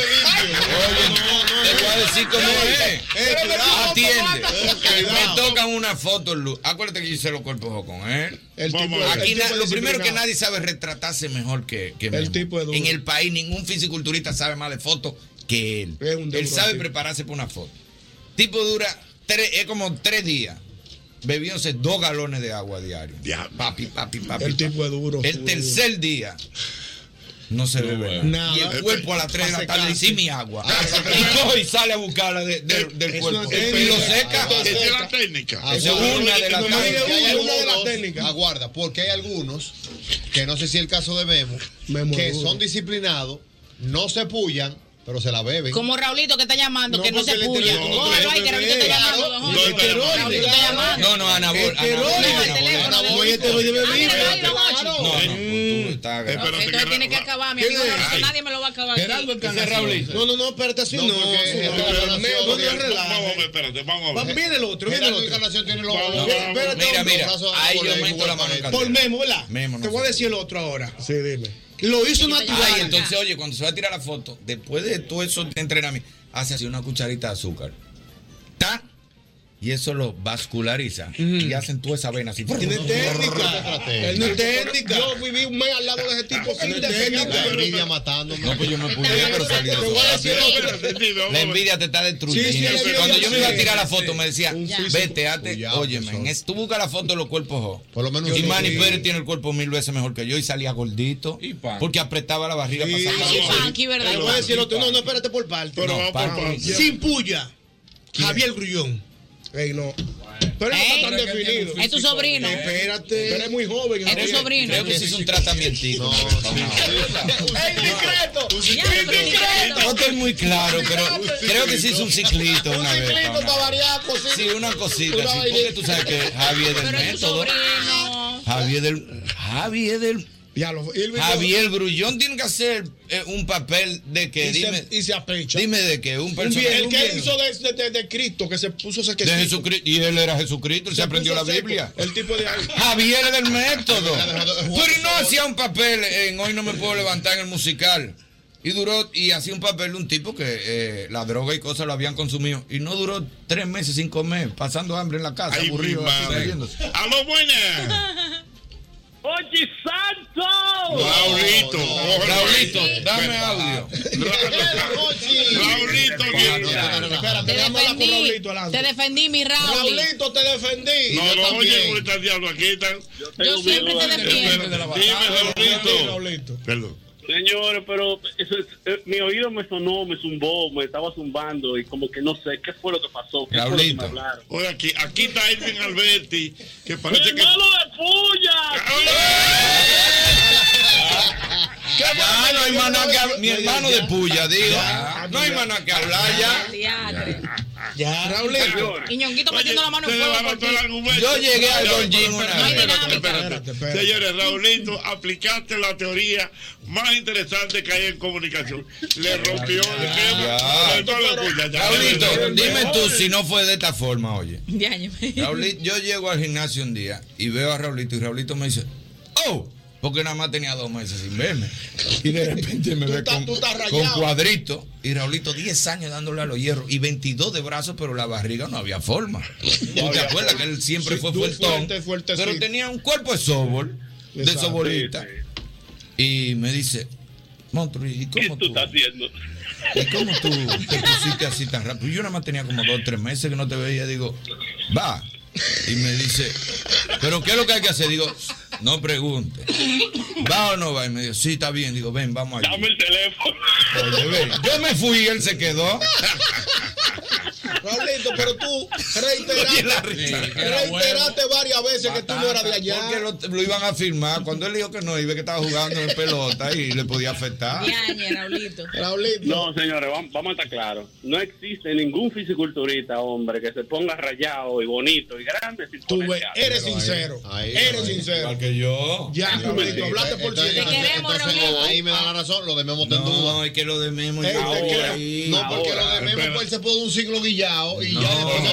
[SPEAKER 12] voy a decir cómo
[SPEAKER 11] Ey, ey,
[SPEAKER 12] es.
[SPEAKER 11] cuidado.
[SPEAKER 12] Atiende.
[SPEAKER 11] Eh,
[SPEAKER 12] Me tocan una foto en luz. Acuérdate que yo hice los cuerpos con él.
[SPEAKER 5] tipo- el
[SPEAKER 12] Aquí
[SPEAKER 5] tipo
[SPEAKER 12] na- lo
[SPEAKER 5] disciplinado.
[SPEAKER 12] primero que nadie sabe retratarse mejor que, que Memo. En el país ningún fisiculturista sabe más de fotos que él.
[SPEAKER 7] duro,
[SPEAKER 12] él sabe
[SPEAKER 7] tipo.
[SPEAKER 12] prepararse para una foto. Tipo dura tres, es como tres días. Bebiéndose dos galones de agua diario. Papi, papi, papi.
[SPEAKER 9] El
[SPEAKER 12] papi.
[SPEAKER 9] tipo es duro.
[SPEAKER 12] El tercer día. No se bebe nada.
[SPEAKER 9] Nada.
[SPEAKER 12] Y el cuerpo a las 3 de la tarde
[SPEAKER 9] Secarse.
[SPEAKER 12] dice mi agua. Y coge y sale a buscarla de- de- del cuerpo.
[SPEAKER 5] técnica.
[SPEAKER 12] Y lo seca.
[SPEAKER 5] Esa es la técnica.
[SPEAKER 11] Ah,
[SPEAKER 12] Esa es
[SPEAKER 11] bueno,
[SPEAKER 12] una de las
[SPEAKER 11] no me diga
[SPEAKER 12] técnicas.
[SPEAKER 11] una,
[SPEAKER 12] Hay
[SPEAKER 11] una de las
[SPEAKER 12] algunos-
[SPEAKER 11] técnicas. Aguarda, porque hay algunos, que no sé si es el caso de Memo,
[SPEAKER 7] Memo
[SPEAKER 11] que
[SPEAKER 7] duro.
[SPEAKER 11] son disciplinados, no se pullan, Pero se la beben.
[SPEAKER 6] Como Raulito que está llamando, que no
[SPEAKER 11] porque
[SPEAKER 6] se
[SPEAKER 11] le
[SPEAKER 6] puya.
[SPEAKER 11] interesa.
[SPEAKER 6] Cógelo ahí, que Raulito está llamando. don Jorge. Raulito está
[SPEAKER 12] No,
[SPEAKER 6] llamando.
[SPEAKER 12] ah, no,
[SPEAKER 11] Eh,
[SPEAKER 12] anabol. este pues
[SPEAKER 10] mm.
[SPEAKER 6] Entonces tiene que acabar, mi amigo. Raulito, Nadie me lo va a acabar. aquí.
[SPEAKER 10] No, no, no, espérate, así no. No, no,
[SPEAKER 5] Vamos a ver, espérate, vamos a ver.
[SPEAKER 10] Viene el otro, viene el otro.
[SPEAKER 5] Vamos, vamos,
[SPEAKER 10] Espérate,
[SPEAKER 5] mira,
[SPEAKER 10] hombre.
[SPEAKER 5] mira, ahí yo meto la mano en el caldero.
[SPEAKER 10] Por Memo, ¿verdad?
[SPEAKER 12] Memo, no
[SPEAKER 10] Te voy a decir el otro ahora. Sí, dime. Lo hizo natural.
[SPEAKER 12] Ay, entonces, oye, cuando se va a tirar la foto, después de todo eso de entrenamiento, hace así una cucharita de azúcar. ¡Ta! Y eso lo vasculariza. Y hacen toda esa vena así.
[SPEAKER 10] Tiene
[SPEAKER 12] Ah,
[SPEAKER 10] técnica. Él no es técnica. Yo viví un mes al lado de ese tipo sin
[SPEAKER 9] este
[SPEAKER 10] defenderme.
[SPEAKER 11] La envidia matándome.
[SPEAKER 12] No, pues yo me pude, pero salí de
[SPEAKER 11] Te voy a decir
[SPEAKER 12] eso
[SPEAKER 11] otra.
[SPEAKER 12] rápido. La envidia te está destruyendo.
[SPEAKER 11] Sí, sí, sí,
[SPEAKER 12] Cuando
[SPEAKER 11] sí,
[SPEAKER 12] yo me
[SPEAKER 11] sí,
[SPEAKER 12] iba a tirar la
[SPEAKER 11] sí.
[SPEAKER 12] foto, me decía,
[SPEAKER 11] Un físico.
[SPEAKER 12] vete, hazte,
[SPEAKER 11] Cuidado,
[SPEAKER 12] oye, man,
[SPEAKER 11] profesor.
[SPEAKER 12] es- tú buscas la foto de los cuerpos jo.
[SPEAKER 11] Por lo menos
[SPEAKER 12] Y
[SPEAKER 11] yo
[SPEAKER 12] Manny
[SPEAKER 11] sí.
[SPEAKER 12] Pérez tiene el cuerpo mil veces mejor que yo y salía gordito. Porque apretaba la barriga para sacar
[SPEAKER 10] Ay,
[SPEAKER 12] la-
[SPEAKER 10] Funky, ¿verdad? Te voy a decir otro. No, no, espérate por parte.
[SPEAKER 12] Pero No, vamos por parte. parte.
[SPEAKER 10] Sin puya. Javier Grullón. Ey, no. Pero
[SPEAKER 12] Eh,
[SPEAKER 10] no
[SPEAKER 6] Ey,
[SPEAKER 10] está tan
[SPEAKER 6] pero que tiene
[SPEAKER 10] definido.
[SPEAKER 6] un Es tu físico. sobrino.
[SPEAKER 10] Espérate. Pero es muy joven.
[SPEAKER 6] Es tu
[SPEAKER 10] Javier.
[SPEAKER 6] sobrino.
[SPEAKER 12] Creo que se hizo un tratamiento. No,
[SPEAKER 10] ¡Ey, discreto! ¡Discreto!
[SPEAKER 12] No estoy muy claro, pero creo que se hizo un ciclito una vez.
[SPEAKER 10] Discreto
[SPEAKER 12] pana.
[SPEAKER 10] para variar cositas.
[SPEAKER 12] Sí, una cosita.
[SPEAKER 10] Una
[SPEAKER 12] sí, porque
[SPEAKER 10] vainita.
[SPEAKER 12] tú sabes que Javier del método. Javier del. Javier del. Javier Grullón tiene que hacer eh, un papel de que.
[SPEAKER 10] Y se-
[SPEAKER 12] dime,
[SPEAKER 10] y se apecha.
[SPEAKER 12] Dime de que un
[SPEAKER 10] Un
[SPEAKER 12] personaje.
[SPEAKER 10] viejo, el
[SPEAKER 12] un
[SPEAKER 10] que
[SPEAKER 12] viejo.
[SPEAKER 10] hizo de, de- de- de Cristo, que se puso ese que
[SPEAKER 12] de Jesucristo. Y él era Jesucristo, él se, aprendió la
[SPEAKER 10] puso seco. Este
[SPEAKER 12] Biblia.
[SPEAKER 10] El tipo de
[SPEAKER 12] Javier del método. Pero no hacía un papel en Hoy no me puedo levantar en el musical. Y duró, y hacía un papel de un tipo que eh, la droga y cosas lo habían consumido. Y no duró tres meses sin comer, pasando hambre en la casa,
[SPEAKER 5] Ay, mi
[SPEAKER 12] aburrido, así,
[SPEAKER 5] madre.
[SPEAKER 12] cayéndose.
[SPEAKER 5] ¡A lo buena!
[SPEAKER 1] ¡Oye, santo!
[SPEAKER 5] Raulito, ojo,
[SPEAKER 12] Raulito,
[SPEAKER 5] Raulito.
[SPEAKER 12] dame audio.
[SPEAKER 5] Raulito,
[SPEAKER 6] Te defendí, te defendí, mi Raúl.
[SPEAKER 10] Raulito, te defendí.
[SPEAKER 5] No,
[SPEAKER 10] Yo
[SPEAKER 5] no,
[SPEAKER 10] también.
[SPEAKER 5] oye, ¿cómo está el diablo? Aquí están.
[SPEAKER 6] Yo siempre te defiendo.
[SPEAKER 5] Dime, Raulito. Perdón.
[SPEAKER 22] Señores, pero eso es- eh, mi oído me sonó, me zumbó, me estaba zumbando y como que no sé qué fue lo que pasó. ¿Qué fue lo que me
[SPEAKER 5] Raulito.
[SPEAKER 22] hablaron?
[SPEAKER 5] Oye, aquí, aquí está Irving Alberti, que parece que.
[SPEAKER 22] ¡Malo de puya!
[SPEAKER 12] Ya, no hay maná que hab- Mi hermano de puya, digo. No hay maná que hablar ya.
[SPEAKER 10] Ya,
[SPEAKER 12] Raulito.
[SPEAKER 6] Y Ñonguito metiendo la mano en
[SPEAKER 5] Ustedes
[SPEAKER 6] fuego
[SPEAKER 5] van a
[SPEAKER 6] por ti.
[SPEAKER 5] todo el argumento.
[SPEAKER 12] Yo llegué al
[SPEAKER 5] No,
[SPEAKER 12] Don Jim una
[SPEAKER 5] espérate,
[SPEAKER 12] vez.
[SPEAKER 5] espérate, espérate. Señores, Raulito, aplicaste la teoría más interesante que hay en comunicación. Le rompió el tema.
[SPEAKER 12] Ya.
[SPEAKER 5] Le rompió la cuña, ya.
[SPEAKER 12] Raulito, dime tú si no fue de esta forma, oye. Raulito, yo llego al gimnasio un día y veo a Raulito y Raulito me dice, ¡Oh! Porque nada más tenía dos meses sin verme. Y de repente me ve con,
[SPEAKER 10] tú estás
[SPEAKER 12] con
[SPEAKER 10] rayado.
[SPEAKER 12] cuadrito. Y Raulito, 10 años dándole a los hierros y 22 de brazos, pero la barriga no había forma. ¿Tú te acuerdas que él siempre
[SPEAKER 10] Sí,
[SPEAKER 12] fue
[SPEAKER 10] tú
[SPEAKER 12] fuertón?
[SPEAKER 10] fuerte, fuertecito.
[SPEAKER 12] pero tenía un cuerpo de sobol, de
[SPEAKER 10] Exacto.
[SPEAKER 12] sobolita. Y me dice, monstruo, ¿y
[SPEAKER 22] ¿Qué
[SPEAKER 12] cómo
[SPEAKER 22] tú estás haciendo?
[SPEAKER 12] ¿Y cómo tú te pusiste así tan rápido? Yo nada más tenía como dos o tres meses que no te veía. Digo, va. Y me dice, ¿pero qué es lo que hay que hacer? Digo, no pregunte. ¿Va o no va? Y me dijo, sí, está bien. Digo, ven, vamos allá.
[SPEAKER 22] Dame el teléfono.
[SPEAKER 12] Oye, ven. Yo me fui y él se quedó.
[SPEAKER 10] Raulito, pero tú
[SPEAKER 12] Oye, la
[SPEAKER 10] reiteraste,
[SPEAKER 12] risa.
[SPEAKER 10] reiteraste varias veces que tú no eras de allá.
[SPEAKER 12] Porque lo, lo iban a firmar. Cuando él dijo que no, iba que estaba jugando en pelota y le podía afectar.
[SPEAKER 6] Raulito.
[SPEAKER 22] No, señores, vam- vamos a estar claros. No existe ningún fisiculturista, hombre, que se ponga rayado y bonito y grande. sin
[SPEAKER 10] Tú
[SPEAKER 22] ponerse
[SPEAKER 10] ves,
[SPEAKER 22] algo.
[SPEAKER 10] eres sincero. eres sincero.
[SPEAKER 12] Igual que yo.
[SPEAKER 10] Ya, Raulito, hablaste por ti.
[SPEAKER 11] Entonces, entonces, ahí me da la razón, lo de Memo está en duda.
[SPEAKER 12] No, es que lo de Memo
[SPEAKER 11] Ey, te quiero.
[SPEAKER 12] ahora. ahí,
[SPEAKER 11] No, porque
[SPEAKER 12] ahora.
[SPEAKER 11] lo de Memo pues, se pudo un siglo guillado y ya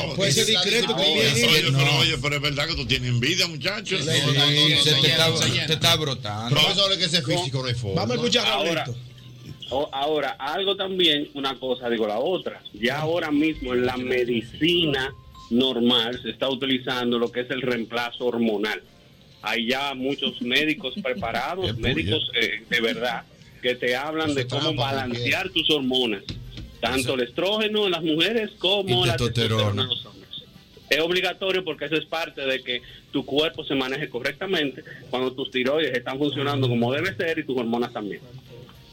[SPEAKER 11] después
[SPEAKER 5] Pues
[SPEAKER 11] esa- ahora,
[SPEAKER 5] Oye,
[SPEAKER 11] oye,
[SPEAKER 5] pero,
[SPEAKER 11] no.
[SPEAKER 5] oye, pero es verdad que tú tienes envidia, muchachos.
[SPEAKER 12] Sí, se te está- te está brotando.
[SPEAKER 11] Profesor, es que ese físico no hay forma.
[SPEAKER 5] Vamos a escuchar a
[SPEAKER 22] ahora, o- ahora, algo también, una cosa, digo la otra. Ya ahora mismo en la medicina normal se está utilizando lo que es el reemplazo hormonal. Hay ya muchos médicos preparados, médicos eh, de verdad, que te hablan de cómo balancear tus hormonas, tanto el estrógeno en las mujeres como
[SPEAKER 12] Y
[SPEAKER 22] la
[SPEAKER 12] testosterona.
[SPEAKER 22] testosterona en los hombres. Es obligatorio porque eso es parte de que tu cuerpo se maneje correctamente cuando tus tiroides están funcionando como debe ser y tus hormonas también.